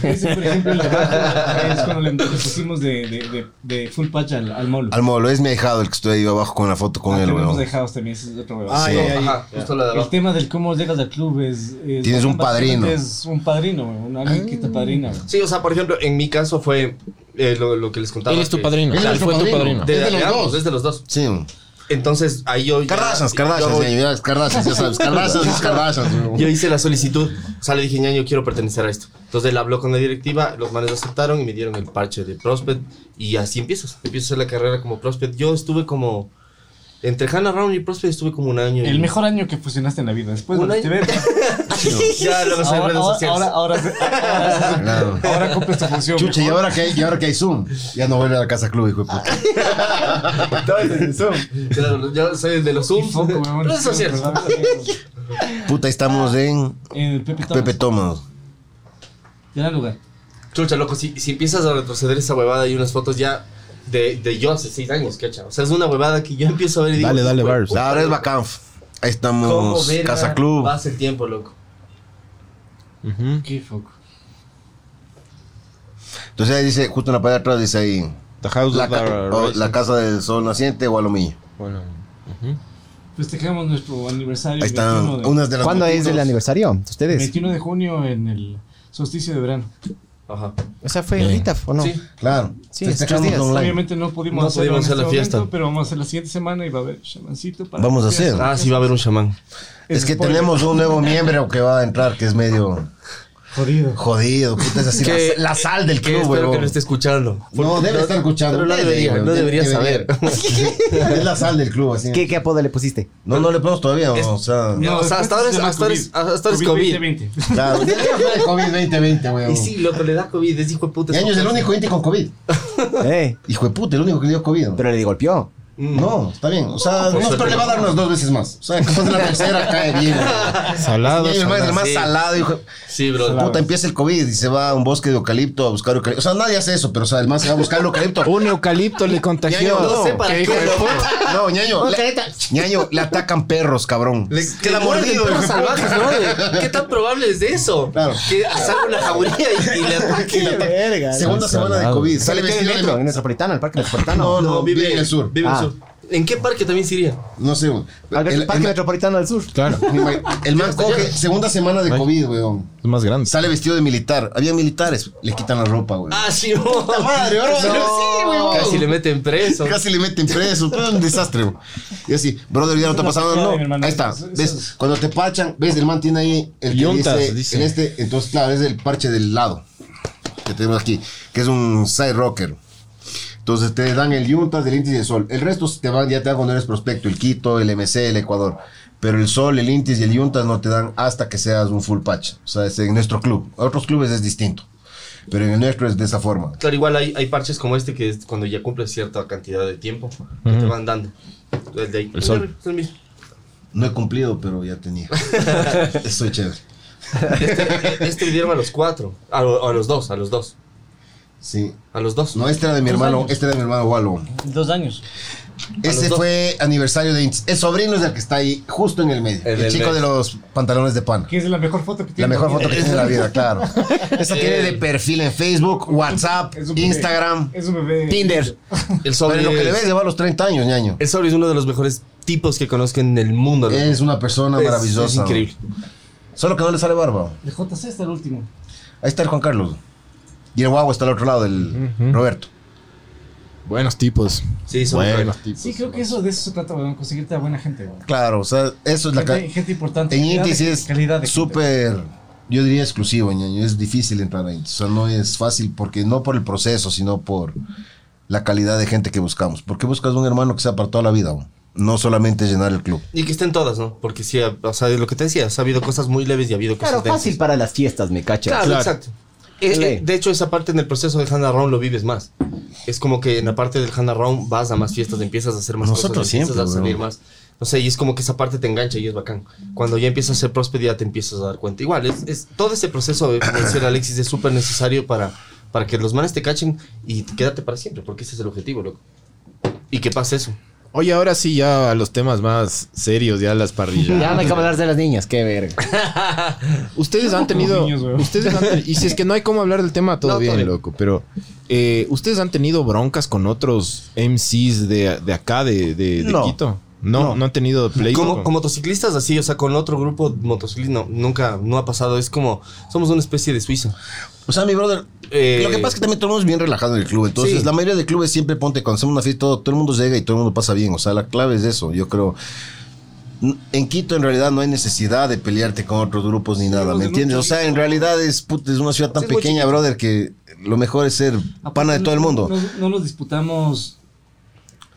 S8: Ese, por ejemplo, en la baja, eh, es cuando le, le pusimos de, de, de, de full patch al, al molo. Ah,
S5: Al molo, es mi ahijado el que estoy ahí abajo con la foto con
S6: Ah,
S5: él,
S8: Tenemos
S5: weón.
S8: dejados también, ese es otro huevón.
S5: Ah,
S9: Ay, ay, ay.
S3: Ajá, justo la de
S8: El
S3: abajo.
S8: tema del cómo llegas al club es... es-
S5: Tienes un padrino.
S8: Es un padrino, weón, alguien que te padrina. weón.
S3: Sí, o sea, por ejemplo, en mi caso fue eh, lo, lo que les contaba.
S10: Él es tu
S3: que-
S10: padrino.
S5: Él es
S10: Él
S5: nuestro
S10: fue tu padrino.
S3: De,
S5: Es de los
S3: ambos,
S5: dos.
S3: es de los dos.
S5: Sí, weón.
S3: Entonces, ahí yo. ya-
S5: Cardazas,
S3: yo-
S5: Cardazas, ya, ya, Cardazas, ya sabes. Cardazas es Cardazas, weón.
S3: Yo hice la solicitud, o sea, le dije, ñaño, quiero pertenecer a esto. Entonces él habló con la directiva, los manes lo aceptaron y me dieron el parche de prospect. Y así empiezas. Empiezo a hacer la carrera como prospect. Yo estuve como. Entre Hannah Round y prospect estuve como un año.
S8: El
S3: y-
S8: mejor año que fusionaste en la vida. Después
S3: Un
S8: de
S3: año.
S8: te ver,
S3: Ya lo sé
S8: ahora,
S3: en redes
S8: ahora,
S3: sociales.
S8: ahora, ahora, ahora,
S5: Claro.
S8: ahora cumples tu función.
S5: Chucha, y
S8: viejo.
S5: ahora que hay, y ahora que hay Zoom, ya no vuelve a la casa club, hijo de puta.
S3: Claro, ya soy el de los
S8: Y
S3: Zoom.
S8: foco, weón.
S3: Redes sociales.
S5: Puta, ahí estamos en
S8: En el Pepe Thomas.
S5: Pepe Thomas.
S8: Tiene lugar.
S3: Chucha, loco, si, si empiezas a retroceder esa huevada hay unas fotos ya de, de yo hace seis años, cacha. O sea, es una huevada que yo empiezo a ver y digo.
S2: Dale, dale,
S3: "Güey,
S2: Bars.
S5: La verdad es bacán. Ahí
S3: ¿Cómo
S5: estamos,
S3: verga
S5: Casa Club.
S3: pasa el tiempo, loco?
S8: Qué foco.
S5: Entonces ahí dice, justo en la pared de atrás dice ahí,
S9: The House
S5: la,
S9: of the
S5: ca- o
S9: Rising.
S5: la Casa del Sol Naciente o Alomillo.
S8: Festejamos nuestro aniversario.
S5: Ahí están
S8: 21 de-
S5: unas de las
S4: ¿Cuándo es el
S5: fotitos.
S4: aniversario? de ¿Ustedes?
S8: 21 de junio en el solsticio de verano.
S3: Ajá.
S4: O sea, fue ahorita, ¿o no?
S3: Sí.
S5: Claro.
S4: Sí, es
S5: Festejamos
S4: tres días.
S5: online.
S8: Obviamente no pudimos
S3: No
S8: hacerlo
S3: pudimos
S8: en
S3: hacer la
S8: este
S3: fiesta.
S8: momento, pero vamos a hacer la siguiente semana y va a haber chamancito para
S5: Vamos a hacer.
S3: Ah, sí, va a haber un chamán.
S5: Es que tenemos un nuevo miembro que va a entrar, que es medio
S8: Jodido.
S5: jodido. Puta, es así
S3: Que-
S5: la, la sal del
S3: Que
S5: club,
S3: espero que
S5: weón.
S3: no esté escuchando.
S5: No, debe estar escuchando.
S3: Pero no debería, no debería saber.
S5: saber. es la sal del club, así.
S4: ¿Qué, ¿Qué apodo le pusiste?
S5: No, no le ponemos todavía, o sea.
S3: No, o sea, hasta ahora es- hasta ahora es- hasta ahora es COVID.
S8: 2020.
S5: Claro, debería hablar de COVID 2020, weón.
S3: Y sí, loco, le da COVID, es hijo de puta.
S5: Y año es el único inti con COVID.
S4: Eh,
S5: Hijo de puta, el único que dio COVID.
S4: pero le golpeó.
S3: Mm.
S5: No, está bien. O sea,
S3: pues,
S5: no, pero le va a dar unas dos veces más. O sea, capaz de la tercera cae bien.
S2: Salado.
S5: Y el más, el más
S3: sí.
S5: salado, hijo. de-
S3: Sí, bro.
S5: Puta, empieza el COVID y se va a un bosque de eucalipto a buscar eucalipto. O sea, nadie hace eso, pero o sea, el más se va a buscar el eucalipto.
S7: Un eucalipto le contagió.
S5: Ñaño, no sé
S3: para qué, loco.
S5: No, ñaño. Le, ñaño, le atacan perros, cabrón.
S3: Le
S5: queda mordido,
S3: de
S5: hijo
S3: perros
S5: de
S3: salvajes, ¿no? De- ¿Qué tan probable es de eso?
S5: Claro.
S3: Que salga una jauría y, y le ataque.
S4: Verga.
S5: Segunda semana de COVID.
S4: ¿Sale
S5: Sale
S4: que en el
S5: vestido
S4: metro?
S5: de...
S4: ¿En Metropolitana? ¿El parque metropolitano?
S5: No, no, vive en el sur.
S3: Vive en
S4: Ah.
S3: el sur. ¿En qué parque también se iría?
S5: No sé, güey.
S4: Al
S5: El-
S4: parque
S5: el-
S4: metropolitano del sur.
S2: Claro,
S5: El man coge segunda semana de COVID, weón.
S2: es más grande.
S5: Sale vestido de militar. Había militares. Le quitan la ropa, weón.
S3: Ah, sí, no.
S5: madre, ahora sí, weón.
S3: Casi le meten preso.
S5: Casi le meten preso. Fue un desastre, weón. Y así, brother, ya no está pasando.
S8: picada,
S5: No,
S8: mi hermano.
S5: ahí está.
S8: Eso- eso
S5: ¿Ves?
S8: es-
S5: Cuando te pachan, ves, el man tiene ahí el que
S9: Yuntas,
S5: dice,
S9: dice.
S5: el este. Entonces, claro, es el parche del lado que tenemos aquí, que es un side rocker. Entonces te dan el Yuntas, el Intis y el Sol. El resto te van, ya te dan cuando eres prospecto, el Quito, el MC, el Ecuador. Pero el Sol, el Intis y el Yuntas no te dan hasta que seas un full patch. O sea, es en nuestro club. A otros clubes es distinto. Pero en el nuestro es de esa forma.
S3: Claro, igual hay, hay parches como este que es cuando ya cumples cierta cantidad de tiempo que te van dando. El de ahí.
S2: El sol.
S3: Es el mismo.
S5: No he cumplido, pero ya tenía. Estoy chévere.
S3: Este, este dieron a los cuatro. A, lo- a los dos, a los dos.
S5: Sí.
S3: A los dos.
S5: No, este era de mi
S8: Dos
S5: hermano,
S8: años.
S5: este era de mi hermano Wallo.
S8: Dos años.
S5: Ese
S3: los dos.
S5: fue aniversario de Intis. El sobrino es el que está ahí, justo en el medio.
S3: El
S5: El,
S3: del
S5: chico
S3: medio.
S5: de los pantalones de pana.
S8: Que es la mejor foto que
S5: La
S8: tiene.
S5: mejor foto que tiene en la vida, claro. Esa tiene de perfil en Facebook, WhatsApp,
S8: Es un bebé.
S5: Instagram,
S8: Es un bebé.
S5: Tinder.
S3: El
S5: Pero
S3: sobre
S5: en lo que le
S3: es-
S5: ves lleva a los 30 años, ñaño.
S3: El sobre es uno de los mejores tipos que conozco en el mundo. loco.
S5: Es una persona
S3: Es-
S5: maravillosa.
S3: Es increíble.
S5: Solo que no le sale barba.
S8: De JC está el último.
S5: Ahí está el Juan Carlos. Y el guau está al otro lado, el Roberto.
S2: Buenos tipos.
S3: Sí, son
S2: Buenos
S8: Sí,
S2: tipos.
S8: creo que eso de eso se trata, weón. Conseguirte a buena gente, weón.
S5: Claro, o sea, eso es la
S8: gente,
S5: ca-
S8: gente importante.
S5: En
S8: calidad
S5: Intis
S8: de-
S5: es
S8: calidad de gente.
S5: súper, yo diría exclusivo, ñaño. Es difícil entrar a Intis. O sea, no es fácil porque no por el proceso, sino por la calidad de gente que buscamos. Porque buscas un hermano que sea para toda la vida, güey. no solamente llenar el club.
S3: Y que estén todas, ¿no? Porque sí, o sea, lo que te decía, ha habido cosas muy leves y ha habido
S4: Claro,
S3: cosas densas.
S4: fácil para las fiestas, me cachas.
S3: Claro,
S2: Claro.
S3: exacto. Eh,
S4: Sí.
S3: eh, de hecho, esa parte en el proceso de Hannah Round lo vives más. Es como que en la parte del Hannah Round vas a más fiestas, empiezas a hacer más
S5: Nosotros
S3: cosas, empiezas
S5: siempre,
S3: a salir
S5: bro.
S3: más. No sé, y es como que esa parte te engancha y es bacán. Cuando ya empiezas a ser próspero ya te empiezas a dar cuenta. Igual, es, es- todo ese proceso, eh, como decía Alexis, es súper necesario para, para que los manes te cachen y quédate para siempre, porque ese es el objetivo, loco. Y que pase eso.
S2: Oye, ahora sí ya a los temas más serios, ya las parrillas.
S4: Ya no hay que hablar de las niñas, qué verga.
S2: Ustedes han tenido.
S8: niños, weón.
S2: ustedes han teni- y si es que no hay cómo hablar del tema, todo
S3: No, todo
S2: bien,
S3: bien.
S2: loco. Pero eh, ustedes han tenido broncas con otros MCs de, de acá, de, de- de
S3: No.
S2: Quito. No, no,
S3: No.
S2: han tenido play.
S3: Como,
S2: loco?
S3: como motociclistas así, o sea, con otro grupo motociclista, no, nunca, no ha pasado. Es como, somos una especie de Suiza.
S5: O sea, mi brother,
S3: Eh,
S5: lo que pasa es que también todo el mundo es bien relajado en el club. Entonces,
S3: Sí.
S5: la mayoría de clubes siempre ponte cuando hacemos una fiesta, todo, todo el mundo llega y todo el mundo pasa bien. O sea, la clave es eso, yo creo. N- En Quito, en realidad, no hay necesidad de pelearte con otros grupos ni nada,
S8: los
S5: ¿me
S8: de
S5: entiendes? O
S8: lucha,
S5: sea, en realidad es, puta, es una ciudad tan
S3: Sí, es muy
S5: pequeña, brother, que lo mejor es ser pana de todo el mundo.
S6: No, no nos disputamos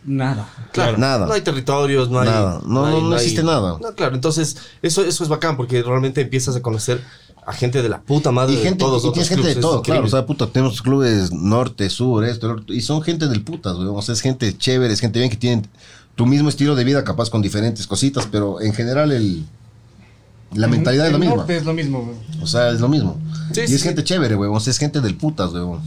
S6: nada.
S3: Claro,
S5: Nada.
S3: No hay territorios, no hay.
S5: Nada. No, no,
S3: hay-
S5: no
S3: hay-
S5: existe nada.
S3: No, claro, entonces, eso, eso es bacán porque realmente empiezas a conocer a gente de la puta madre
S5: Y gente,
S3: de todos
S5: y
S3: los
S5: tienes
S3: otros
S5: gente de
S3: clubes, es
S5: todo, claro.
S3: increíble.
S5: O sea, puta, tenemos clubes norte, sur, esto, el otro, y son gente del putas, weón. O sea, es gente chévere, es gente bien que tienen tu mismo estilo de vida, capaz con diferentes cositas, pero en general el, la mentalidad es la
S8: El
S5: misma.
S8: norte es lo mismo, güey.
S5: O sea, es lo mismo.
S3: Sí,
S5: y
S3: sí,
S5: es
S3: sí.
S5: gente chévere, weón. O sea, es gente del putas, weón.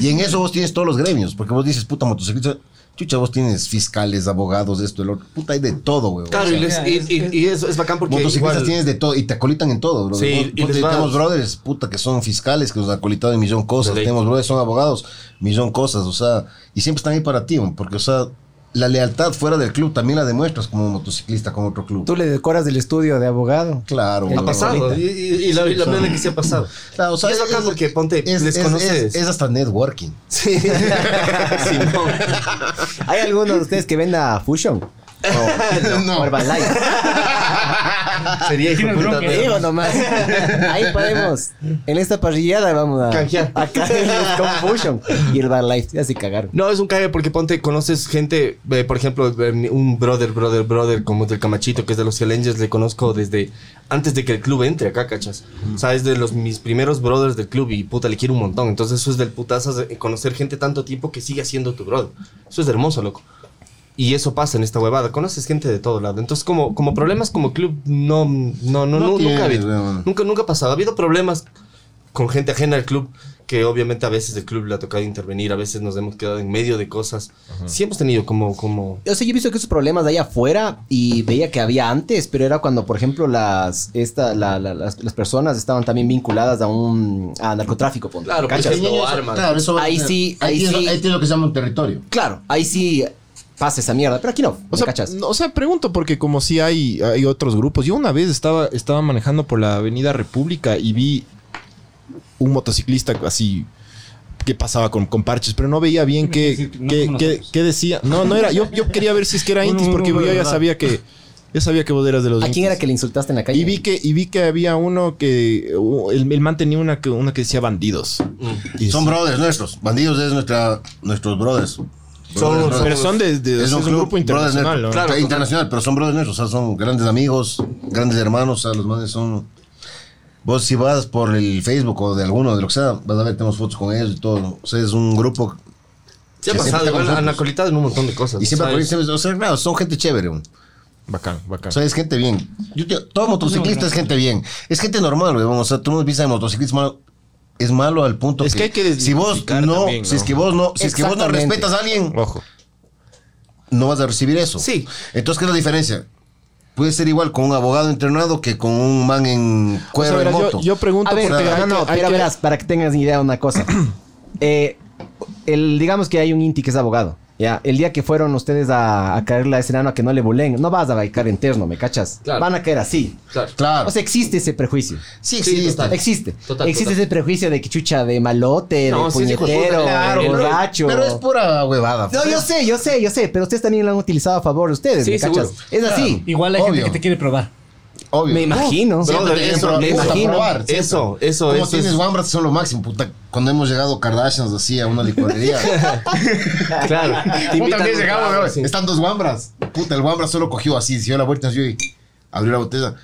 S5: Y en eso vos tienes todos los gremios, porque vos dices, puta, motociclista, chucha, vos tienes fiscales, abogados, esto, el otro. Puta, hay de todo, weón.
S3: Claro,
S5: O sea,
S3: y, les- y- y- y eso es bacán porque.
S5: Motociclistas
S3: igual-
S5: tienes de todo y te acolitan en todo, bro.
S3: Sí,
S5: Vos-
S3: y
S5: vos
S3: les
S5: te-
S3: vas.
S5: tenemos brothers, puta, que son fiscales, que nos han acolitado en millón cosas.
S3: De ley.
S5: Tenemos brothers, son abogados, millón cosas, o sea, y siempre están ahí para ti, man, porque, o sea, la lealtad fuera del club también la demuestras como motociclista con otro club.
S4: Tú le decoras del estudio de abogado.
S5: Claro,
S4: Ha
S5: bro.
S3: Ha pasado. Y, y- y la, y la plena que se ha pasado.
S5: Claro, o sea,
S3: Y es bacán porque ponte,
S5: es-
S3: les
S5: es-
S3: conoces.
S5: es- es hasta networking.
S3: Sí. Simón.
S4: ¿Hay alguno de ustedes que venda Fusion? O, o Herbalife.
S3: Sería hijo de
S6: Tienes
S3: puta.
S6: bronca,
S3: pero-
S4: Digo nomás. Ahí podemos. En esta parrillada vamos a.
S3: Canjear.
S4: A canjear con Fusion. Y el Bar Life. Ya se cagaron.
S3: No, es un cague porque ponte, conoces gente, eh, por ejemplo, eh, un brother, brother, brother, como del Camachito, que es de los Challengers, le conozco desde antes de que el club entre acá, cachas. O sea, es de los, mis primeros brothers del club y puta, le quiero un montón. Entonces, eso es del putazo de conocer gente tanto tiempo que sigue siendo tu brother. Eso es hermoso, loco. Y eso pasa en esta huevada. Conoces gente de todo lado. Entonces, como, como problemas como club, no, no, no,
S5: No
S3: no,
S5: tienes,
S3: nunca ha habido.
S5: weón.
S3: Nunca, nunca ha pasado. Ha habido problemas con gente ajena al club, que obviamente a veces el club le ha tocado intervenir, a veces nos hemos quedado en medio de cosas. Sí hemos tenido como, como...
S4: O sea, yo he visto que esos problemas de allá afuera y veía que había antes, pero era cuando, por ejemplo, las, esta, la- la- las, las personas estaban también vinculadas a un a narcotráfico. ponte,
S3: Claro,
S4: ¿cachas?
S3: pues,
S5: Pequeño,
S3: no
S5: eso-
S3: armas.
S5: Claro, eso va a
S4: Ahí
S5: tener-
S4: sí, ahí
S5: tienes-
S4: sí.
S5: Ahí tienes lo que se llama un territorio.
S4: Claro, ahí sí pasa esa mierda, pero aquí no.
S2: O
S4: ¿me
S2: sea,
S4: ¿Cachas?
S2: no, o sea, pregunto porque como si hay, hay otros grupos. Yo una vez estaba, estaba manejando por la Avenida República y vi un motociclista así que pasaba con, con parches, pero no veía bien qué,
S6: Quiere decir que no
S2: qué-
S6: como
S2: qué-
S6: nosotros.
S2: qué decía. No, no era. Yo, yo quería ver si es que era
S8: Bueno,
S2: Intis
S8: bueno,
S2: porque
S8: bueno,
S2: yo ya
S8: ¿verdad?
S2: sabía que ya sabía que vos eras de los
S4: ¿A quién
S2: Intis.
S4: era que le insultaste en la calle?
S2: Y vi que, y vi que había uno que. u- El, el man tenía una que, una que decía bandidos. Y
S5: Son
S2: decía-
S5: brothers nuestros. Bandidos es nuestra, nuestros brothers.
S3: Son-
S5: brothers.
S2: Pero son de, de-
S5: es un,
S2: es
S5: club,
S2: grupo internacional, ¿no?
S5: brothers,
S3: Claro.
S5: internacional, pero son brothers nuestros, o sea, son grandes amigos, grandes hermanos, o sea, los manes son... Vos si vas por el Facebook o de alguno, de lo que sea, vas a ver, tenemos fotos con ellos y todo. O sea, es un grupo...
S3: Se ha
S5: Que
S3: pasado,
S5: siempre está con
S3: igual
S5: nosotros.
S3: anacolitado en un montón de cosas.
S5: Y siempre,
S3: ¿sabes?
S5: siempre- o sea, claro, son gente chévere. weón.
S2: Bacán, bacán.
S5: O sea, es gente bien. Yo te- todo motociclista es gente bien. Es gente normal, weón. O sea, tú no viste de motociclismo malo. Es malo al punto
S2: Es que hay que
S5: si vos
S2: desmitificar
S5: no,
S2: también,
S5: si es
S2: ¿no?
S5: que vos no, si es que vos no
S4: Exactamente.
S5: respetas a alguien,
S2: Ojo.
S5: no vas a recibir eso.
S3: Sí.
S5: Entonces, ¿qué es la diferencia? Puede ser igual con un abogado entrenado que con un man en
S2: O sea,
S5: cuero en
S2: verás,
S5: moto.
S2: yo, yo pregunto
S4: A ver,
S2: porque
S4: no,
S2: hay
S4: no,
S2: que- hay
S4: pero
S2: que-
S4: verás, para que tengas idea de una cosa. Eh, el, digamos que hay un Inti que es abogado. Ya, el día que fueron ustedes a, a caerle a ese nano a que no le bolen, no vas a bailar interno, ¿me cachas?
S3: Claro.
S4: Van a caer así.
S3: Claro.
S5: claro.
S4: O sea, existe ese prejuicio.
S5: sí,
S3: sí,
S5: existe.
S3: total.
S4: Existe.
S3: Total,
S4: existe
S3: total.
S4: ese prejuicio de que chucha de malote,
S3: No,
S4: de
S3: sí, es hijo de puta,
S4: puñetero,
S3: claro,
S4: de
S3: pero-
S4: borracho.
S5: Pero es pura huevada. pues,
S4: No, yo sé, yo sé, yo sé, pero ustedes también lo han utilizado a favor de ustedes,
S3: Sí,
S4: ¿me cachas?
S3: seguro.
S4: Es así.
S6: Igual hay
S5: Obvio.
S6: gente que te quiere probar.
S5: Obvio.
S4: Me imagino.
S5: Siempre
S3: Brother,
S5: tienen
S3: eso,
S5: pro-
S3: me
S5: gusta
S3: imagino.
S5: probar, siempre.
S3: Eso, eso,
S5: Como
S3: eso
S5: tienes
S3: es-
S5: Wambras son lo máximo, puta. Cuando hemos llegado Kardashians así a una licorería.
S3: Claro. Te
S5: Puta,
S3: invitan
S5: un día
S3: a un
S5: llegamos,
S3: trago,
S5: weón,
S3: sí.
S5: Están dos guambras. Puta, el guambra solo cogió así, se dio la vuelta así y abrió la botella.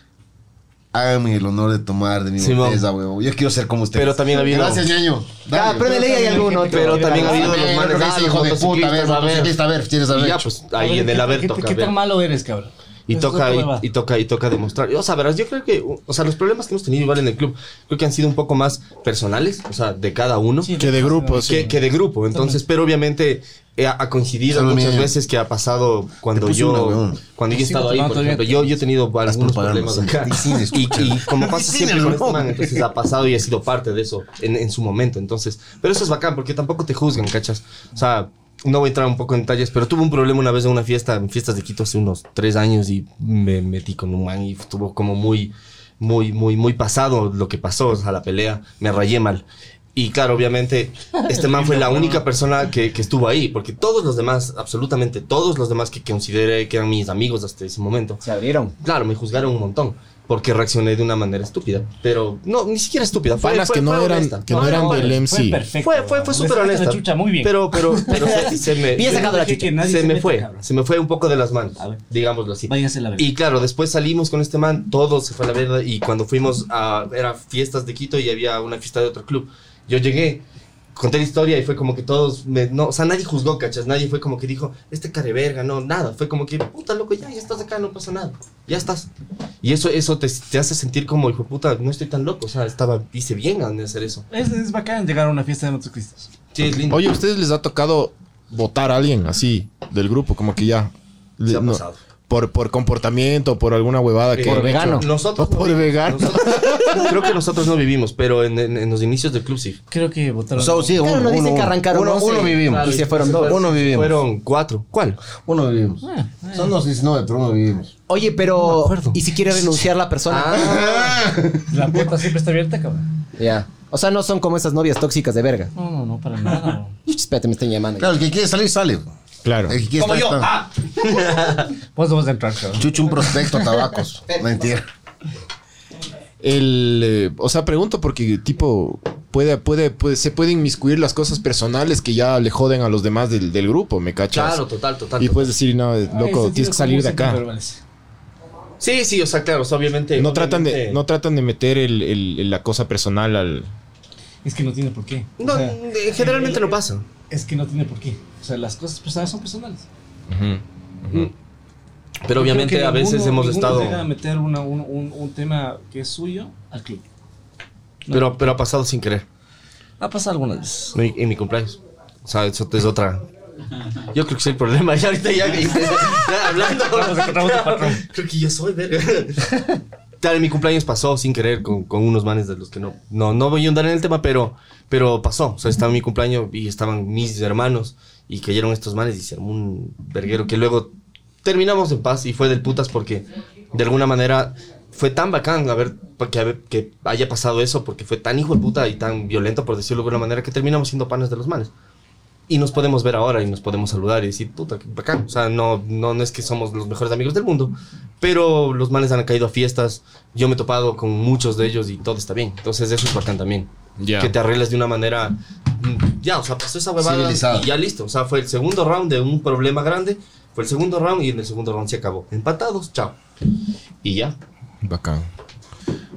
S5: Hágame el honor de tomar de mi
S3: Simón.
S5: botella, huevo. Yo quiero ser como usted.
S3: Pero también ha habido-
S5: Gracias, ñaño.
S4: Ah, pero de ley hay algún otro.
S3: Pero también ha
S5: Dale,
S3: habido
S5: dale,
S3: los
S5: dale,
S3: manes,
S5: dale,
S3: ah,
S5: hijo
S3: los
S5: de puta, a ver,
S3: motociclistas, a ver.
S5: motociclista, a ver, tienes a
S3: Y
S5: ver.
S3: ya, pues,
S6: A
S3: ahí
S6: ver,
S3: en el
S6: ¿qué-
S3: haber
S6: qué-
S3: toca
S6: ¿Qué
S3: ver.
S6: tan malo eres, cabrón?
S3: Y
S6: Eso es
S3: toca,
S6: otra
S3: y,
S6: huevada.
S3: y toca, y toca demostrar. O sea, verás, yo creo que, o sea, los problemas que hemos tenido igual en el club, creo que han sido un poco más personales, o sea, de cada uno,
S6: Sí,
S2: Que de grupos.
S6: sí.
S5: Pues
S2: sí.
S3: que, que de grupo. Entonces, pero obviamente, eh, ha coincidido
S5: Solo
S3: muchas
S5: mía.
S3: veces que ha pasado cuando
S5: Te puse
S3: yo
S5: una, weón.
S3: cuando yo he
S6: Sí,
S3: estado
S6: no,
S3: ahí,
S6: no,
S3: por
S6: todavía
S3: ejemplo,
S6: te-
S3: yo, yo he tenido algunos
S5: propagandas,
S3: problemas acá.
S5: sí, sí,
S3: Y, y como pasa
S5: Sí,
S3: siempre
S5: no,
S3: con este
S5: no.
S3: man, entonces ha pasado y ha sido parte de eso en, en su momento. Entonces, pero eso es bacán porque tampoco te juzgan, ¿cachas? O sea, no voy a entrar un poco en detalles, pero tuve un problema una vez en una fiesta, en fiestas de Quito hace unos tres años y me metí con un man y estuvo como muy, muy, muy, muy pasado lo que pasó, o sea, la pelea, me rayé mal. Y claro, obviamente, este man fue la única persona que, que estuvo ahí, porque todos los demás, absolutamente todos los demás que consideré que eran mis amigos hasta ese momento,
S4: Se abrieron.
S3: Claro, me juzgaron un montón porque reaccioné de una manera estúpida, pero no, ni siquiera estúpida. Fue,
S2: Panas
S3: fue-
S2: que no
S3: fue
S2: eran-
S3: honesta.
S2: que no eran del MC.
S6: perfecto.
S3: Fue- fue- fue
S6: Le
S3: súper
S6: sacaste la
S3: honesta.
S6: chucha, muy bien.
S3: Pero, pero, pero se, se me,
S6: Bien sacado la chucha. Que nadie
S3: se,
S6: se
S3: me
S6: meta,
S3: fue,
S6: cabrón.
S3: se me fue un poco de las manos,
S6: A ver.
S3: digámoslo así.
S6: Váyanse la verga.
S3: Y claro, después salimos con este man, todo se fue a la verga y cuando fuimos a, era fiestas de Quito y había una fiesta de otro club. Yo llegué, conté la historia y fue como que todos, me, no, o sea, nadie juzgó, cachas, nadie fue como que dijo, este careverga, no, nada, fue como que, puta loco, ya, ya estás acá, no pasa nada, ya estás. Y eso, eso te, te hace sentir como, hijo de puta, no estoy tan loco, o sea, estaba, hice bien al hacer eso.
S6: Es, es bacán llegar a una fiesta de motociclistas.
S3: Sí, es lindo.
S2: Oye, ¿a ustedes les ha tocado votar a alguien así del grupo? Como que ya.
S3: Se ha
S2: no,
S3: pasado.
S2: por, por comportamiento, por alguna huevada. que
S3: Eh,
S2: han
S4: vegano.
S2: hecho.
S3: Nosotros
S2: O por
S3: vivimos.
S2: vegano.
S3: Nosotros- creo que nosotros no vivimos, pero en, en- en los inicios del club sí.
S6: Creo que votaron.
S5: pues, So, sí,
S4: Claro,
S5: uno,
S4: no dicen
S5: uno,
S4: que arrancaron
S5: uno,
S4: once
S5: uno vivimos.
S4: Y se fueron dos.
S5: Uno vivimos.
S3: Fueron cuatro. ¿Cuál?
S5: Uno vivimos. Son los 19, pero uno vivimos.
S4: Oye, pero. ¿Y si quiere renunciar la persona?
S6: La puerta siempre está abierta, cabrón.
S4: Ah, Ya. O sea, no son como esas novias tóxicas de verga.
S6: No, no, no, para nada. bro.
S4: Espérate, me están llamando.
S5: Claro, el que quiere salir, sale.
S2: Claro.
S5: El que quiere
S3: Como
S5: estar,
S3: yo.
S5: está.
S3: Ah.
S6: Vos vamos a entrar, cabrón.
S5: Chucho, un prospecto, tabacos. Mentira.
S2: El, eh, o sea, pregunto porque, tipo, puede, puede, puede- se pueden inmiscuir las cosas personales que ya le joden a los demás del, del grupo, ¿me cachas?
S3: Claro, total, total.
S2: Y puedes decir, no, eh, loco,
S6: Ese
S2: tienes
S6: tío
S2: que salir de
S6: siempre
S2: acá.
S6: verbaliza.
S3: Sí, sí, o sea, claro, o sea, obviamente.
S2: No tratan, de,
S3: obviamente-
S2: no tratan de meter el- el- el- la cosa personal al...
S6: Es que no tiene por qué. O
S3: No,
S6: sea,
S3: eh, generalmente no pasa.
S6: es que no tiene por qué. O sea, las cosas personales son personales.
S3: Pero
S6: Yo creo
S3: obviamente
S6: que
S3: a veces
S6: ninguno-
S3: hemos
S6: ninguno
S3: estado.
S6: llega a meter una- un, un- un tema que es suyo al club.
S3: Pero, pero ha pasado sin querer.
S6: Ha pasado alguna vez.
S3: Mi- En mi cumpleaños. O sea, eso es otra. Yo creo que es el problema. Ya ahorita ya, ya hablando. creo que yo soy, verga. Claro, en mi cumpleaños pasó sin querer con, con unos manes de los que no, no, no voy a andar en el tema, pero, pero pasó. O sea, estaba mi cumpleaños y estaban mis hermanos y cayeron estos manes y se armó un verguero que luego terminamos en paz y fue del putas porque de alguna manera fue tan bacán a ver, que, haber- que haya pasado eso porque fue tan hijo de puta y tan violento, por decirlo de alguna manera, que terminamos siendo panes de los manes. Y nos podemos ver ahora y nos podemos saludar y decir, puta, qué bacán. O sea, no, no, no es que somos los mejores amigos del mundo, pero los manes han caído a fiestas. Yo me he topado con muchos de ellos y todo está bien. Entonces, eso es bacán también.
S2: Ya.
S3: Que te arregles de una manera. mm, Ya, o sea, pasó esa huevada
S5: Civilizada.
S3: y ya listo. O sea, fue el segundo round de un problema grande. Fue el segundo round y en el segundo round se acabó. Empatados, chao. Y ya.
S2: Bacán.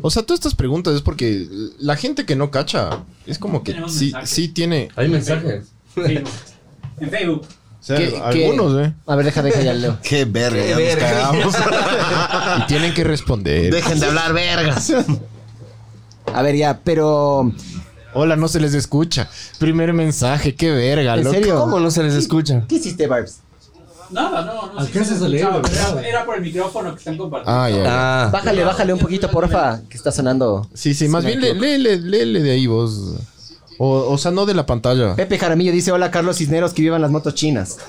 S2: O sea, todas estas preguntas es porque la gente que no cacha es como que
S9: Tenemos
S2: sí,
S9: mensajes.
S2: sí tiene...
S3: Hay mensajes.
S9: En Facebook.
S2: o sea,
S4: ¿Qué- qué?
S2: algunos, ¿eh?
S4: A ver, deja, deja ya leo.
S5: Qué verga,
S3: Qué
S5: ya nos
S3: verga.
S5: cagamos.
S2: Y tienen que responder.
S5: Dejen de hablar vergas.
S4: A ver, ya, pero.
S2: Hola, no se les escucha. Primer mensaje, qué verga,
S4: ¿En
S2: loco.
S4: serio? ¿Cómo
S3: no se les escucha?
S4: ¿Qué hiciste, Barbs?
S9: Nada, no, no.
S6: Alcanzas a leer,
S9: Chao,
S6: ¿verdad?
S9: Era, era por el micrófono que están compartiendo.
S2: Ah, ya.
S3: Ah.
S4: Bájale, bájale un poquito, porfa, que está sonando.
S2: Sí, sí, más
S4: Sí,
S2: bien
S4: me
S2: lé- léele, léele de ahí vos. O, o sea, no de la pantalla.
S4: Pepe Jaramillo dice: Hola, Carlos Cisneros, que vivan las motos chinas.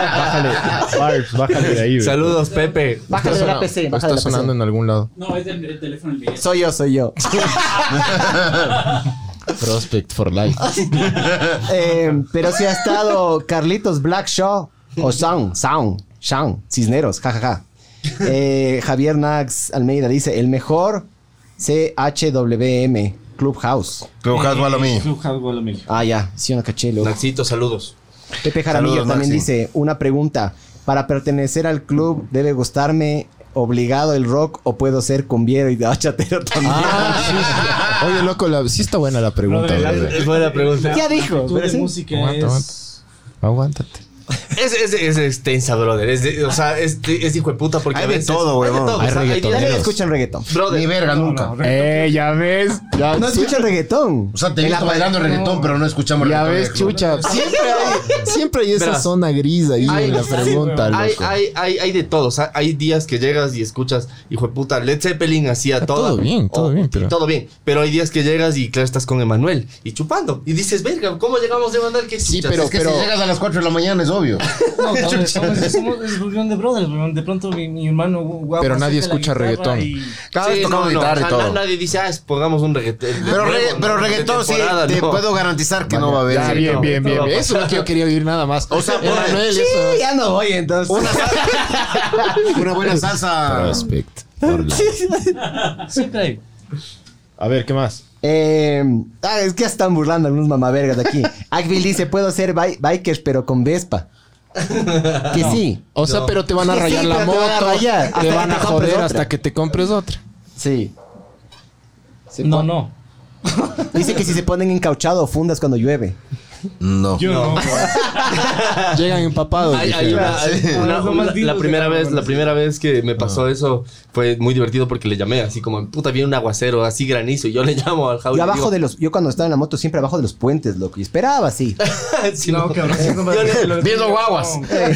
S2: Bájale, Barbs, bájale de ahí. güey.
S3: Saludos, Pepe.
S4: Bájale de
S2: Está
S4: la
S2: sona-
S4: PC,
S2: Está
S4: bájale de la
S2: sonando
S4: PC.
S2: en algún lado.
S5: Ah.
S9: No, es del el teléfono el video.
S4: Soy yo, soy yo.
S2: Prospect for life.
S4: Eh, pero si ha estado Carlitos Blackshaw o Sound, Sound, Sound, Cisneros, jajaja. Eh, Javier Nax Almeida dice: El mejor CHWM Clubhouse.
S5: Pero Hasbro a lo mío.
S6: Club House Guadalajara.
S4: Ah, ya, sí, una caché, loco.
S3: Naxito, saludos.
S4: Pepe Jaramillo
S5: Saludos,
S4: también
S5: Maxi.
S4: dice, una pregunta, ¿para pertenecer al club debe gustarme obligado el rock o puedo ser cumbiero y bachatero también?
S2: Ah, sí. Oye, loco, la- sí está buena la pregunta.
S6: Brother,
S2: brother.
S3: buena pregunta.
S4: ya dijo,
S6: Tú
S4: pero
S6: de
S4: sí.
S6: música
S2: Aguanta,
S6: es.
S2: Aguántate.
S3: Es, es, es extensa, brother. Es de- o sea, es, de- es hijo de puta porque
S2: Hay
S3: a
S2: de
S3: veces.
S2: todo, huevón.
S3: o
S4: Hay
S3: sea,
S4: reggaetón.
S3: videos.
S4: Nadie escucha el reggaetón.
S3: Brother,
S5: Ni verga, nunca.
S7: Eh, ya ves. Ya,
S4: No escucha el reggaetón.
S5: O sea, te he
S4: En la
S5: visto
S4: pared.
S5: bailando reggaetón, pero no escuchamos
S7: ya
S5: reggaetón.
S7: ves, chucha.
S2: Siempre hay, siempre hay esa
S3: Verás.
S2: zona gris ahí
S3: Hay-
S2: en la
S3: sí,
S2: pregunta,
S3: Hay,
S2: loco.
S3: hay, hay, hay de todo. O sea, hay días que llegas y escuchas, hijo de puta, Led Zeppelin hacía
S2: Ah,
S3: toda-
S2: todo bien, todo bien, pero-
S3: Todo bien. Pero hay días que llegas y claro, estás con Emanuel y chupando. Y dices, verga, ¿cómo llegamos de Emanuel? ¿Qué
S2: Sí,
S3: chuchas?
S2: pero-
S5: Es que si llegas a las 4 de la mañana es obvio.
S6: No, somos- somos- somos- es reunión de brothers, weón. De pronto mi, mi hermano guapo.
S2: Pero nadie
S6: saca la
S2: escucha
S6: guitarra
S2: reggaetón.
S6: y-
S5: Cada vez
S3: Sí,
S5: tocamos
S3: no, no, o
S5: guitarra y
S3: sea,
S5: todo.
S3: na- nadie dice, ah, es- pongamos un reggaetón.
S5: Pero, re- pero reggaetón sí, te puedo garantizar que no va a haber. ¿eh?
S7: Ya, bien,
S5: reggaetón.
S7: bien, bien.
S3: Todo
S7: bien. Eso es lo que yo quería oír nada más. O sea, Emanuel, eso.
S4: Ya no voy entonces.
S5: Una buena salsa.
S2: Respect.
S4: Ah.
S6: Siempre hay.
S2: A ver, ¿qué más?
S4: Eh, ah, es que ya están burlando algunos mamavergas de aquí. Agvil dice, puedo ser bi- biker pero con Vespa. Que sí.
S7: O sea, pero te van a
S4: Sí,
S7: rayar la
S4: pero
S7: moto.
S4: te van a rayar hasta
S7: te
S4: que
S7: van
S4: te
S7: a
S4: compres
S7: joder
S4: otra.
S7: hasta que te compres otra.
S4: Sí. Se
S6: No,
S4: pon-
S6: no.
S4: Dice que si se ponen encauchado o fundas cuando llueve.
S5: No.
S8: Yo no.
S4: Ah.
S7: Llegan empapados.
S3: Hay- hay
S7: dije.
S3: una- hay una-
S8: Los
S3: una-
S8: más
S3: la
S8: lindos
S3: primera
S8: de cada
S3: vez,
S8: uno.
S3: la primera vez que me pasó eso fue muy divertido porque le llamé así como, puta, viene un aguacero, así granizo. Y yo le llamo al Javi.
S4: Yo
S3: y le digo,
S4: abajo de los, yo cuando estaba en la moto siempre abajo de los puentes, loco. Y esperaba así.
S3: "Ah, Sí,
S8: No,
S3: no.
S8: cabrón. sí, no me-
S5: Viendo guaguas.
S7: Pero,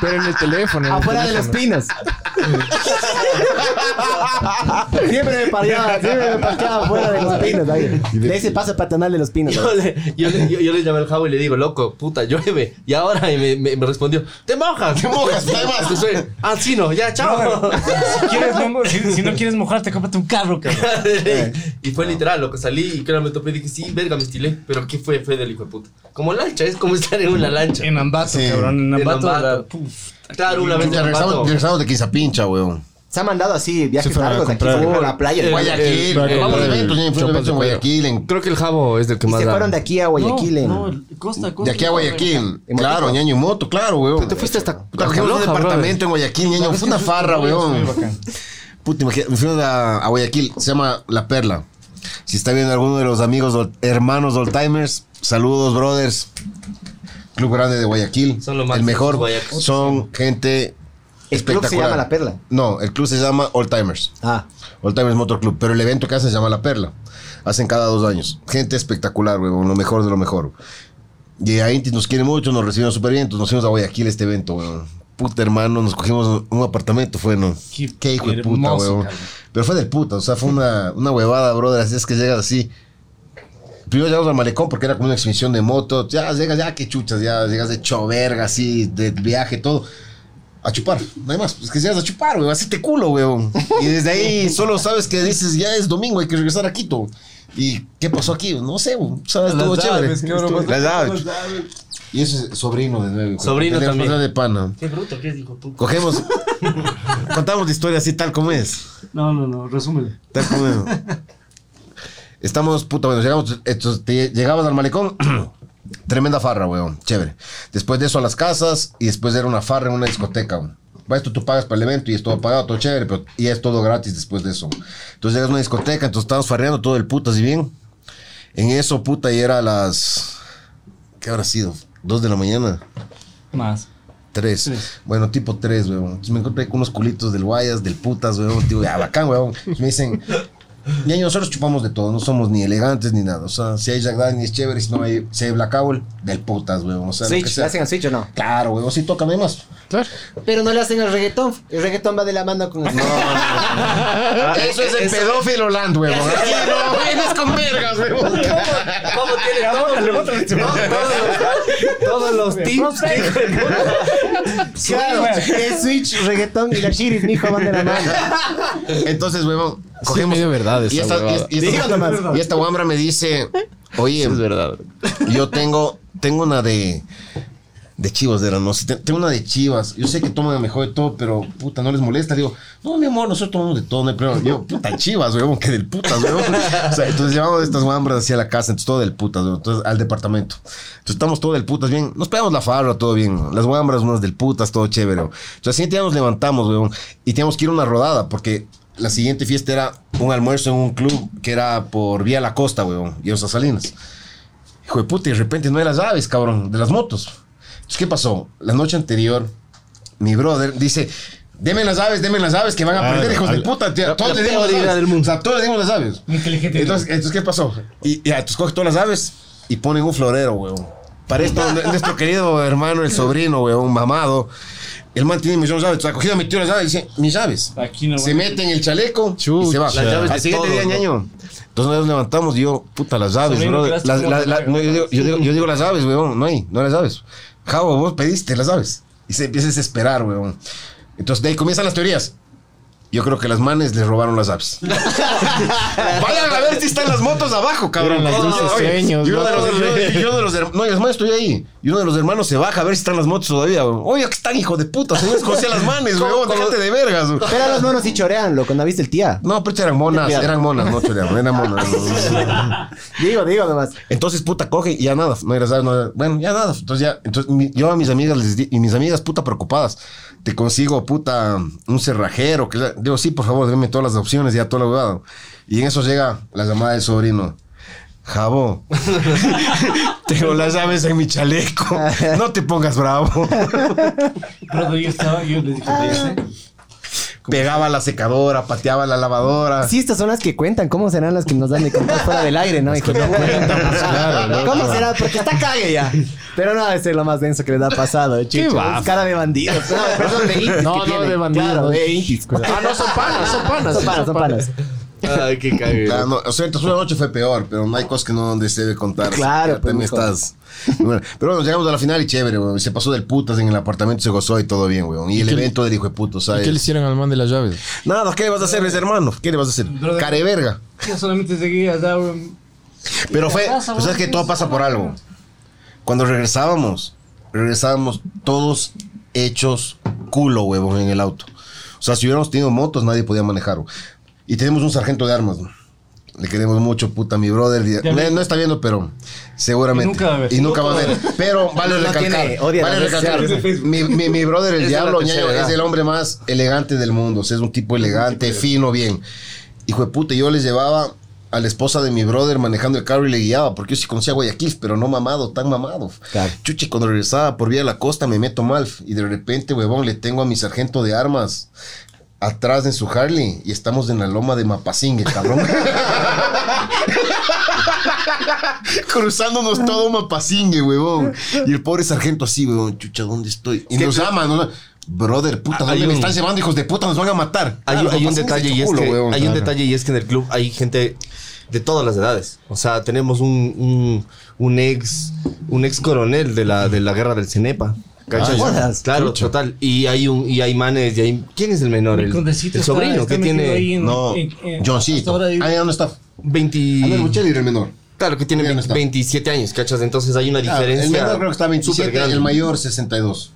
S7: pero en el teléfono. en el
S4: Afuera de los
S7: teléfono.
S4: pinos. siempre me parqueaba, siempre me parqueaba afuera de los pinos. ahí. De ese paso peatonal de los pinos.
S3: Yo le, yo, le, yo, yo le llamé al jabo y le digo, loco, puta, llueve. Y ahora y me, me, me respondió, te mojas. Te mojas, te mojas. Ah, sí, no, ya, chao.
S6: Si, quieres, no, si, si no quieres mojarte, cómprate un carro, cabrón.
S3: y fue literal, loco, salí y claro, me topé y dije, sí, verga, me estilé. Pero ¿qué fue? Fue del hijo de puta. Como lancha, es como estar en una lancha.
S8: En Ambato, cabrón. En
S3: En
S8: Ambato.
S3: Ambato.
S8: la- puf.
S3: Claro, una vez en
S5: Chucha,
S3: Ambato.
S5: Regresamos regresamos de Quizapincha, weón.
S4: Se han mandado así viajes
S2: Se fueron a
S4: largos de aquí, se
S2: comprar.
S4: fueron a la playa.
S3: Eh,
S5: Guayaquil.
S3: eh,
S5: Vamos
S3: eh,
S5: a eventos. ya Fue un
S2: Chopas
S5: evento
S2: de
S5: en Guayaquil. en-
S3: Creo que el jabo es del que
S4: Y
S3: más
S4: se
S3: da.
S4: fueron de aquí a Guayaquil. en-
S6: No, no, costa, costa.
S5: De aquí a Guayaquil.
S4: En
S5: Claro,
S4: Motoca.
S5: ñaño y moto, claro, weón.
S3: Te fuiste hasta
S5: Trabajamos en un
S3: Loja, brother.
S5: departamento en Guayaquil, ñaño. Fue una farra, weón. Puta, imagínate, me fui a, a Guayaquil, se llama La Perla. Si está viendo alguno de los amigos, old- hermanos oldtimers, saludos, brothers. Club Grande de Guayaquil.
S3: Son lo máximo,
S5: el mejor.
S3: Guayaquil.
S5: Son gente
S4: El club se
S5: espectacular.
S4: llama La Perla.
S5: No, el club se llama Oldtimers.
S4: Ah,
S5: Oldtimers Motor Club. Pero el evento que hacen se llama La Perla. Hacen cada dos años. Gente espectacular, weón. Lo mejor de lo mejor. Y ahí nos quiere mucho, nos recibieron súper bien. Entonces nos fuimos a Guayaquil a este evento, weón. Puta hermano, nos cogimos un apartamento, fue, ¿no? Qué, hijo de puta,
S8: hermoso,
S5: weón.
S8: cabrón.
S5: Pero fue del puta, o sea, fue una, una huevada, brother. Así es que llegas así. Primero llegamos al malecón porque era como una exhibición de moto. Ya llegas, ya que chuchas, ya llegas de choverga, así, de viaje, todo. A chupar, nada más. Es que llegas a chupar, weón. Así te culo, weón. Y desde ahí solo sabes que dices, ya es domingo, hay que regresar a Quito. ¿Y qué pasó aquí? No sé, weón. Sabes,
S8: Las
S5: todo chévere.
S8: aves, cabrón,
S5: Estuvo-
S8: vos-
S5: Las aves.
S8: las aves.
S5: Y ese es sobrino de nuevo.
S3: Sobrino
S5: Tenemos
S3: también.
S5: una de pana.
S6: Qué bruto que es, hijo de puta.
S5: Cogemos. contamos la historia así tal como es.
S6: No, no, no, resúmelo.
S5: Tal como es. Estamos, puta, bueno, llegamos, entonces, te llegabas al malecón, tremenda farra, weón, chévere. Después de eso a las casas y después era una farra en una discoteca, weón. Va, Esto tú pagas para el evento y es todo pagado, todo chévere, pero y es todo gratis después de eso. Entonces llegas a una discoteca, entonces estábamos farreando todo el puta, si bien. En eso, puta, y era a las. ¿Qué habrá sido? ¿Dos de la mañana?
S8: Más.
S5: Tres. Bueno, tipo tres, weón. Entonces me encontré con unos culitos del Guayas, del putas, weón. Digo, ya, bacán, weón. Entonces me dicen, ya nosotros chupamos de todo, no somos ni elegantes ni nada. O sea, si hay Jack Daniels, chévere, si no hay, si hay Black Owl, del putas, weón. O sea, lo que
S4: Switch. ¿Le
S5: sea.
S4: hacen al Switch o no?
S5: Claro, weón, sí, tócame más.
S4: Pero no le hacen al reggaetón. El reggaetón va de la mano con el
S5: Eso es el pedófilo land, weón. Aquí no, vienes con vergas, weón.
S3: ¿Cómo tiene todos los, todos los tips?
S4: Claro, es Switch, reggaetón y la shiris, mijo, van de la mano.
S5: Entonces, weón,
S2: Sí,
S5: cogemos.
S2: medio verdad esa
S5: y, esta, y
S2: huevada.
S5: esta- y esta- y esta guambra me dice, oye,
S2: Es verdad.
S5: Yo tengo, tengo una de. De chivas, de la no. sí, te- Tengo una de chivas. Yo sé que toman el mejor de todo, pero puta, no les molesta. Digo, no, mi amor, nosotros tomamos de todo, no hay problema. Yo, puta chivas, weón, que del putas, weón. O sea, entonces llevamos estas guambras hacia la casa, entonces todo del putas, weón. Entonces al departamento. Entonces estamos todo del putas, bien. Nos pegamos la farra, todo bien. Las guambras, unas del putas, todo chévere. weón. Entonces al siguiente día nos levantamos, weón. Y teníamos que ir a una rodada, porque la siguiente fiesta era un almuerzo en un club que era por vía la costa, weón, y Osas Salinas. Hijo de puta, y de repente no de las aves, cabrón, de las motos. Entonces, ¿qué pasó? La noche anterior, mi brother dice, deme las aves, deme las aves que van a
S2: Ah,
S5: perder, hijos
S2: al-
S5: de puta. tía,
S3: la-
S5: todos
S3: la
S5: le dimos las
S3: peor idea
S5: aves.
S3: del mundo.
S5: O sea, todos le dimos las aves.
S8: Inteligente.
S5: Entonces, entonces, ¿qué pasó? Y ya, entonces coge todas las aves y ponen un florero, weón. Para esto, n- nuestro querido hermano, el sobrino, weón, mamado. El man tiene millones de aves. Entonces, ha cogido, metido las aves y dice, mis aves.
S6: Aquí no
S5: Se
S6: va.
S5: mete en el chaleco y se va.
S3: Las llaves de
S5: Al siguiente
S3: todos,
S5: día,
S3: ¿no?
S5: ñaño. Entonces nos levantamos y yo, puta, las aves,
S8: Sobrino,
S5: bro.
S8: quedaste
S5: Las-
S8: como
S5: la- la-
S8: la-
S5: no, yo, digo, yo, digo, yo digo las aves, weón. No hay, no las aves. Javo, vos pediste las aves. Y se empieza a desesperar, weón. Entonces de ahí comienzan las teorías. Yo creo que las manes les robaron las aves. Vayan a ver si están las motos abajo, cabrón.
S7: Eran las
S5: Oye,
S7: dulces sueños,
S5: y uno de los,
S7: loco.
S5: yo- yo uno de los her- no, y las manes estoy ahí. Y uno de los hermanos se baja a ver si están las motos todavía. weón. Oye, que están, hijo de puta. Se les cosía las manes, weón. Déjate de vergas. weón.
S4: Pero los monos sí chorean, loco, ¿no viste el tía?
S5: No, pero eran monas,
S4: Cuidado.
S5: eran monas, no choreaban, eran monas.
S4: Digo, digo nomás.
S5: Entonces, puta, coge y ya nada, no era nada, no era- bueno, ya nada. Entonces, ya, entonces mi- yo a mis amigas les di, y mis amigas, puta, preocupadas, te consigo, puta, un cerrajero, que la- digo, sí, por favor, denme todas las opciones, ya todo lo abogado. Y en eso llega la llamada del sobrino. Jabo, tengo las llaves en mi chaleco. No te pongas bravo.
S6: Pero yo estaba, yo les dije, "Oye, ¿sí?
S5: Pegaba la secadora, pateaba la lavadora.
S4: Sí, estas son las que cuentan. ¿Cómo serán las que nos dan de contar fuera del aire, no? hijo? ¿Cómo será? Porque está cague ya. Pero no ha de ser lo más denso que les ha pasado, eh, chicho. Es cara de bandidos. No, perdón, de intis.
S7: No,
S4: que
S7: no,
S4: tienen.
S7: de bandidos.
S4: Claro, de intis.
S7: Ah, no, son panas, son panas.
S4: Son panas, son panas.
S3: Ay, qué cague.
S5: Claro, no, o sea, entonces una noche fue peor, pero no hay cosas que no se debe contar.
S4: Claro,
S5: pero
S4: pues,
S5: me
S4: mijo.
S5: estás. Bueno, pero bueno, llegamos a la final y chévere, weón. Se pasó del putas en el apartamento, se gozó y todo bien, weón. Y el evento del hijo de puto, ¿sabes?
S2: ¿Qué le hicieron al man de las llaves?
S5: Nada, ¿qué le vas a hacer, ese hermano? ¿Qué le vas a hacer?
S6: Brother.
S5: Careverga.
S6: Ah. Yo solamente seguía, ¿sabes?
S5: Pero fue,
S6: ¿Qué pasa,
S5: tú sabes
S6: weón?
S5: que
S6: ¿Qué
S5: todo
S6: es
S5: pasa
S6: esa
S5: por
S6: madre?
S5: algo. Cuando regresábamos, regresábamos todos hechos culo, huevos, en el auto. O sea, si hubiéramos tenido motos, nadie podía manejar. weón. Y tenemos un sargento de armas, weón. Le queremos mucho, puta, mi brother.
S6: Ya
S5: No,
S6: vi.
S5: no está viendo, pero seguramente.
S6: Y nunca va a ver.
S5: Y nunca va a ver. Pero vale
S4: No
S5: recalcar.
S4: tiene- odia
S5: vale
S4: las redes
S5: recalcar. Mi, mi- mi brother, el
S3: Es de la
S5: diablo,
S3: tercera
S5: ñaño,
S3: edad.
S5: es el hombre más elegante del mundo. O sea, es un tipo elegante, fino, bien. Hijo de puta, yo les llevaba a la esposa de mi brother manejando el carro y le guiaba, porque yo sí conocía Guayaquil, pero no mamado, tan mamado.
S4: Claro.
S5: Chuchi, cuando regresaba por vía de la costa me meto mal y de repente, huevón, le tengo a mi sargento de armas atrás en su Harley y estamos en la loma de Mapasingue, cabrón. Cruzándonos todo Mapasingue, huevón. Y el pobre sargento así, huevón, chucha, ¿dónde estoy? Y nos aman, nos aman. Brother, puta, ¿dónde
S3: Hay
S5: me
S3: un-
S5: están llevando, hijos de puta? Nos van a matar.
S3: Hay, hay
S5: Claro,
S3: un
S5: Mapasingue
S3: detalle
S5: hecho
S3: y es
S5: culo,
S3: que
S5: huevón.
S3: hay un detalle y es que en el club hay gente de todas las edades. O sea, tenemos un, un, un ex un ex coronel de la, de la guerra del Cenepa. ¿Cachai?
S4: jodas.
S3: claro, total. Y hay un y hay manes y hay ¿quién es el menor?
S6: Mi
S3: El,
S6: condecito
S3: el
S6: está-
S3: sobrino
S6: está
S3: que
S6: metido
S3: tiene
S6: ahí en-
S5: No,
S6: en- en- hasta
S5: Johncito.
S6: ahora digo,
S5: Ahí, ¿dónde está?
S3: 20
S5: Andrés Bocelli era el menor.
S3: Claro, que tiene
S5: Ya no
S3: 20
S5: está.
S3: 27 años, ¿cachas? Entonces hay una
S5: Ah,
S3: diferencia.
S5: el menor creo que está 27,
S3: supergrande.
S5: el mayor 62.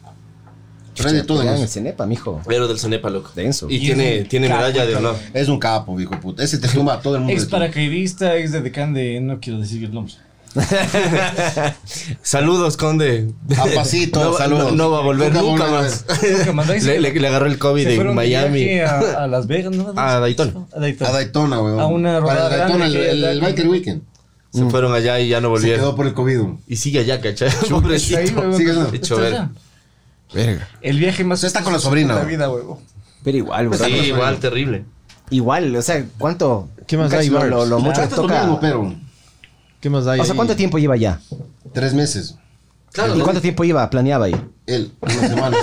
S5: Trae de todo.
S4: Vean el
S5: ¿no?
S4: cenepa, mijo.
S3: Pero del Cenepa, loco.
S4: Denso.
S3: Y tiene, tiene medalla de honor.
S5: Es un capo, viejo puto. Ese te fuma a todo el mundo.
S6: Ex
S5: de todo.
S6: paracaidista, ex de decán de. No quiero decir el nombre.
S3: Saludos, Conde.
S5: A pasito,
S3: no, va-
S5: saludos.
S3: No, no va a volver
S5: Nunca
S3: nunca,
S5: volverá.
S3: más.
S6: Nunca más.
S3: Le,
S6: Ahí se-
S3: le- le agarró el COVID
S6: se
S3: en
S6: fueron de
S3: Miami.
S6: viaje A, a Las Vegas, ¿no?
S3: A Daytona.
S6: A Daytona.
S5: A Daytona, weón.
S6: A una
S5: Para
S6: rodada
S5: Daytona, el,
S6: grande que
S5: el, el
S6: da-
S5: Biker Weekend.
S3: Mm. Se fueron allá y ya no
S5: Se
S3: volvieron.
S5: quedó por el COVID.
S3: Y sigue allá, ¿cachai?
S6: Está ahí,
S3: Pobrecito.
S6: huevón,
S5: Sigue
S6: está-
S5: eso.
S6: está
S3: Hecho ver.
S6: allá.
S2: Verga.
S6: El viaje más.
S5: Usted está con la sobrina,
S6: de La
S5: güey.
S6: vida, huevo.
S4: Pero igual, bro.
S3: Sí, igual, terrible.
S4: Igual, o sea, ¿cuánto?
S2: ¿Qué más
S4: Casi
S2: hay,
S4: lo-
S2: Barbs?
S4: Lo, lo mucho que
S5: Ahorita es lo
S4: toca.
S5: mismo, pero
S2: ¿Qué más hay?
S4: o sea,
S2: ahí?
S4: ¿cuánto tiempo lleva ya?
S5: tres meses.
S4: ¿Y cuánto tiempo iba? Planeaba ahí.
S5: Él, una semana.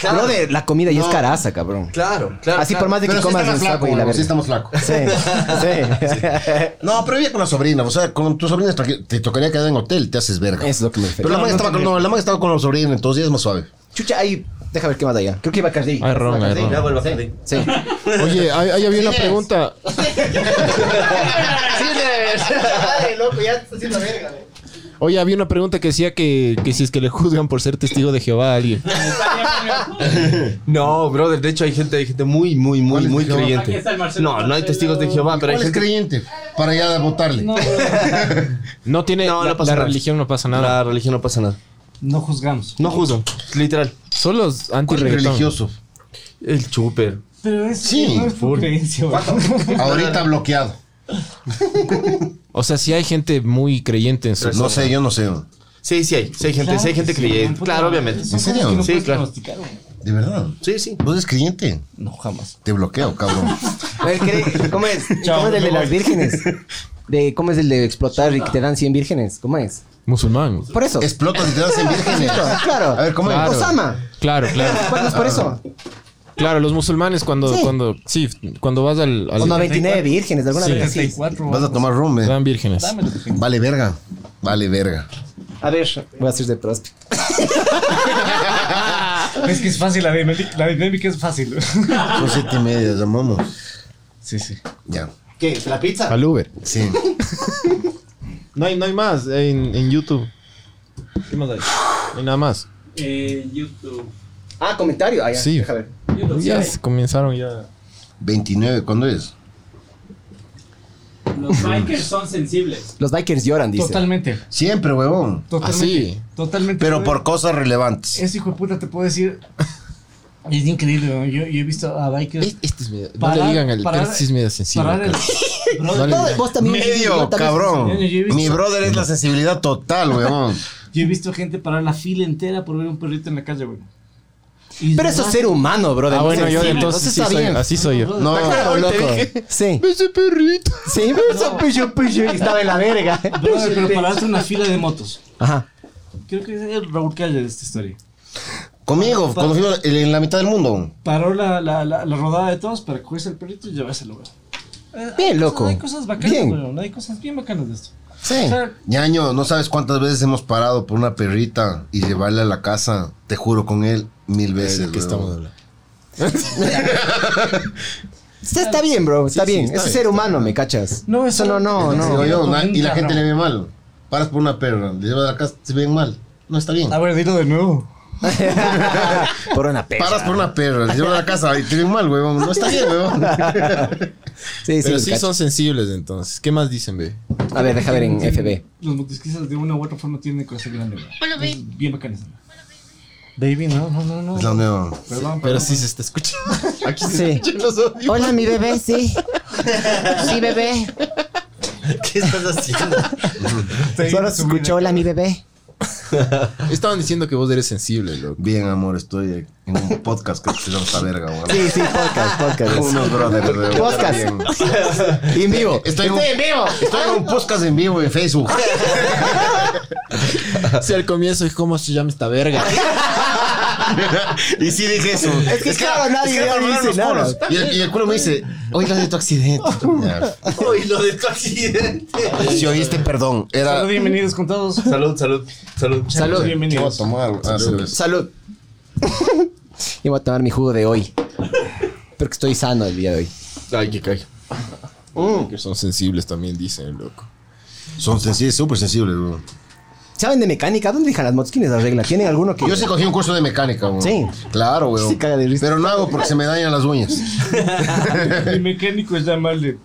S4: Brother, la comida ya es caraza, cabrón.
S3: Claro, claro.
S4: Así por más de que
S5: pero sí
S4: comas
S5: estamos
S4: en saco
S5: flacos,
S4: y la
S5: weón, sí
S4: verga.
S5: estamos
S4: Sí,
S5: flacos.
S4: sí.
S5: No, pero vivía con la sobrina. O sea, con tu sobrina tranqui- te tocaría quedar en hotel, te haces verga.
S4: Es lo que me refiero.
S5: Pero la man estaba, con- no, la man estaba con la sobrina, entonces ya es más suave.
S4: pues, Chucha, ahí, deja ver qué más allá. Creo que iba a Cardi.
S2: Hay ron, hay ron.
S3: Ya vuelvo a hacer.
S4: Sí.
S2: Oye, ahí, ahí había una
S5: Sí es.
S2: pregunta.
S4: loco, ya está haciendo verga.
S2: Oye, había una pregunta que decía que, que si es que le juzgan por ser testigo de Jehová a alguien.
S3: No, brother, de hecho hay gente, hay gente muy, muy, muy,
S5: ¿Cuál es
S3: muy
S5: de Jehová?
S9: Aquí
S3: creyente.
S9: está el Marcelo
S3: No, no hay
S9: Marcelo.
S3: testigos de Jehová, pero hay
S5: ¿Cuál es
S3: gente.
S5: creyente? Para ya votarle.
S6: No, bro,
S2: No tiene.
S3: No, no
S2: la,
S3: pasa
S2: la
S3: nada.
S2: religión no pasa nada.
S3: La religión no pasa nada.
S6: no juzgamos.
S3: No juzgo, literal.
S2: Son los anti
S5: religioso.
S3: El chuper.
S6: Pero es,
S5: Sí,
S6: no es por creencia, güey.
S5: Ahorita bloqueado.
S2: O sea, sí hay gente muy creyente en su...
S5: No sé, yo no sé. güey.
S3: Sí, sí hay. Sí hay gente, sí hay gente creyente. Claro, obviamente.
S5: ¿En serio?
S3: Sí, claro.
S5: De verdad.
S3: Sí, sí.
S5: ¿Vos eres creyente?
S6: No, jamás.
S5: Te bloqueo, cabrón.
S4: Él cree- ¿Cómo es? ¿Cómo es el de las vírgenes? De, ¿Cómo es el de explotar y que te dan 100 vírgenes? ¿Cómo es?
S2: Musulmán.
S4: Por eso. Ah,
S5: Explotas y te das en vírgenes.
S4: Claro.
S5: A ver, ¿cómo es?
S2: Claro.
S4: Osama.
S2: Claro, claro.
S4: Bueno, es por eso.
S2: Claro, los musulmanes cuando...
S4: Sí.
S2: cuando Sí, cuando vas al... al
S4: O 99 vírgenes, de alguna
S2: Sí.
S4: vez así.
S11: 34.
S5: Vas a tomar rum, eh.
S2: dan vírgenes.
S5: Vale verga. Vale verga.
S4: A ver, voy a hacer de prospecto.
S6: Es que es fácil la dinámica, la dinámica es fácil.
S5: Son siete y media, llamamos.
S6: Sí, sí.
S5: Ya.
S4: ¿Qué? ¿La pizza?
S2: Al Uber.
S5: Sí.
S2: No hay, no hay más eh, en, en YouTube. ¿Qué más hay? No hay nada más.
S9: Eh, YouTube.
S4: Ah, comentario. Ah, ya.
S2: Sí.
S4: Deja ver.
S9: YouTube sí
S2: Pues Ya
S9: hay.
S2: se comenzaron ya.
S5: 29, ¿cuándo es?
S9: Los bikers son sensibles.
S4: Los bikers lloran, dice.
S6: Totalmente.
S5: Siempre, huevón.
S6: Totalmente.
S2: Así.
S6: Totalmente.
S5: Pero
S6: puede-
S5: por cosas relevantes.
S6: Ese hijo de puta te puedo decir. Es increíble, ¿no? yo, yo he visto a bikers.
S2: Este es medio.
S6: Parar-
S2: no le digan al
S6: parar-
S2: este sí es medio sensible.
S6: parar el-
S2: cara.
S6: Brother,
S2: No le
S4: Todo-
S2: digan.
S4: Vos también.
S5: Medio,
S4: yo también-
S5: cabrón.
S6: Yo he visto-
S5: Mi brother es la sensibilidad total, huevón.
S6: Yo he visto gente parar la fila entera por ver un perrito en la calle, güey. Y
S4: Pero eso es ser humano, brother.
S2: Ah, bueno, yo
S4: Sí,
S2: entonces sí
S4: está
S2: soy,
S4: bien.
S2: así soy yo.
S5: No,
S4: loco. Sí.
S2: Ese perrito.
S4: Sí, pero eso pillo, pillo, y estaba en la verga.
S6: Brother, pero paraste una fila de motos.
S4: Ajá.
S6: Creo que es Raúl Calle de esta historia.
S5: Conmigo, cuando fui en en la mitad del mundo.
S6: Paró la, la, la, la rodada de todos para cogerse al perrito y llevárselo, güey. Eh, hay
S4: Bien,
S6: cosas-
S4: loco.
S6: Hay cosas bacanas,
S4: Bien.
S6: güey. Hay cosas bien bacanas de esto.
S4: Sí.
S6: O sea,
S5: Ñaño, no sabes cuántas veces hemos parado por una perrita y llevarla a la casa. Te juro con él, mil veces.
S2: ¿Qué
S5: huevón.
S2: estamos hablando?
S4: Está, está bien, bro. Está
S2: sí,
S4: bien.
S2: está
S4: Eso es
S2: bien,
S4: ser humano, ¿me cachas?
S6: No, eso-
S4: eso no, no,
S6: eso
S5: Digo
S4: no.
S6: sí.
S5: yo, na- y la
S6: Cabrón.
S5: gente le ve mal. Paras por una perra, le llevas a la casa, se ven mal. No está bien.
S4: Ah,
S6: a ver, dilo de nuevo.
S4: Por una perra.
S5: Paras por una perra, le llevas a la casa y te ven mal, huevón. No está bien, huevón.
S4: Sí, sí,
S2: Pero
S4: me
S2: sí
S4: cacho.
S2: son sensibles entonces. ¿Qué más dicen, bebé?
S4: A ver, deja ver en
S6: Tienen-
S4: FB.
S6: Los motoquistas de una u otra forma tienen el corazón grande, güey. Es Bien bacanas. Baby, no, no, no, no.
S5: Es la nueva.
S6: Perdón,
S2: Pero
S6: perdón.
S2: sí se está escuchando. Aquí se
S4: Sí.
S2: escuchan los audios.
S4: Hola, mi bebé, sí. Sí, bebé.
S2: ¿Qué estás haciendo?
S4: Solo se escuchó hola, mi bebé.
S2: Estaban diciendo que vos eres sensible, loco.
S5: Bien, amor, estoy en un podcast que se llama esta verga, huevón.
S4: Sí, sí, podcast, podcast.
S5: Unos brothers, huevón.
S4: Podcast.
S5: Bien.
S4: Y en vivo.
S5: Estoy en un-
S4: vivo.
S5: Estoy en un podcast en vivo en Facebook.
S2: Sí, al comienzo, ¿cómo se llama esta verga?
S5: y sí dije eso.
S4: Es que, claro, nadie
S5: era para
S4: dice
S5: armar los
S4: nada.
S5: culos. Y el, y el culo me dice, hoy lo de tu accidente.
S3: Uy, lo ¿eh? de tu accidente.
S5: Si Pues oíste, perdón. Era...
S6: Salud, bienvenidos con todos.
S3: Salud, salud, salud.
S4: Salud.
S5: ¿Qué voy a
S6: Bienvenidos.
S5: tomar? Ah, cerveza.
S4: Salud. Yo voy a tomar mi jugo de hoy. Pero que estoy sano el día de hoy.
S2: Ay, que cae. Que son sensibles también, dicen, loco.
S5: Son sensibles, súper sensibles, bro.
S4: ¿Saben de mecánica? ¿Dónde dejan las motos? ¿Quiénes las reglas? ¿Tienen alguno que.?
S5: Yo sí cogí un curso de mecánica, bro.
S4: Sí.
S5: Claro, weón.
S4: Sí, caga de risa.
S5: Pero no hago porque se me dañan las uñas.
S6: Mi mecánico es llamarle.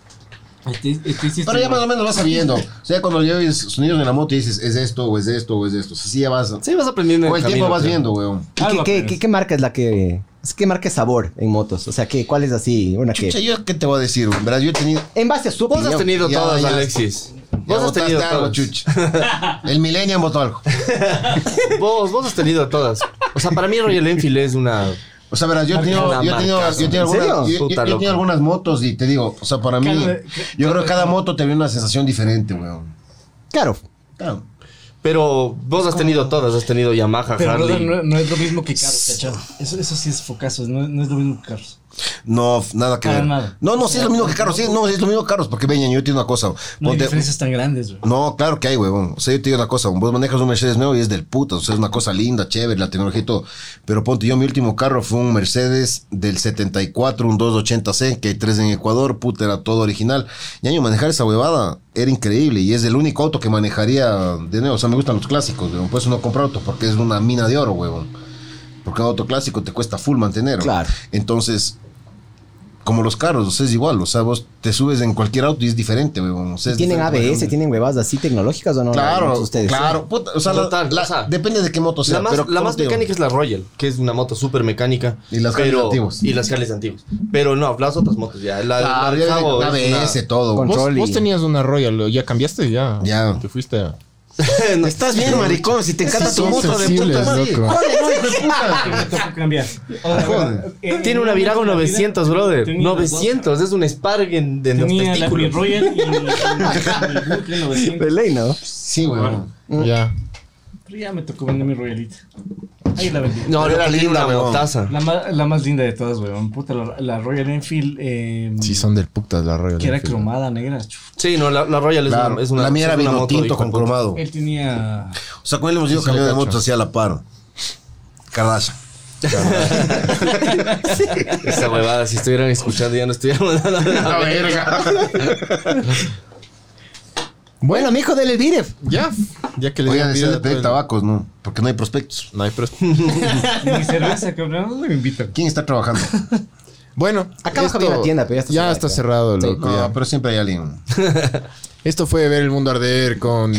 S6: Este, este sí
S5: Pero ya más o menos vas sabiendo. O sea, cuando lleves sonidos en la moto y dices, es esto, o es esto, o es esto. O sea, sí ya vas.
S3: Sí, Pues vas aprendiendo en
S5: Con el
S3: camino,
S5: tiempo vas
S3: creo.
S5: viendo, weón.
S4: ¿Qué,
S6: Algo
S4: qué- qué-
S6: apenas.
S4: qué marca es la que.? es ¿Qué marca es sabor en motos? O sea, ¿qué, ¿cuál es así? Una
S5: Chucha,
S4: que.
S5: yo qué te voy a decir, weón. Verás, yo he tenido.
S4: En base a su
S3: Vos has
S4: opinión.
S3: tenido
S5: Ya,
S3: todas,
S5: ya.
S3: Alexis.
S5: Ya
S3: Vos has
S5: botaste
S3: tenido
S5: algo,
S3: todas.
S5: chucha. El Millennium votó algo.
S3: Vos, vos has tenido todas. O sea, para mí Royal Enfield es una...
S5: O sea, verás, yo he
S3: Marca
S5: tenido,
S3: una
S5: yo he tenido,
S3: marca,
S5: yo he tenido
S3: ¿no? ¿En
S5: algunas, yo,
S3: serio?
S5: yo-
S3: Puta,
S5: yo he tenido
S3: loco.
S5: algunas motos y te digo, o sea, para mí,
S6: Cada-
S5: yo creo que cada moto te viene una sensación diferente, weón.
S4: Claro.
S5: Claro.
S3: Pero vos has tenido todas. Has tenido Yamaha,
S6: Pero brother,
S3: Harley.
S6: no, no es lo mismo que carros, ¿cachai? Eso, eso sí es focazo, no, no es lo mismo que carros.
S5: No, f- nada que
S6: Para
S5: ver.
S6: nada.
S5: No, no, sí es lo mismo que carros, sí, no, sí es lo mismo que carros, porque veña, yo te digo una cosa.
S6: No hay
S5: ponte-
S6: diferencias tan grandes, güey.
S5: no, claro que hay, weón. O sea, yo te digo una cosa, vos manejas un Mercedes nuevo y es del puto, o sea, es una cosa linda, chévere, la tecnología y todo. Pero ponte, yo mi último carro fue un Mercedes del 74, un 280C, que hay tres en Ecuador, puta, era todo original. Y año manejar esa huevada era increíble y es el único auto que manejaría de nuevo. O sea, me gustan los clásicos, weón. Por eso no compro autos, porque es una mina de oro, weón. Porque un auto clásico te cuesta full mantener.
S4: Claro.
S5: Entonces, como los carros, o sea, es igual, o sea, vos te subes en cualquier auto y es diferente, weón. o sea, es
S4: ¿Tienen
S5: diferente,
S4: ABS?
S5: weón.
S4: ¿Tienen huevas así tecnológicas o no?
S5: Claro,
S4: ustedes?
S5: claro. puta, o sea, la-
S3: Total,
S5: la-
S3: o sea,
S5: depende de qué moto sea.
S3: la más,
S5: pero
S3: la más
S5: como te digo,
S3: mecánica es la Royal, que es una moto súper mecánica.
S5: Y las
S3: pero-
S5: Harley antiguas. Ah,
S3: Y las Harley antiguas. Pero no, las otras motos ya. La, la
S5: La, la-
S3: Jabo
S5: la
S3: es una-
S5: ABS, todo.
S4: Con-
S5: weón.
S2: Vos,
S4: Control y-
S2: vos tenías una Royal, ¿ya cambiaste? Ya.
S5: Ya.
S2: Te fuiste a.
S3: No,
S4: Estás bien, maricón, si te encanta tu
S2: son
S4: moto de
S2: sensibles,
S4: puta madre.
S2: loco.
S6: Ah, Me tocó cambiar.
S5: Joder.
S6: Eh,
S3: Tiene una Virago 900, brother.
S6: Tenía-
S3: 900, es un Spark en, de los
S6: Tenía la Free
S3: testículos.
S6: Royal y, y- y el bucle 900.
S4: De ley, ¿no?
S5: Sí, weón.
S2: Ya.
S6: Pero ya me tocó vender mi Royalita. Ahí la vendí.
S3: No,
S5: Pero
S3: no,
S5: era
S3: tiene
S5: linda,
S3: una
S5: weón.
S3: motaza.
S6: La, ma- la más linda de todas, weón. Puta, la, la Royal Enfield. eh,
S2: Sí, son del putas la Royal.
S6: que era
S2: Enfield.
S6: cromada, negra. chuf.
S3: Sí, no, la, la Royal es
S5: Claro,
S3: una, es una.
S5: la mía era
S3: es una
S5: vino
S3: moto
S5: tinto
S3: hijo
S5: con
S3: de puta.
S5: cromado.
S6: Él tenía.
S5: O sea, con él hemos ido cambiando de moto hacia la par. Kardashian.
S3: Esa huevada, si estuvieran escuchando ya no estuvieran mandando nada.
S4: Bueno, mijo, del Elvire.
S2: Ya. Ya que le dieron
S5: Oigan, decía de
S2: vida,
S5: pedir
S2: pues,
S5: tabacos, ¿no? Porque no hay prospectos.
S2: No hay pros-
S6: Mi cerveza, cabrón. ¿Dónde me invitan?
S5: ¿Quién está trabajando?
S2: Bueno.
S4: Acá abajo había una tienda, pero ya está
S2: Ya
S4: cerrada,
S2: está
S4: creo.
S2: cerrado, loco.
S5: No,
S2: ya.
S5: pero siempre hay alguien.
S2: Esto fue Ver el Mundo Arder con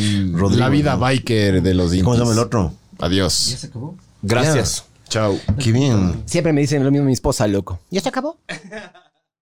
S2: la vida biker de los indies.
S5: ¿Cómo se llama el otro?
S2: Adiós.
S6: ¿Ya se acabó?
S3: Gracias.
S2: Chao.
S5: Qué bien.
S4: Siempre me dicen lo mismo mi esposa, loco. ¿Ya se acabó?